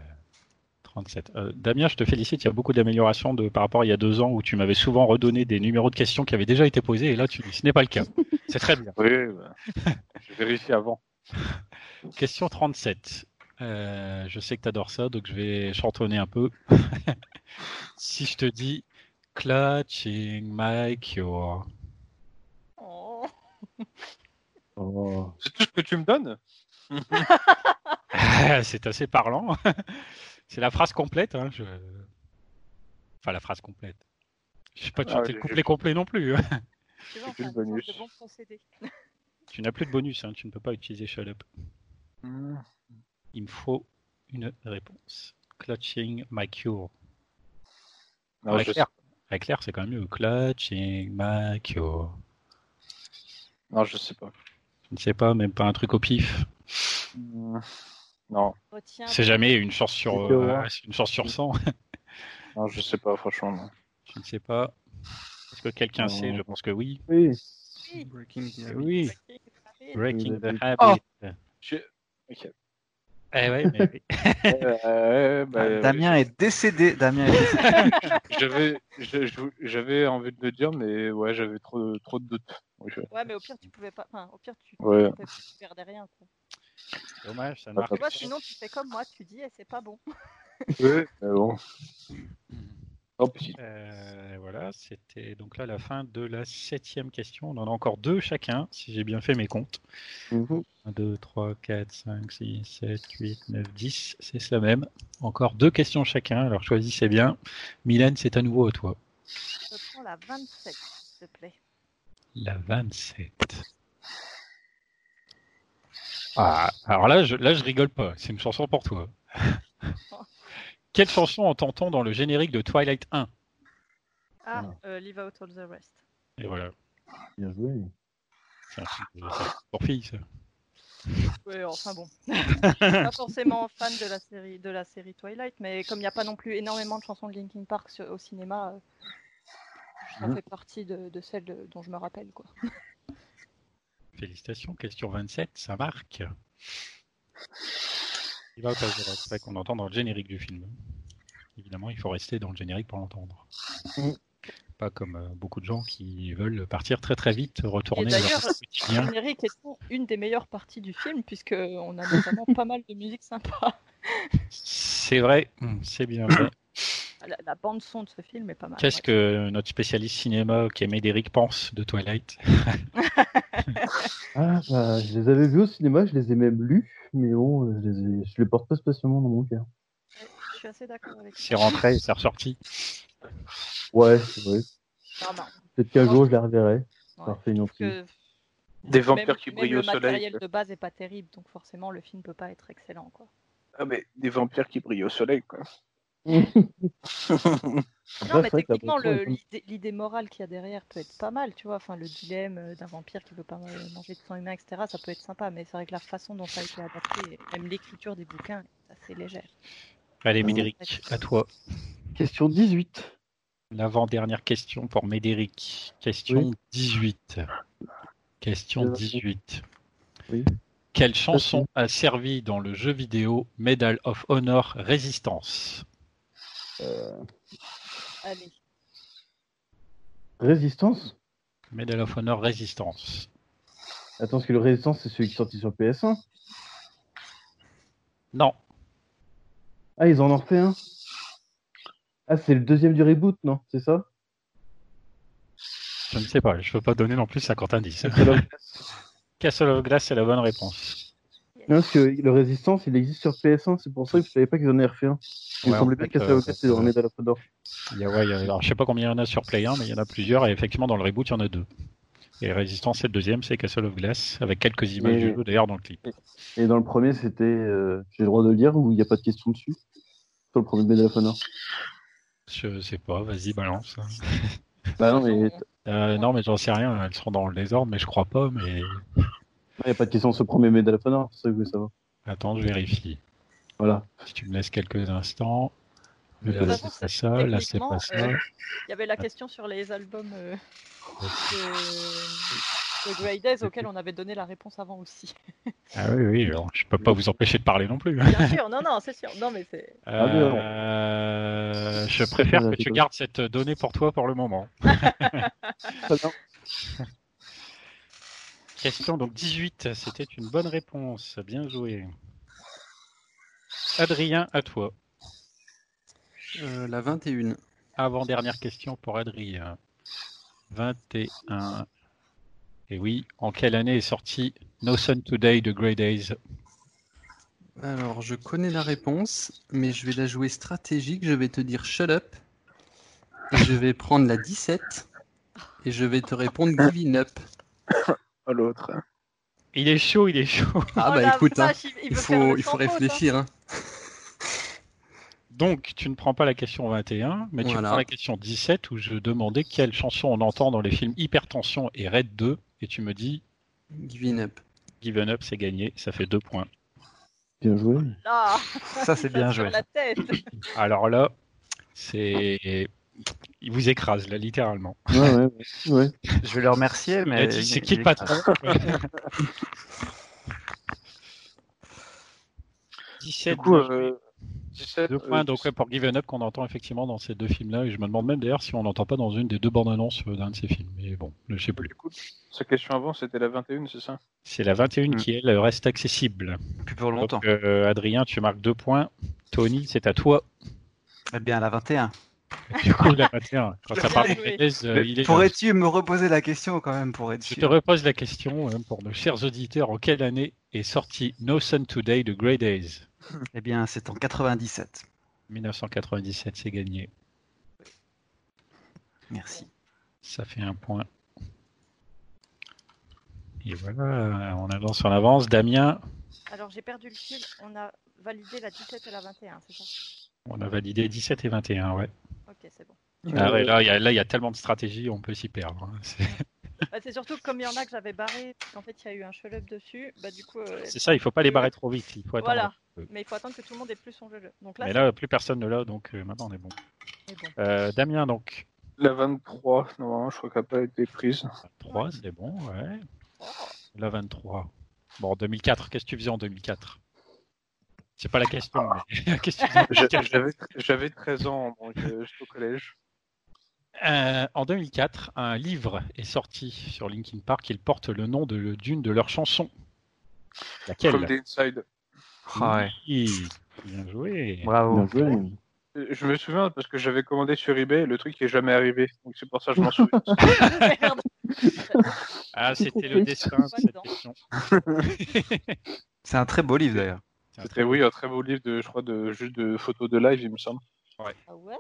[SPEAKER 1] 37. Euh, Damien, je te félicite, il y a beaucoup d'améliorations de, par rapport à il y a deux ans où tu m'avais souvent redonné des numéros de questions qui avaient déjà été posés et là tu dis ce n'est pas le cas. C'est très bien.
[SPEAKER 3] Oui,
[SPEAKER 5] [LAUGHS]
[SPEAKER 3] bah, je vérifie avant.
[SPEAKER 1] Question 37. Euh, je sais que tu adores ça, donc je vais chantonner un peu. [LAUGHS] si je te dis Clutching my [LAUGHS] cure.
[SPEAKER 4] Oh.
[SPEAKER 2] Oh.
[SPEAKER 3] C'est tout ce que tu me donnes
[SPEAKER 1] C'est assez parlant. [LAUGHS] C'est la phrase complète. Hein, je... Enfin, la phrase complète. Je sais pas
[SPEAKER 3] Ah,
[SPEAKER 1] chanter
[SPEAKER 3] j'ai-
[SPEAKER 1] le couplet complet non plus. hein.
[SPEAKER 4] Tu vois,
[SPEAKER 3] plus
[SPEAKER 4] enfin,
[SPEAKER 3] le bonus.
[SPEAKER 4] c'est un bon procédé.
[SPEAKER 1] tu n'as plus de bonus. hein, tu ne peux pas utiliser Shut Up.
[SPEAKER 3] Hmm.
[SPEAKER 1] Il me faut une réponse. Clutching my cure.
[SPEAKER 3] Non,
[SPEAKER 1] avec
[SPEAKER 3] je,
[SPEAKER 1] l'air, avec l'air, c'est quand même mieux. Clutching my cure.
[SPEAKER 3] non, je sais pas.
[SPEAKER 1] Je ne sais pas, même pas un truc au pif.
[SPEAKER 3] Hmm. Non,
[SPEAKER 4] Retiens.
[SPEAKER 1] C'est jamais une chance sur,
[SPEAKER 2] C'est
[SPEAKER 1] euh,
[SPEAKER 2] que-
[SPEAKER 1] une chance sur 100.
[SPEAKER 3] non, je sais pas, franchement. non.
[SPEAKER 1] Je ne sais pas. Est-ce que quelqu'un
[SPEAKER 3] Non.
[SPEAKER 1] sait Je pense que oui.
[SPEAKER 2] Oui.
[SPEAKER 4] Oui.
[SPEAKER 6] Breaking the habit.
[SPEAKER 1] Oui. Breaking
[SPEAKER 2] Vous avez-
[SPEAKER 1] the habit.
[SPEAKER 3] Je- [LAUGHS] euh, Ok.
[SPEAKER 1] Eh ouais, mais oui.
[SPEAKER 3] Euh, euh, bah,
[SPEAKER 5] Ah, Damien est décédé. Damien est décédé.
[SPEAKER 3] J'avais, je- je- j'avais envie de le dire, mais ouais, j'avais trop, trop de doutes. Donc, je-
[SPEAKER 4] Ouais, mais au pire, tu pouvais pas. Enfin, au pire, tu,
[SPEAKER 3] Ouais.
[SPEAKER 4] tu- tu perdais rien. Quoi.
[SPEAKER 1] dommage,
[SPEAKER 2] [LAUGHS]
[SPEAKER 1] ça ne
[SPEAKER 3] Ah,
[SPEAKER 1] marque
[SPEAKER 4] Tu vois,
[SPEAKER 1] pas.
[SPEAKER 4] sinon, tu fais comme moi, tu dis, eh, c'est pas bon.
[SPEAKER 3] Mais bon. Tant pis.
[SPEAKER 1] Euh, voilà, c'était donc là la fin de la septième question. On en a encore deux chacun, si j'ai bien fait mes comptes.
[SPEAKER 2] Mhm.
[SPEAKER 1] 1, 2, 3, 4, 5, 6, 7, 8, 9, 10. C'est cela même. Encore deux questions chacun, alors choisissez bien. Mylène, c'est à nouveau à toi.
[SPEAKER 4] Je prends la 27, s'il te plaît.
[SPEAKER 1] La 27. Ah, alors là, je, là, je rigole pas. C'est une chanson pour toi. Quelle chanson entend-on dans le générique de Twilight 1
[SPEAKER 4] Ah, euh, leave out all the rest.
[SPEAKER 1] Et voilà.
[SPEAKER 2] Bien joué.
[SPEAKER 1] C'est un truc de- c'est un truc pour filles, ça.
[SPEAKER 4] Ouais, enfin bon. pas forcément fan de la série de la série Twilight, mais comme il n'y a pas non plus énormément de chansons de Linkin Park sur- au cinéma, euh, ça fait partie de, de celles de- dont je me rappelle quoi.
[SPEAKER 1] Félicitations. Question 27, ça marque. Il va au Kaiser, c'est vrai qu'on entend dans le générique du film. Évidemment, il faut rester dans le générique pour l'entendre.
[SPEAKER 2] Mm.
[SPEAKER 1] Pas comme euh, beaucoup de gens qui veulent partir très très vite,
[SPEAKER 4] Et
[SPEAKER 1] retourner vers
[SPEAKER 4] d'ailleurs,
[SPEAKER 1] leur
[SPEAKER 4] le
[SPEAKER 1] quotidien.
[SPEAKER 4] générique est une des meilleures parties du film puisque euh, on a notamment pas mal de musique sympa. [LAUGHS]
[SPEAKER 1] C'est vrai, mm, c'est bien
[SPEAKER 4] [COUGHS]
[SPEAKER 1] vrai.
[SPEAKER 4] La, la bande son de ce film est pas mal.
[SPEAKER 1] Qu'est-ce que notre spécialiste cinéma, qui est Médéric, pense de Twilight
[SPEAKER 2] Ah, bah, je les avais vus au cinéma, je les ai même lus, mais bon, euh, je les, ai- je les porte pas spécialement dans mon cœur.
[SPEAKER 4] Ouais, Je suis assez d'accord avec.
[SPEAKER 1] C'est rentré, c'est ressorti.
[SPEAKER 2] Ouais, c'est vrai.
[SPEAKER 4] Non, non,
[SPEAKER 2] Peut-être qu'un
[SPEAKER 4] Non,
[SPEAKER 2] jour
[SPEAKER 4] je-
[SPEAKER 2] je la reverrai.
[SPEAKER 4] Ah, bah, ouais.
[SPEAKER 2] Parfait, une
[SPEAKER 4] Parce que
[SPEAKER 3] Des
[SPEAKER 4] même,
[SPEAKER 3] vampires qui
[SPEAKER 4] même
[SPEAKER 3] brillent
[SPEAKER 4] le
[SPEAKER 3] au soleil. euh.
[SPEAKER 4] matériel de base est pas terrible, donc forcément le film peut pas être excellent quoi.
[SPEAKER 3] Ah, mais des vampires qui brillent au soleil, quoi.
[SPEAKER 4] Non, mais
[SPEAKER 2] Bah, c'est vrai que la
[SPEAKER 4] techniquement,
[SPEAKER 2] bande son
[SPEAKER 4] le-
[SPEAKER 2] est comme-
[SPEAKER 4] l'idée l'idée morale qu'il y a derrière peut être pas mal, tu vois. Enfin, le dilemme euh, d'un vampire qui veut pas euh, manger de sang humain, etc., ça peut être sympa, mais c'est vrai que la façon dont ça a été adapté, même l'écriture des bouquins, c'est assez légère. Mm.
[SPEAKER 1] Allez, Médéric, à toi.
[SPEAKER 2] Question 18.
[SPEAKER 1] L'avant-dernière question pour Médéric. Question 18. Question
[SPEAKER 2] Euh,
[SPEAKER 1] 18.
[SPEAKER 2] oui.
[SPEAKER 1] Quelle chanson a servi dans le jeu vidéo Medal of Honor Résistance
[SPEAKER 4] Allez,
[SPEAKER 2] Résistance
[SPEAKER 1] Medal of Honor Résistance.
[SPEAKER 2] Attends, parce que le Résistance, c'est celui qui est sorti sur PS1.
[SPEAKER 1] Non,
[SPEAKER 2] Ah, ils en ont refait un Ah, c'est le deuxième du reboot, non C'est ça
[SPEAKER 1] je ne sais pas. Je ne peux pas donner non plus 50 indices.
[SPEAKER 2] C'est [LAUGHS] la-
[SPEAKER 1] Castle of Glass, c'est la bonne réponse.
[SPEAKER 2] Non, parce que le Résistance, il existe sur PS1, c'est pour ça que je savais pas qu'ils en aient refait un. Il me
[SPEAKER 1] Ouais,
[SPEAKER 2] semblait
[SPEAKER 1] en
[SPEAKER 2] bien
[SPEAKER 1] fait,
[SPEAKER 2] que
[SPEAKER 1] euh,
[SPEAKER 2] Castle c'est dans
[SPEAKER 1] euh,
[SPEAKER 2] Medal of Honor.
[SPEAKER 1] Il y a- ouais, il y a- alors, je ne sais pas combien il y en a sur Play 1, mais il y en a plusieurs. Et effectivement, dans le reboot, il y en a deux. Et Résistance, c'est le deuxième, c'est Castle of Glass, avec quelques images
[SPEAKER 2] Mais-
[SPEAKER 1] du jeu d'ailleurs dans le clip.
[SPEAKER 2] Et dans le premier, c'était. euh, J'ai le droit de le dire ou il n'y a pas de question dessus Sur le premier Medal of Honor.
[SPEAKER 1] Je sais pas, vas-y, balance.
[SPEAKER 2] Bah non, mais
[SPEAKER 1] Euh, non, mais j'en sais rien, elles sont dans le désordre, mais je crois pas, mais
[SPEAKER 2] il n'y a pas de question sur le premier Medal of Honor, c'est ça que je voulais savoir.
[SPEAKER 1] attends, je vérifie.
[SPEAKER 2] Voilà.
[SPEAKER 1] Si tu me laisses quelques instants.
[SPEAKER 2] Mais
[SPEAKER 1] Là,
[SPEAKER 2] de toute
[SPEAKER 1] c'est
[SPEAKER 4] façon,
[SPEAKER 1] pas ça, Ah, là, c'est pas ça.
[SPEAKER 4] techniquement,
[SPEAKER 2] euh,
[SPEAKER 4] euh, il y avait la question sur les albums euh, de, de Grey Days auxquels on avait donné la réponse avant aussi.
[SPEAKER 1] Ah oui, oui, alors, je peux pas vous empêcher de parler non plus. hein.
[SPEAKER 4] Bien sûr, non, non, c'est sûr. Non, mais c'est.
[SPEAKER 2] Ah, oui, alors.
[SPEAKER 1] Euh, je préfère que tu gardes cette donnée pour toi pour le moment.
[SPEAKER 2] Très bien.
[SPEAKER 1] Question donc 18, c'était une bonne réponse, bien joué. Adrien, à toi.
[SPEAKER 6] Euh, la 21.
[SPEAKER 1] Avant-dernière question pour Adrien. 21. Et oui, en quelle année est sorti No Sun Today de Grey Days
[SPEAKER 6] Alors, je connais la réponse, mais je vais la jouer stratégique. Je vais te dire shut up. Et je vais prendre la 17. Et je vais te répondre giving up.
[SPEAKER 3] à Ah, l'autre.
[SPEAKER 1] Il est chaud, il est chaud.
[SPEAKER 6] Ah
[SPEAKER 4] Oh
[SPEAKER 6] bah
[SPEAKER 4] la
[SPEAKER 6] écoute, hein,
[SPEAKER 4] vache, il,
[SPEAKER 6] il
[SPEAKER 4] veut faire
[SPEAKER 6] faut,
[SPEAKER 4] le
[SPEAKER 6] il faut
[SPEAKER 4] sans faute, hein.
[SPEAKER 6] réfléchir. hein.
[SPEAKER 1] Donc, tu ne prends pas la question 21, mais tu
[SPEAKER 6] Voilà.
[SPEAKER 1] prends la question 17 où je demandais quelle chanson on entend dans les films Hypertension et Red 2. Et tu me dis
[SPEAKER 6] Giving up.
[SPEAKER 1] Given Up, c'est gagné, ça fait deux points.
[SPEAKER 2] Bien joué.
[SPEAKER 4] Là,
[SPEAKER 5] Ça, c'est
[SPEAKER 4] il
[SPEAKER 5] bien
[SPEAKER 4] va
[SPEAKER 5] joué.
[SPEAKER 4] Ah, Sur la tête.
[SPEAKER 1] Alors là, c'est. Il vous écrase, là, littéralement.
[SPEAKER 2] Ouais, ouais, ouais.
[SPEAKER 5] Je vais le remercier,
[SPEAKER 1] Il a
[SPEAKER 5] mais.
[SPEAKER 1] dit, c'est
[SPEAKER 5] il-
[SPEAKER 1] qui
[SPEAKER 5] il
[SPEAKER 1] le
[SPEAKER 5] est-
[SPEAKER 1] patron Ouais. 17
[SPEAKER 3] Du coup,
[SPEAKER 1] deux-
[SPEAKER 3] euh, 17,
[SPEAKER 1] deux
[SPEAKER 3] euh,
[SPEAKER 1] points donc, ouais, pour Given Up qu'on entend effectivement dans ces deux films-là. Et je me demande même d'ailleurs si on n'entend pas dans une des deux bandes annonces euh, d'un de ces films. Mais bon, je sais plus.
[SPEAKER 3] du coup, sa question avant, c'était la 21, c'est ça
[SPEAKER 1] C'est la 21
[SPEAKER 5] Mm.
[SPEAKER 1] qui, elle, reste accessible.
[SPEAKER 5] Plus pour longtemps.
[SPEAKER 1] Donc, euh, Adrien, tu marques deux points. Tony, c'est à toi. euh,
[SPEAKER 5] Eh bien, la 21.
[SPEAKER 1] Du coup, la 21. Quand ça
[SPEAKER 4] Bien
[SPEAKER 1] parle
[SPEAKER 4] joué.
[SPEAKER 1] anglaise, euh,
[SPEAKER 5] Mais
[SPEAKER 1] il est.
[SPEAKER 5] Pourrais-tu me reposer la question quand même pour être
[SPEAKER 1] Je te
[SPEAKER 5] sûr
[SPEAKER 1] repose la question euh, pour nos chers auditeurs. En quelle année est sorti No Sun Today de Grey Days
[SPEAKER 5] Eh bien, c'est en 97.
[SPEAKER 1] 1997, c'est gagné.
[SPEAKER 5] Merci.
[SPEAKER 1] Ça fait un point. Et voilà, on avance, on avance. Damien,
[SPEAKER 4] Alors j'ai perdu le fil. On a validé la 17 et la 21, c'est ça
[SPEAKER 1] on a validé 17 et 21, ouais.
[SPEAKER 4] Ok, c'est bon.
[SPEAKER 1] Ah ouais, là, il y a- là, il y a tellement de stratégies, on peut s'y perdre. hein. C'est-
[SPEAKER 4] Bah, c'est surtout que comme il y en a que j'avais barré, parce qu'en fait il y a eu un cheval dessus, bah du coup. euh,
[SPEAKER 1] C'est ça, il faut pas les barrer trop vite. Il faut attendre.
[SPEAKER 4] voilà.
[SPEAKER 1] peu.
[SPEAKER 4] Mais il faut attendre que tout le monde ait plus son jeu. Donc là,
[SPEAKER 1] Mais là, plus personne ne l'a, donc euh, maintenant on est bon.
[SPEAKER 4] c'est bon.
[SPEAKER 1] Euh, Damien, donc.
[SPEAKER 3] La 23, normalement, je crois qu'elle n'a pas
[SPEAKER 1] [LAUGHS]
[SPEAKER 3] été prise.
[SPEAKER 1] 3, c'est bon, ouais.
[SPEAKER 4] Oh,
[SPEAKER 1] La 23. Bon, 2004, qu'est-ce que tu faisais en 2004 C'est pas la question, mais [LAUGHS] qu'est-ce que tu faisais en 2004?
[SPEAKER 3] J'avais- J'avais 13 ans, donc euh, j'étais au collège.
[SPEAKER 1] Euh, en 2004, un livre est sorti sur Linkin Park. Il porte le nom de d'une de leurs chansons.
[SPEAKER 3] From
[SPEAKER 1] Laquelle
[SPEAKER 3] the Inside.
[SPEAKER 5] Ah ouais.
[SPEAKER 1] Oui, Bien joué.
[SPEAKER 5] Mmh. Bravo.
[SPEAKER 2] Bien joué.
[SPEAKER 3] Euh, Je me souviens parce que j'avais commandé sur eBay et le truc n'est jamais arrivé. Donc c'est pour ça que je
[SPEAKER 1] [LAUGHS]
[SPEAKER 3] m'en souviens.
[SPEAKER 4] [LAUGHS] merde.
[SPEAKER 1] Ah, c'était le dessin de cette question.
[SPEAKER 5] C'est un très beau livre d'ailleurs.
[SPEAKER 3] C'était oui, un très beau livre de, je crois, de juste de photos de live, il me semble.
[SPEAKER 4] Ah ouais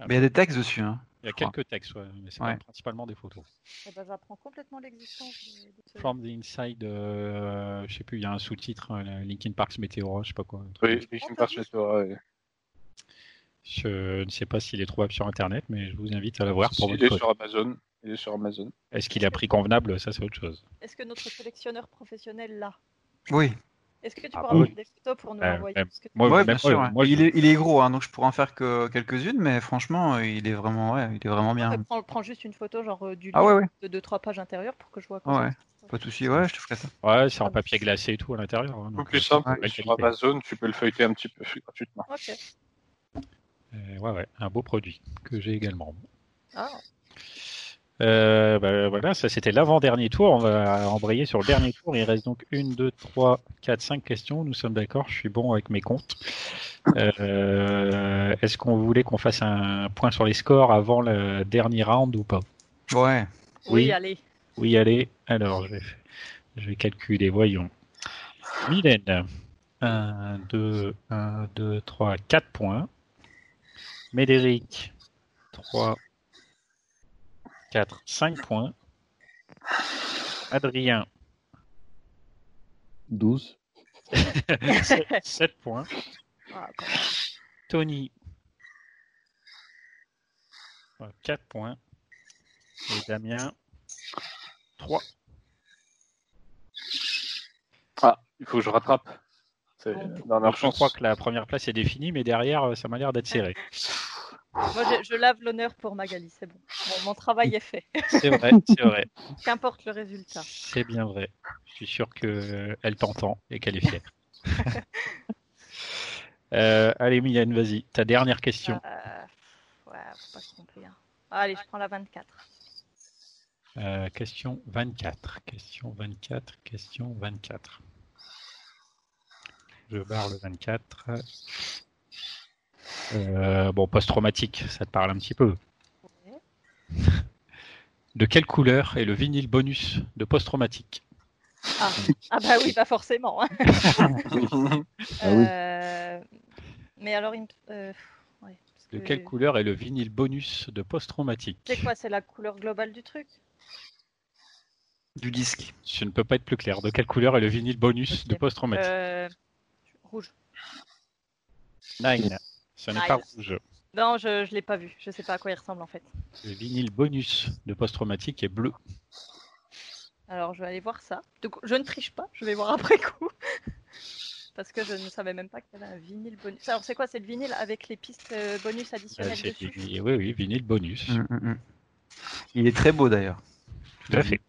[SPEAKER 5] Mais il y a des textes dessus. Hein.
[SPEAKER 1] Il y a
[SPEAKER 5] Je crois.
[SPEAKER 1] quelques textes, ouais, mais c'est
[SPEAKER 5] Ouais.
[SPEAKER 1] principalement des photos.
[SPEAKER 4] Eh ben, J'apprends complètement l'existence de, de ce
[SPEAKER 1] From the Inside, euh, je sais plus, il y a un sous-titre, euh, Linkin Park's Meteora, je sais pas quoi. un truc comme
[SPEAKER 3] Oui, Linkin Park, c'est toi, ouais.
[SPEAKER 1] ça. Je ne sais pas s'il est trouvable sur Internet, mais je vous invite à le voir pour
[SPEAKER 3] Il
[SPEAKER 1] votre
[SPEAKER 3] est
[SPEAKER 1] code.
[SPEAKER 3] sur Amazon. Il est sur Amazon.
[SPEAKER 1] Est-ce qu'il a pris convenable Ça, c'est autre chose.
[SPEAKER 4] Est-ce que notre sélectionneur professionnel là
[SPEAKER 5] Oui.
[SPEAKER 4] Est-ce que tu
[SPEAKER 1] Ah
[SPEAKER 4] pourras
[SPEAKER 1] bah oui.
[SPEAKER 4] prendre des photos pour nous
[SPEAKER 1] Euh,
[SPEAKER 4] envoyer
[SPEAKER 1] euh,
[SPEAKER 4] Parce que-
[SPEAKER 1] Moi,
[SPEAKER 5] Ouais,
[SPEAKER 1] même
[SPEAKER 5] bien sûr.
[SPEAKER 1] moi,
[SPEAKER 5] ouais.
[SPEAKER 1] moi, je-
[SPEAKER 5] il, est, il est gros, hein, donc je pourrais en faire que quelques-unes, mais franchement, euh, il est vraiment, ouais, il est vraiment bien.
[SPEAKER 4] Ouais, prends, prends juste une photo genre euh, du
[SPEAKER 5] Ah
[SPEAKER 4] livre
[SPEAKER 5] ouais, ouais,
[SPEAKER 4] de 2-3 pages intérieures pour que je vois
[SPEAKER 5] Ah ouais.
[SPEAKER 4] ça.
[SPEAKER 5] pas de souci, ouais, je te ferai ça.
[SPEAKER 1] Ouais, c'est en papier glacé et tout à l'intérieur. hein,
[SPEAKER 3] Beaucoup
[SPEAKER 1] donc,
[SPEAKER 3] plus simple.
[SPEAKER 1] ouais,
[SPEAKER 3] sur
[SPEAKER 1] qualité.
[SPEAKER 3] Amazon, tu peux le feuilleter un petit peu gratuitement.
[SPEAKER 4] Ok.
[SPEAKER 1] Euh, ouais, ouais, un beau produit que j'ai également.
[SPEAKER 4] Ah,
[SPEAKER 1] Euh, bah, voilà, ça c'était l'avant-dernier tour. On va embrayer sur le dernier tour. Il reste donc une, deux, trois, quatre, cinq questions. Nous sommes d'accord. Je suis bon avec mes comptes. Euh, Est-ce qu'on voulait qu'on fasse un point sur les scores avant le dernier round ou pas
[SPEAKER 5] Ouais.
[SPEAKER 4] oui,
[SPEAKER 1] Oui.
[SPEAKER 4] allez.
[SPEAKER 1] Oui, allez. Alors, je vais, je vais calculer. Voyons. Mylène. 1, 2, 1, 2, 3, 4 points. Médéric. 3, 4, 5 points. Adrien. [LAUGHS]
[SPEAKER 2] 12.
[SPEAKER 1] 7 points.
[SPEAKER 4] Ah, quand même.
[SPEAKER 1] Tony. 4 points. Et Damien. 3.
[SPEAKER 3] Ah, il faut que je rattrape. C'est
[SPEAKER 4] Bon.
[SPEAKER 3] dans la
[SPEAKER 1] Je
[SPEAKER 3] chance.
[SPEAKER 1] crois que la première place est définie, mais derrière, euh, ça m'a l'air d'être serré.
[SPEAKER 4] Moi, je, je lave l'honneur pour Magali, c'est bon. Bon, Mon travail est fait.
[SPEAKER 1] C'est vrai, c'est vrai.
[SPEAKER 4] Qu'importe le résultat.
[SPEAKER 1] C'est bien vrai. Je suis sûr qu'elle t'entend et qu'elle est fière. Euh, allez, Mylène, vas-y. Ta dernière question.
[SPEAKER 4] Euh, ouais, faut pas se tromper. hein. Ah, allez, je prends la 24.
[SPEAKER 1] Euh, question 24. Question 24. Question 24. Je barre le 24. Euh, bon, post-traumatique, ça te parle un petit peu.
[SPEAKER 4] Ouais.
[SPEAKER 1] De quelle couleur est le vinyle bonus de post-traumatique
[SPEAKER 4] Ah bah oui, pas forcément. hein.
[SPEAKER 2] [LAUGHS] Ah oui.
[SPEAKER 4] Euh, Mais alors, il me- euh, ouais, parce
[SPEAKER 1] De
[SPEAKER 4] que-
[SPEAKER 1] quelle couleur est le vinyle bonus de post-traumatique
[SPEAKER 4] C'est quoi C'est la couleur globale du truc
[SPEAKER 5] du disque.
[SPEAKER 1] Je ne peux pas être plus clair. De quelle couleur est le vinyle bonus
[SPEAKER 4] Ok.
[SPEAKER 1] de post-traumatique
[SPEAKER 4] Euh, Rouge.
[SPEAKER 1] Nine. Ce n'est pas
[SPEAKER 4] Euh, Nine.
[SPEAKER 1] rouge.
[SPEAKER 4] Non, je, je l'ai pas vu. Je sais pas à quoi il ressemble en fait.
[SPEAKER 1] Le vinyle bonus de post-traumatique est bleu.
[SPEAKER 4] Alors, je vais aller voir ça. Du coup, je ne triche pas. Je vais voir après coup. [LAUGHS] Parce que je ne savais même pas qu'il y avait un vinyle bonus. Alors, c'est quoi C'est le vinyle avec les pistes euh, bonus additionnelles
[SPEAKER 1] C'est
[SPEAKER 4] dessus
[SPEAKER 1] vinyle- Oui, oui, vinyle bonus.
[SPEAKER 5] Mm, mm, mm. Il est très beau d'ailleurs.
[SPEAKER 1] Tout à fait.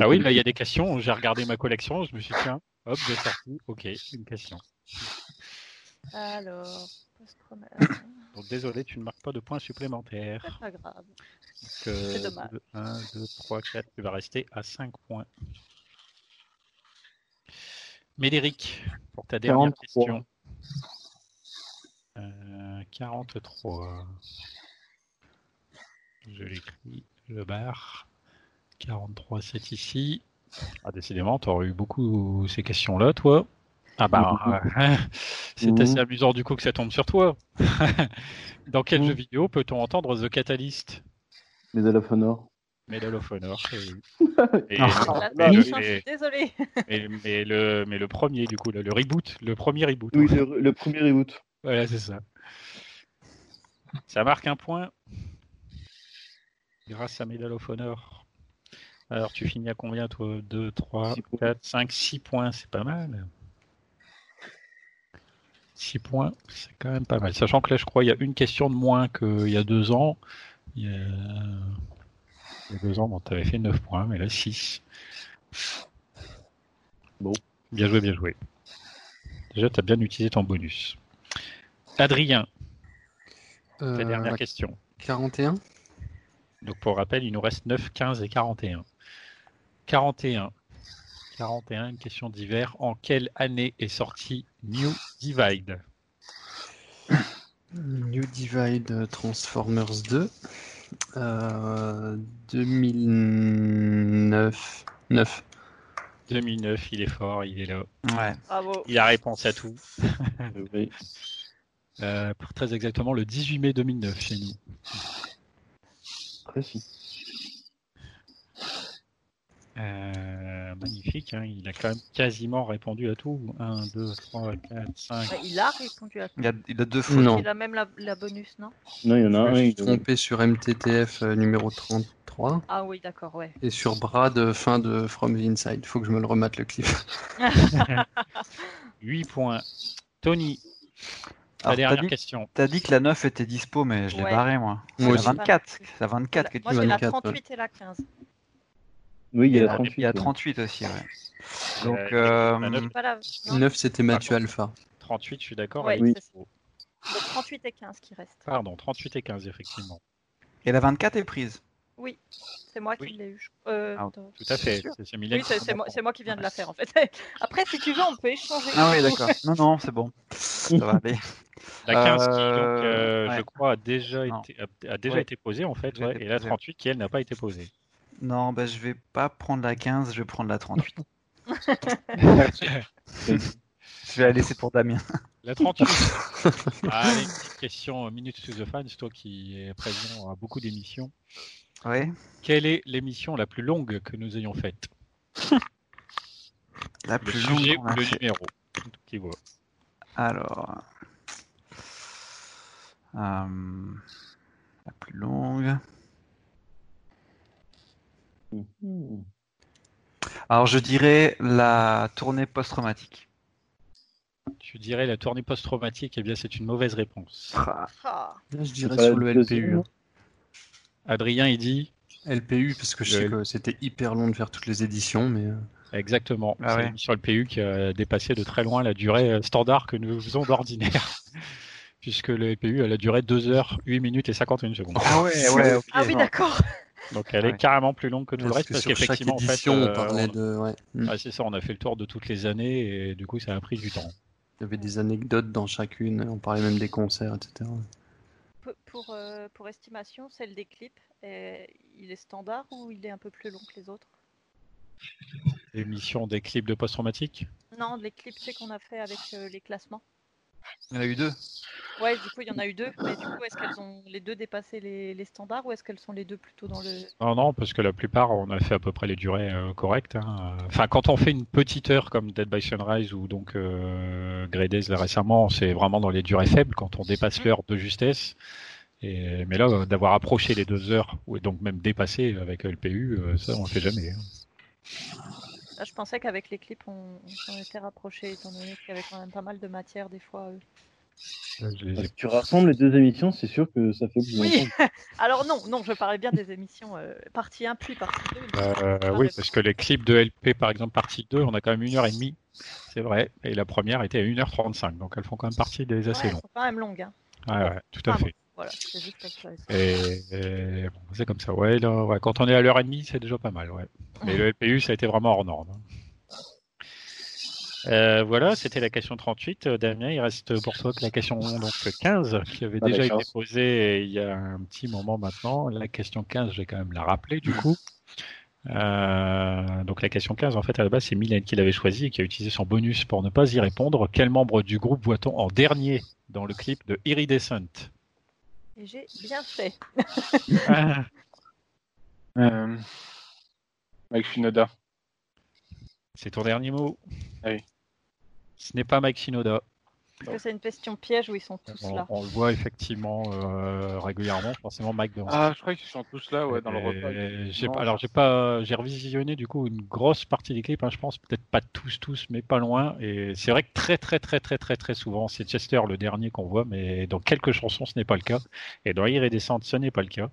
[SPEAKER 1] Ah oui, là, il y a des questions. J'ai regardé ma collection. Je me suis dit, tiens, hop, j'ai sorti. Ok, une question.
[SPEAKER 4] Alors, post-trauma-
[SPEAKER 1] Donc, désolé, tu ne marques pas de points supplémentaires.
[SPEAKER 4] c'est pas grave.
[SPEAKER 1] Donc, euh,
[SPEAKER 4] C'est dommage.
[SPEAKER 1] 1, 2, 3, 4, tu vas rester à 5 points. Médéric, pour ta dernière
[SPEAKER 2] 43.
[SPEAKER 1] question. Euh, 43. Je l'écris, le bar. 43, c'est ici. Ah, décidément, t'aurais eu beaucoup ces questions-là, toi. Ah bah, euh, c'est
[SPEAKER 2] Mhm.
[SPEAKER 1] assez amusant du coup que ça tombe sur toi. [LAUGHS] Dans quel
[SPEAKER 2] Mhm.
[SPEAKER 1] jeu vidéo peut-on entendre The Catalyst
[SPEAKER 2] Medal of Honor.
[SPEAKER 1] Medal of Honor. Et, et-
[SPEAKER 5] Ah,
[SPEAKER 4] Là,
[SPEAKER 1] mais,
[SPEAKER 4] je
[SPEAKER 1] le,
[SPEAKER 4] suis
[SPEAKER 1] mais-
[SPEAKER 4] désolée.
[SPEAKER 1] mais- mais le, mais le premier, du coup, le, le reboot, le premier reboot. hein.
[SPEAKER 2] Oui, le, le premier reboot.
[SPEAKER 1] Voilà, c'est ça. Ça marque un point grâce à Medal of Honor. Alors, tu finis à combien, toi 2, 3,
[SPEAKER 2] Six points.
[SPEAKER 1] 4, 5, 6 points, c'est pas mal. 6 points, c'est quand même pas mal. Sachant que là, je crois, il y a une question de moins qu'il y a deux ans. Il y a, il y a deux ans, bon, t'avais fait 9 points, mais là, 6.
[SPEAKER 2] Bon.
[SPEAKER 1] Bien joué, bien joué. Déjà, t'as bien utilisé ton bonus. Adrien,
[SPEAKER 6] Euh,
[SPEAKER 1] ta dernière
[SPEAKER 6] la
[SPEAKER 1] question.
[SPEAKER 6] 41.
[SPEAKER 1] Donc pour rappel, il nous reste 9, 15 et 41. 41. 41, une question d'hiver. En quelle année est sorti New Divide
[SPEAKER 6] New Divide Transformers 2. Euh, 2009. 9.
[SPEAKER 1] 2009, il est fort, il est là.
[SPEAKER 5] Ouais.
[SPEAKER 4] Bravo.
[SPEAKER 1] Il a réponse à tout.
[SPEAKER 2] Oui.
[SPEAKER 1] Euh, pour très exactement le 18 mai 2009 chez nous.
[SPEAKER 2] Précis.
[SPEAKER 1] Euh, magnifique, hein, il a quand même quasiment répondu à tout. 1, 2, 3, 4, 5.
[SPEAKER 4] Ouais, Il a répondu à tout.
[SPEAKER 5] Il a, il a deux fois.
[SPEAKER 6] Non,
[SPEAKER 4] Il a même la, la bonus, non
[SPEAKER 2] Non, il y en a
[SPEAKER 6] je
[SPEAKER 2] un.
[SPEAKER 6] me suis
[SPEAKER 2] il-
[SPEAKER 6] trompé sur MTTF euh, numéro 33
[SPEAKER 4] Ah oui, d'accord, ouais.
[SPEAKER 6] et sur Brad euh, fin de From the Inside. Faut que je me le remate le clip.
[SPEAKER 1] 8 points. Tony, ta
[SPEAKER 5] Alors, t'as
[SPEAKER 1] dernière
[SPEAKER 5] dit,
[SPEAKER 1] question.
[SPEAKER 5] t'as dit que la 9 était dispo, mais je l'ai
[SPEAKER 4] Ouais.
[SPEAKER 5] barré moi.
[SPEAKER 6] Moi
[SPEAKER 5] C'est
[SPEAKER 6] aussi.
[SPEAKER 5] la 24. C'est la 24 qui est
[SPEAKER 4] Moi,
[SPEAKER 5] dispo.
[SPEAKER 4] j'ai la
[SPEAKER 6] 24,
[SPEAKER 4] 38 et la 15.
[SPEAKER 2] Oui, il y a
[SPEAKER 5] Ah,
[SPEAKER 2] 38.
[SPEAKER 5] Il y a
[SPEAKER 2] ouais.
[SPEAKER 5] 38 aussi, ouais. Donc,
[SPEAKER 1] Euh,
[SPEAKER 5] euh,
[SPEAKER 1] la note
[SPEAKER 4] C'est pas la... non,
[SPEAKER 6] 9, c'était Mathieu Alpha.
[SPEAKER 1] 38, je suis d'accord.
[SPEAKER 4] Ouais,
[SPEAKER 1] elle est
[SPEAKER 4] c'est ça.
[SPEAKER 1] trop.
[SPEAKER 4] c'est 38 et 15 qui restent.
[SPEAKER 1] Pardon, 38 et 15, effectivement.
[SPEAKER 5] et la 24 est prise.
[SPEAKER 4] C'est moi
[SPEAKER 1] Oui.
[SPEAKER 4] qui l'ai eu. je- euh,
[SPEAKER 5] Ah,
[SPEAKER 4] attends.
[SPEAKER 1] Tout à fait.
[SPEAKER 5] Sûr.
[SPEAKER 1] C'est c'est Mylène
[SPEAKER 4] Oui, c'est
[SPEAKER 1] qui
[SPEAKER 4] c'est moi,
[SPEAKER 1] comprend.
[SPEAKER 4] c'est moi qui viens de la faire en fait. [LAUGHS] Après, si tu veux, on peut échanger.
[SPEAKER 5] Ah
[SPEAKER 4] [LAUGHS]
[SPEAKER 5] oui, d'accord. Non, non, c'est bon. Ça va aller.
[SPEAKER 1] La 15 qui, donc,
[SPEAKER 5] Euh,
[SPEAKER 1] euh,
[SPEAKER 5] ouais.
[SPEAKER 1] je crois, a déjà,
[SPEAKER 5] Non.
[SPEAKER 1] été, a, a déjà
[SPEAKER 5] Ouais.
[SPEAKER 1] été posée, en fait,
[SPEAKER 5] Déjà
[SPEAKER 1] ouais,
[SPEAKER 5] été
[SPEAKER 1] et la
[SPEAKER 5] posée.
[SPEAKER 1] 38 qui, elle, n'a pas été posée.
[SPEAKER 5] Non, bah, je vais pas prendre la 15, je vais prendre la
[SPEAKER 4] [LAUGHS]
[SPEAKER 5] 38. je vais la laisser pour Damien.
[SPEAKER 1] La [LAUGHS] 38 Ah, Allez, petite question, euh, Minute to the Fans, toi qui es présent à beaucoup d'émissions.
[SPEAKER 5] Oui.
[SPEAKER 1] Quelle est l'émission la plus longue que nous ayons faite
[SPEAKER 5] La
[SPEAKER 1] Le
[SPEAKER 5] plus longue.
[SPEAKER 1] sujet
[SPEAKER 5] qu'on
[SPEAKER 1] ou
[SPEAKER 5] a
[SPEAKER 1] le
[SPEAKER 5] fait.
[SPEAKER 1] numéro qui voit.
[SPEAKER 5] Alors. euh, La plus longue.
[SPEAKER 2] Mhm.
[SPEAKER 5] Alors, je dirais la tournée post-traumatique.
[SPEAKER 1] Tu dirais la tournée post-traumatique, eh bien, c'est une mauvaise réponse.
[SPEAKER 4] Ah,
[SPEAKER 6] Là, je dirais
[SPEAKER 2] pas
[SPEAKER 6] sur
[SPEAKER 2] la
[SPEAKER 6] le
[SPEAKER 2] deuxième,
[SPEAKER 6] LPU. hein.
[SPEAKER 1] Adrien, il dit
[SPEAKER 6] LPU, parce que je
[SPEAKER 1] Le
[SPEAKER 6] sais
[SPEAKER 1] L-
[SPEAKER 6] que c'était hyper long de faire toutes les éditions, mais. euh,
[SPEAKER 1] exactement.
[SPEAKER 5] Ah ouais.
[SPEAKER 1] c'est l'émission LPU qui a dépassé de très loin la durée euh, standard que nous faisons d'ordinaire. [LAUGHS] Puisque le LPU, elle a duré 2 heures, 8 minutes et 51 secondes.
[SPEAKER 5] Ah ouais, ouais, ok.
[SPEAKER 4] Ah oui, d'accord.
[SPEAKER 1] Donc elle
[SPEAKER 5] Ouais.
[SPEAKER 1] est carrément plus longue que tout le
[SPEAKER 6] parce
[SPEAKER 1] reste
[SPEAKER 6] que
[SPEAKER 1] parce
[SPEAKER 6] sur chaque
[SPEAKER 1] qu'effectivement, en fait,
[SPEAKER 6] édition,
[SPEAKER 1] euh,
[SPEAKER 6] on parlait de. ouais. Mm.
[SPEAKER 1] Ah, c'est ça, on a fait le tour de toutes les années et du coup, ça a pris du temps.
[SPEAKER 6] Il y avait des anecdotes dans chacune, on parlait même des concerts, etc.
[SPEAKER 4] P- Pour, euh, pour estimation, celle des clips, euh, il est standard ou il est un peu plus long que les autres
[SPEAKER 1] L'émission des clips de post-traumatique
[SPEAKER 4] Non, les clips, c'est qu'on a fait avec euh, les classements.
[SPEAKER 5] Il y en a eu deux.
[SPEAKER 4] Ouais, du coup, il y en a eu deux. Mais du coup, est-ce qu'elles ont les deux dépassé les, les standards ou est-ce qu'elles sont les deux plutôt dans le.
[SPEAKER 1] Non, non, parce que la plupart, on a fait à peu près les durées euh, correctes. hein. Enfin, quand on fait une petite heure comme Dead by Sunrise ou donc euh, Grey Days, là récemment, c'est vraiment dans les durées faibles quand on dépasse l'heure de justesse. Et, mais là, euh, d'avoir approché les deux heures, ou donc même dépassé avec LPU, euh, ça, on le fait jamais. hein.
[SPEAKER 4] Là, Ah, je pensais qu'avec les clips, on, on s'en était rapproché, étant donné qu'il y avait quand même pas mal de matière des fois. euh.
[SPEAKER 1] Je les ai-
[SPEAKER 2] Si tu rassembles les deux émissions, c'est sûr que ça fait plus
[SPEAKER 4] Oui
[SPEAKER 2] longtemps.
[SPEAKER 4] Alors, non, non, je parlais bien des émissions euh, partie 1 puis partie 2.
[SPEAKER 1] Euh, oui, parce que les clips de LP, par exemple, partie 2, on a quand même une heure et demie, c'est vrai. Et la première était à 1h35, donc elles font quand même partie des
[SPEAKER 4] Ouais,
[SPEAKER 1] assez
[SPEAKER 4] elles
[SPEAKER 1] longues.
[SPEAKER 4] sont quand même longues. hein.
[SPEAKER 1] Ouais, ouais, tout à
[SPEAKER 4] Ah,
[SPEAKER 1] fait.
[SPEAKER 4] Voilà, c'est juste comme ça. elles sont-
[SPEAKER 1] Et, et bon, c'est comme ça, ouais, là, ouais, Quand on est à l'heure et demie, c'est déjà pas mal, ouais. Mais le LPU, ça a été vraiment hors norme. hein. Euh, voilà, c'était la question 38. Euh, Damien, il reste pour toi que la question donc, 15, qui avait
[SPEAKER 2] Ah,
[SPEAKER 1] déjà été
[SPEAKER 2] d'accord.
[SPEAKER 1] posée il y a un petit moment maintenant. La question 15, je vais quand même la rappeler, du coup. Euh, donc la question 15, en fait, à la base, c'est Mylène qui l'avait choisie et qui a utilisé son bonus pour ne pas y répondre. Quel membre du groupe voit-on en dernier dans le clip de Iridescent
[SPEAKER 4] Et j'ai bien fait.
[SPEAKER 3] Euh... Mike Shinoda.
[SPEAKER 1] C'est ton dernier mot
[SPEAKER 3] Ah oui.
[SPEAKER 1] Ce n'est pas Mike Shinoda.
[SPEAKER 4] Parce que c'est une question piège où ils sont tous
[SPEAKER 1] On,
[SPEAKER 4] là.
[SPEAKER 1] on le voit effectivement euh, régulièrement, forcément Mike devant.
[SPEAKER 3] Ah, je crois qu'ils sont tous là, ouais, dans le repas.
[SPEAKER 1] Et j'ai
[SPEAKER 3] Non.
[SPEAKER 1] pas- alors j'ai pas, j'ai revisionné du coup une grosse partie des clips, hein, je pense peut-être pas tous tous, mais pas loin. Et c'est vrai que très très très très très très souvent c'est Chester le dernier qu'on voit, mais dans quelques chansons ce n'est pas le cas. Et dans Iridescent ce n'est pas le cas.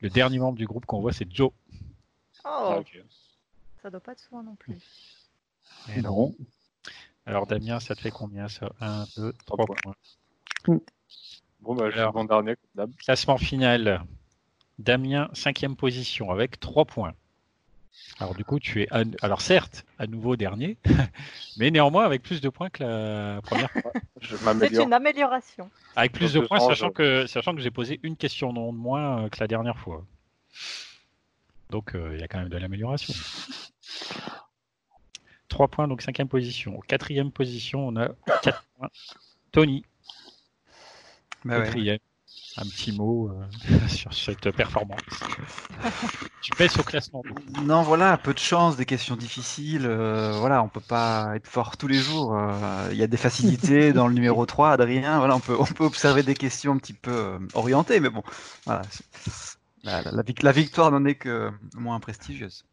[SPEAKER 1] Le dernier membre du groupe qu'on voit c'est Joe.
[SPEAKER 3] Ah,
[SPEAKER 4] Oh,
[SPEAKER 3] ok.
[SPEAKER 4] ça doit pas être souvent non plus.
[SPEAKER 1] Et non. Alors Damien, ça te fait combien ça 1, 2, 3
[SPEAKER 3] points.
[SPEAKER 1] points.
[SPEAKER 3] Bon, bah, je suis
[SPEAKER 1] Alors.
[SPEAKER 3] mon dernier, comme d'hab.
[SPEAKER 1] Classement final. Damien, cinquième position avec 3 points. Alors du coup, tu es à- alors certes à nouveau dernier, [LAUGHS] mais néanmoins avec plus de points que la première. fois.
[SPEAKER 3] Je
[SPEAKER 4] C'est
[SPEAKER 3] m'améliore.
[SPEAKER 4] une amélioration.
[SPEAKER 1] Avec plus de
[SPEAKER 3] Donc,
[SPEAKER 1] points,
[SPEAKER 3] je change.
[SPEAKER 1] sachant que sachant que j'ai posé une question non de moins euh, que la dernière fois. Donc euh, il y a quand même de l'amélioration. 3 points, donc cinquième position. Quatrième position, on a 4 points. Tony,
[SPEAKER 5] Bah ouais.
[SPEAKER 1] quatrième. Un petit mot euh, [LAUGHS] sur cette [LAUGHS] performance. tu baisses au classement.
[SPEAKER 5] Non, voilà, peu de chance, des questions difficiles. euh, voilà, on peut pas être fort tous les jours. euh, Il y a des [LAUGHS] facilités dans le numéro 3, Adrien. Voilà, on peut, on peut observer des questions un petit peu euh, orientées, mais bon, voilà. c'est- La, la- la vic- la victoire n'en est que moins prestigieuse.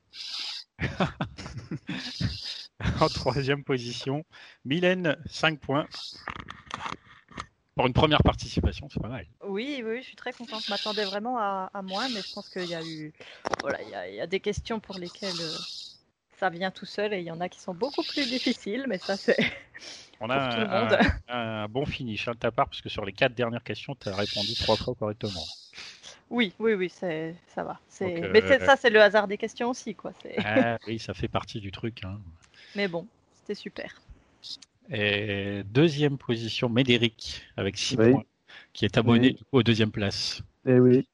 [SPEAKER 1] En troisième position, Mylène, 5 points. Pour une première participation, c'est pas mal.
[SPEAKER 4] Oui, oui, je suis très contente. Je m'attendais vraiment à, à moins, mais je pense qu'il y a eu. Voilà, il y a, il y a des questions pour lesquelles euh, ça vient tout seul et il y en a qui sont beaucoup plus difficiles, mais ça, c'est
[SPEAKER 1] On
[SPEAKER 4] pour
[SPEAKER 1] a
[SPEAKER 4] tout le
[SPEAKER 1] un,
[SPEAKER 4] monde.
[SPEAKER 1] [LAUGHS] un- un bon finish hein, de ta part, parce que sur les quatre dernières questions, tu as répondu trois fois correctement.
[SPEAKER 4] [LAUGHS] Oui, oui, oui, c'est ça va. C'est...
[SPEAKER 1] Donc, euh,
[SPEAKER 4] Mais c'est- ça, c'est le hasard des questions aussi, quoi. C'est...
[SPEAKER 1] Ah, oui, ça fait partie du truc. hein.
[SPEAKER 4] Mais bon, c'était super.
[SPEAKER 1] Et deuxième position, Médéric, avec 6
[SPEAKER 2] Oui.
[SPEAKER 1] points, qui est abonné
[SPEAKER 2] Oui.
[SPEAKER 1] du coup, aux deuxième place.
[SPEAKER 2] Eh oui,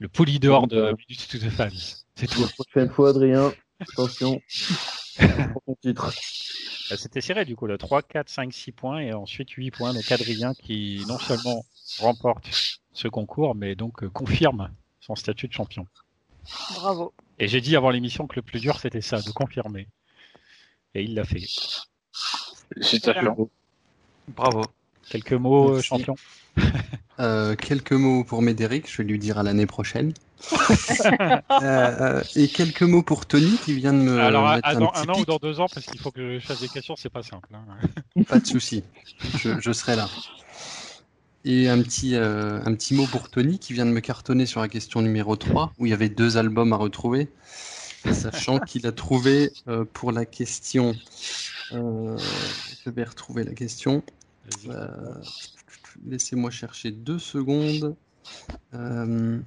[SPEAKER 1] Le polydor de
[SPEAKER 2] Euh,
[SPEAKER 1] Minutes to the Fans. C'est tout.
[SPEAKER 2] la prochaine fois, Adrien, attention. Pour ton titre.
[SPEAKER 1] Euh, C'était serré du coup, le 3, 4, 5, 6 points et ensuite 8 points. Donc Adrien qui non seulement remporte ce concours, mais donc euh, confirme son statut de champion.
[SPEAKER 4] Bravo.
[SPEAKER 1] Et j'ai dit avant l'émission que le plus dur c'était ça, de confirmer. Et il l'a fait.
[SPEAKER 3] Citation.
[SPEAKER 5] Bravo.
[SPEAKER 1] Quelques mots, euh,
[SPEAKER 6] Merci.
[SPEAKER 1] champion
[SPEAKER 6] Euh, quelques mots pour Médéric, je vais lui dire à l'année prochaine. Euh, euh, et quelques mots pour Tony qui vient de me
[SPEAKER 1] Alors, à-
[SPEAKER 6] mettre
[SPEAKER 1] à
[SPEAKER 6] un
[SPEAKER 1] dans
[SPEAKER 6] petit
[SPEAKER 1] un an ou
[SPEAKER 6] pic.
[SPEAKER 1] dans deux ans, parce qu'il faut que je fasse des questions, c'est pas simple. hein.
[SPEAKER 6] Pas de souci, je, je serai là. Et un petit, euh, un petit mot pour Tony qui vient de me cartonner sur la question numéro 3, où il y avait deux albums à retrouver, sachant qu'il a trouvé euh, pour la question... euh, je vais retrouver la question.
[SPEAKER 1] Vas-y.
[SPEAKER 6] Euh, Laissez-moi chercher deux secondes. Euh,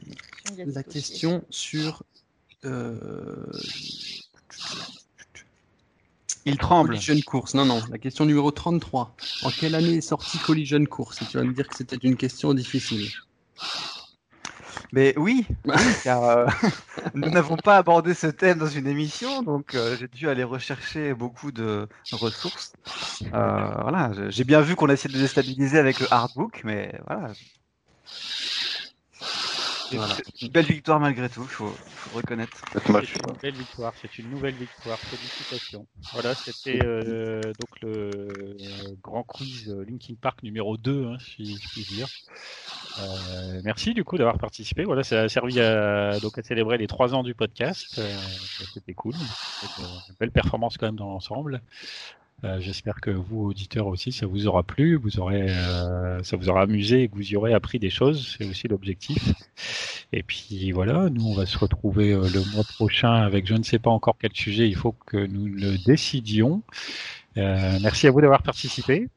[SPEAKER 4] Il y a du
[SPEAKER 6] la
[SPEAKER 4] dossier.
[SPEAKER 6] question sur... euh,
[SPEAKER 5] Il tremble.
[SPEAKER 6] Collision Course, non, non, la question numéro 33. En quelle année est sortie Collision Course Et tu vas me dire que c'était une question difficile.
[SPEAKER 5] Mais
[SPEAKER 1] [LAUGHS]
[SPEAKER 5] oui, oui, car euh, [LAUGHS] nous n'avons pas abordé ce thème dans une émission, donc euh, j'ai dû aller rechercher beaucoup de ressources. Euh, voilà, je- j'ai bien vu qu'on a essayé de le déstabiliser avec le hardbook, mais voilà. C'est
[SPEAKER 6] Voilà.
[SPEAKER 5] Une belle victoire malgré tout, faut, faut reconnaître.
[SPEAKER 7] C'est moche.
[SPEAKER 1] C'est une belle victoire, c'est une nouvelle victoire. Félicitations. Voilà, c'était euh, donc le euh, grand quiz euh, Linkin Park numéro 2, hein, si je puis dire. Euh, merci du coup d'avoir participé. Voilà, ça a servi à, donc, à célébrer les trois ans du podcast. Euh, c'était cool. C'était, euh, belle performance quand même dans l'ensemble. Euh, J'espère que vous, auditeurs aussi, ça vous aura plu, vous aurez, euh, ça vous aura amusé et que vous y aurez appris des choses. C'est aussi l'objectif. Et puis voilà, nous on va se retrouver euh, le mois prochain avec je ne sais pas encore quel sujet, il faut que nous le décidions. Euh, merci à vous d'avoir participé.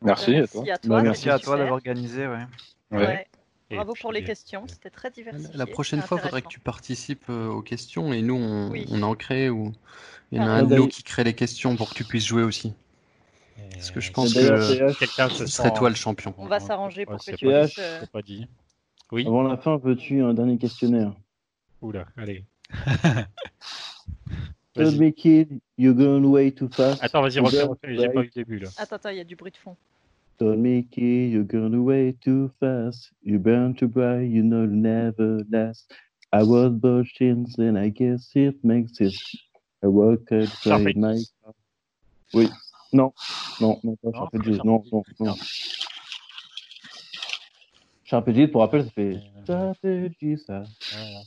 [SPEAKER 7] Merci à toi.
[SPEAKER 4] Merci à toi.
[SPEAKER 2] Bah,
[SPEAKER 5] Merci
[SPEAKER 4] c'était
[SPEAKER 5] à toi
[SPEAKER 4] super.
[SPEAKER 5] d'avoir organisé. Ouais.
[SPEAKER 7] Ouais.
[SPEAKER 4] Ouais.
[SPEAKER 1] Et
[SPEAKER 4] Bravo pour les
[SPEAKER 1] puis,
[SPEAKER 4] questions, c'était très diversifié.
[SPEAKER 6] La prochaine fois, il faudrait que tu participes euh, aux questions et nous, on,
[SPEAKER 4] Oui.
[SPEAKER 6] on en crée ou il y en a
[SPEAKER 4] Ah,
[SPEAKER 6] un de
[SPEAKER 2] oui.
[SPEAKER 6] nous qui crée les questions pour que tu puisses jouer aussi.
[SPEAKER 1] euh,
[SPEAKER 6] Parce que je
[SPEAKER 2] Et
[SPEAKER 6] pense
[SPEAKER 2] D'ailleurs,
[SPEAKER 6] que
[SPEAKER 2] TH,
[SPEAKER 1] quelqu'un se
[SPEAKER 6] ce
[SPEAKER 1] sent-
[SPEAKER 6] serait toi le champion.
[SPEAKER 4] On va s'arranger pour
[SPEAKER 1] Ouais,
[SPEAKER 4] que
[SPEAKER 1] c'est
[SPEAKER 4] tu
[SPEAKER 1] pas-
[SPEAKER 4] puisses, euh,
[SPEAKER 1] c'est pas dit. Oui.
[SPEAKER 2] avant la fin, veux-tu un dernier questionnaire
[SPEAKER 1] Oula, allez.
[SPEAKER 2] Just
[SPEAKER 1] Vas-y.
[SPEAKER 2] be kid, you're going way too fast.
[SPEAKER 1] Attends, vas-y, refais, refais, j'ai
[SPEAKER 2] Ouais.
[SPEAKER 1] pas eu le début là.
[SPEAKER 4] Attends, attends, il y a du bruit de fond.
[SPEAKER 2] Don't make it, you're going away too fast. You burn too bright, you know you'll never last. I was bushings and I guess it makes it. I work
[SPEAKER 1] Sharpie.
[SPEAKER 2] outside my car. Oui, non, non, non, pas
[SPEAKER 1] Non,
[SPEAKER 2] Sharpie
[SPEAKER 1] pas
[SPEAKER 2] Jeez, non,
[SPEAKER 1] Sharpie
[SPEAKER 2] non,
[SPEAKER 1] Jeez,
[SPEAKER 2] non.
[SPEAKER 1] non.
[SPEAKER 2] Sharpie Jeez, pour rappel, ça fait
[SPEAKER 1] Euh,
[SPEAKER 2] Sharpie Jeez, ça.
[SPEAKER 1] voilà.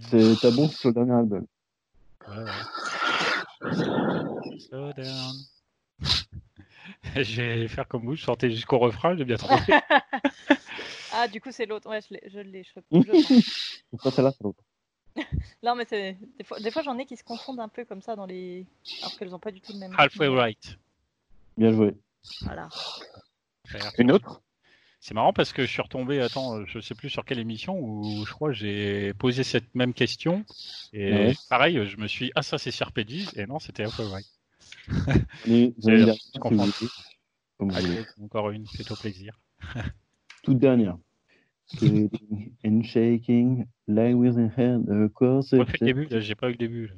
[SPEAKER 2] C'est ta bon sur le dernier album.
[SPEAKER 1] Ouais, ouais. [LAUGHS] Slow down. [LAUGHS] je vais faire comme vous, je sortais jusqu'au refrain, j'ai bien trouvé.
[SPEAKER 4] Ah, du coup, c'est l'autre. Ouais, je l'ai, je l'ai. je-
[SPEAKER 2] [LAUGHS]
[SPEAKER 4] je-
[SPEAKER 2] C'est pas celle-là, c'est l'autre.
[SPEAKER 4] non, mais c'est des fois, des fois, j'en ai qui se confondent un peu comme ça dans les. Alors qu'elles n'ont pas du tout le même.
[SPEAKER 1] Halfway right.
[SPEAKER 2] Bien joué.
[SPEAKER 4] Voilà.
[SPEAKER 7] Une autre
[SPEAKER 1] C'est marrant parce que je suis retombé, attends, je sais plus sur quelle émission où je crois que j'ai posé cette même question et
[SPEAKER 2] Ouais.
[SPEAKER 1] pareil, je me suis dit, ah ça c'est Serpédis et non c'était Halfway right.
[SPEAKER 2] Les
[SPEAKER 1] C'est-
[SPEAKER 2] années dernières,
[SPEAKER 1] je comprends.
[SPEAKER 2] si vous voulez. Comme vous voulez.
[SPEAKER 1] Allez, encore une, c'est au plaisir.
[SPEAKER 2] toute dernière. Shaking and shaking, lying with her hand across the
[SPEAKER 1] Refais le début, là, j'ai pas eu le début.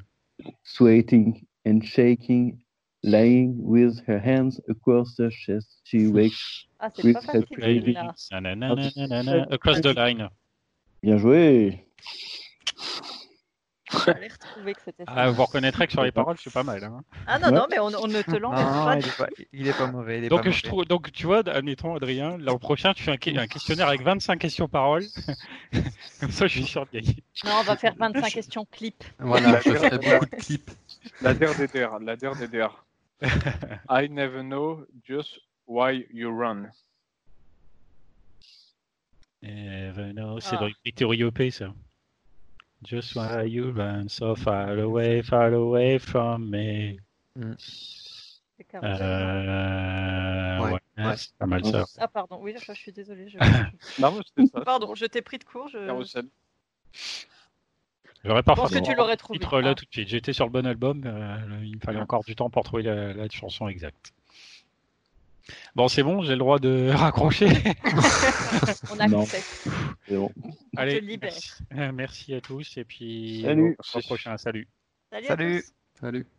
[SPEAKER 1] là.
[SPEAKER 2] sweating and shaking, lying with her hands across her chest. She wakes.
[SPEAKER 4] Ah, c'est
[SPEAKER 2] Oui,
[SPEAKER 4] pas
[SPEAKER 2] c'est
[SPEAKER 4] facile
[SPEAKER 2] très
[SPEAKER 4] celui-là.
[SPEAKER 1] Nanana, nanana, Across the line.
[SPEAKER 2] Bien joué.
[SPEAKER 4] [LAUGHS] J'allais retrouver que c'était ça.
[SPEAKER 1] Ah, vous reconnaîtrez que sur les paroles, c'est pas mal. Hein.
[SPEAKER 4] Ah non, non, mais on, on ne te l'enlève
[SPEAKER 5] Non,
[SPEAKER 4] pas.
[SPEAKER 5] il, est pas, il est pas mauvais. il est
[SPEAKER 1] Donc,
[SPEAKER 5] pas
[SPEAKER 1] je
[SPEAKER 5] mauvais.
[SPEAKER 1] trouve, donc, tu vois, admettons, Adrien, l'an prochain, tu fais un, que- un questionnaire avec 25 questions paroles. [LAUGHS] Comme ça, je suis sûr de gagner.
[SPEAKER 4] Non, on va faire 25 questions clip.
[SPEAKER 6] [LAUGHS] Voilà, je ferai beaucoup [LAUGHS] de clips.
[SPEAKER 3] La der des der, la der des der. I never know just why you run.
[SPEAKER 1] Eh, ben, non, c'est
[SPEAKER 4] Ah.
[SPEAKER 1] dans Victory OP, ça. Just why you run so
[SPEAKER 4] Mm-hmm.
[SPEAKER 1] far away, far away from me.
[SPEAKER 4] C'est carré.
[SPEAKER 1] Euh,
[SPEAKER 5] Ouais,
[SPEAKER 1] ouais,
[SPEAKER 5] ouais. Mm-hmm.
[SPEAKER 1] c'est pas mal ça.
[SPEAKER 4] Ah, pardon. Oui, je, je suis
[SPEAKER 1] [LAUGHS]
[SPEAKER 4] désolée. je-
[SPEAKER 3] Non, mais c'était ça.
[SPEAKER 4] Pardon, je t'ai pris de court. Je...
[SPEAKER 3] Carousel.
[SPEAKER 1] J'aurais pas
[SPEAKER 4] Je pense que
[SPEAKER 1] forcément
[SPEAKER 4] tu l'aurais trouvé.
[SPEAKER 1] titre là
[SPEAKER 4] Ah. Mm.
[SPEAKER 1] tout de suite. J'étais sur le bon album. euh, il me fallait encore du temps pour trouver la, la chanson exacte. Bon, c'est bon, j'ai le droit de [LAUGHS] raccrocher.
[SPEAKER 4] On a
[SPEAKER 2] Non.
[SPEAKER 4] fait.
[SPEAKER 2] C'est bon.
[SPEAKER 4] On te libère.
[SPEAKER 1] merci. Euh, merci à tous et puis
[SPEAKER 2] Salut.
[SPEAKER 1] au prochain. Salut.
[SPEAKER 4] Salut. à
[SPEAKER 5] Salut.
[SPEAKER 4] tous.
[SPEAKER 6] Salut.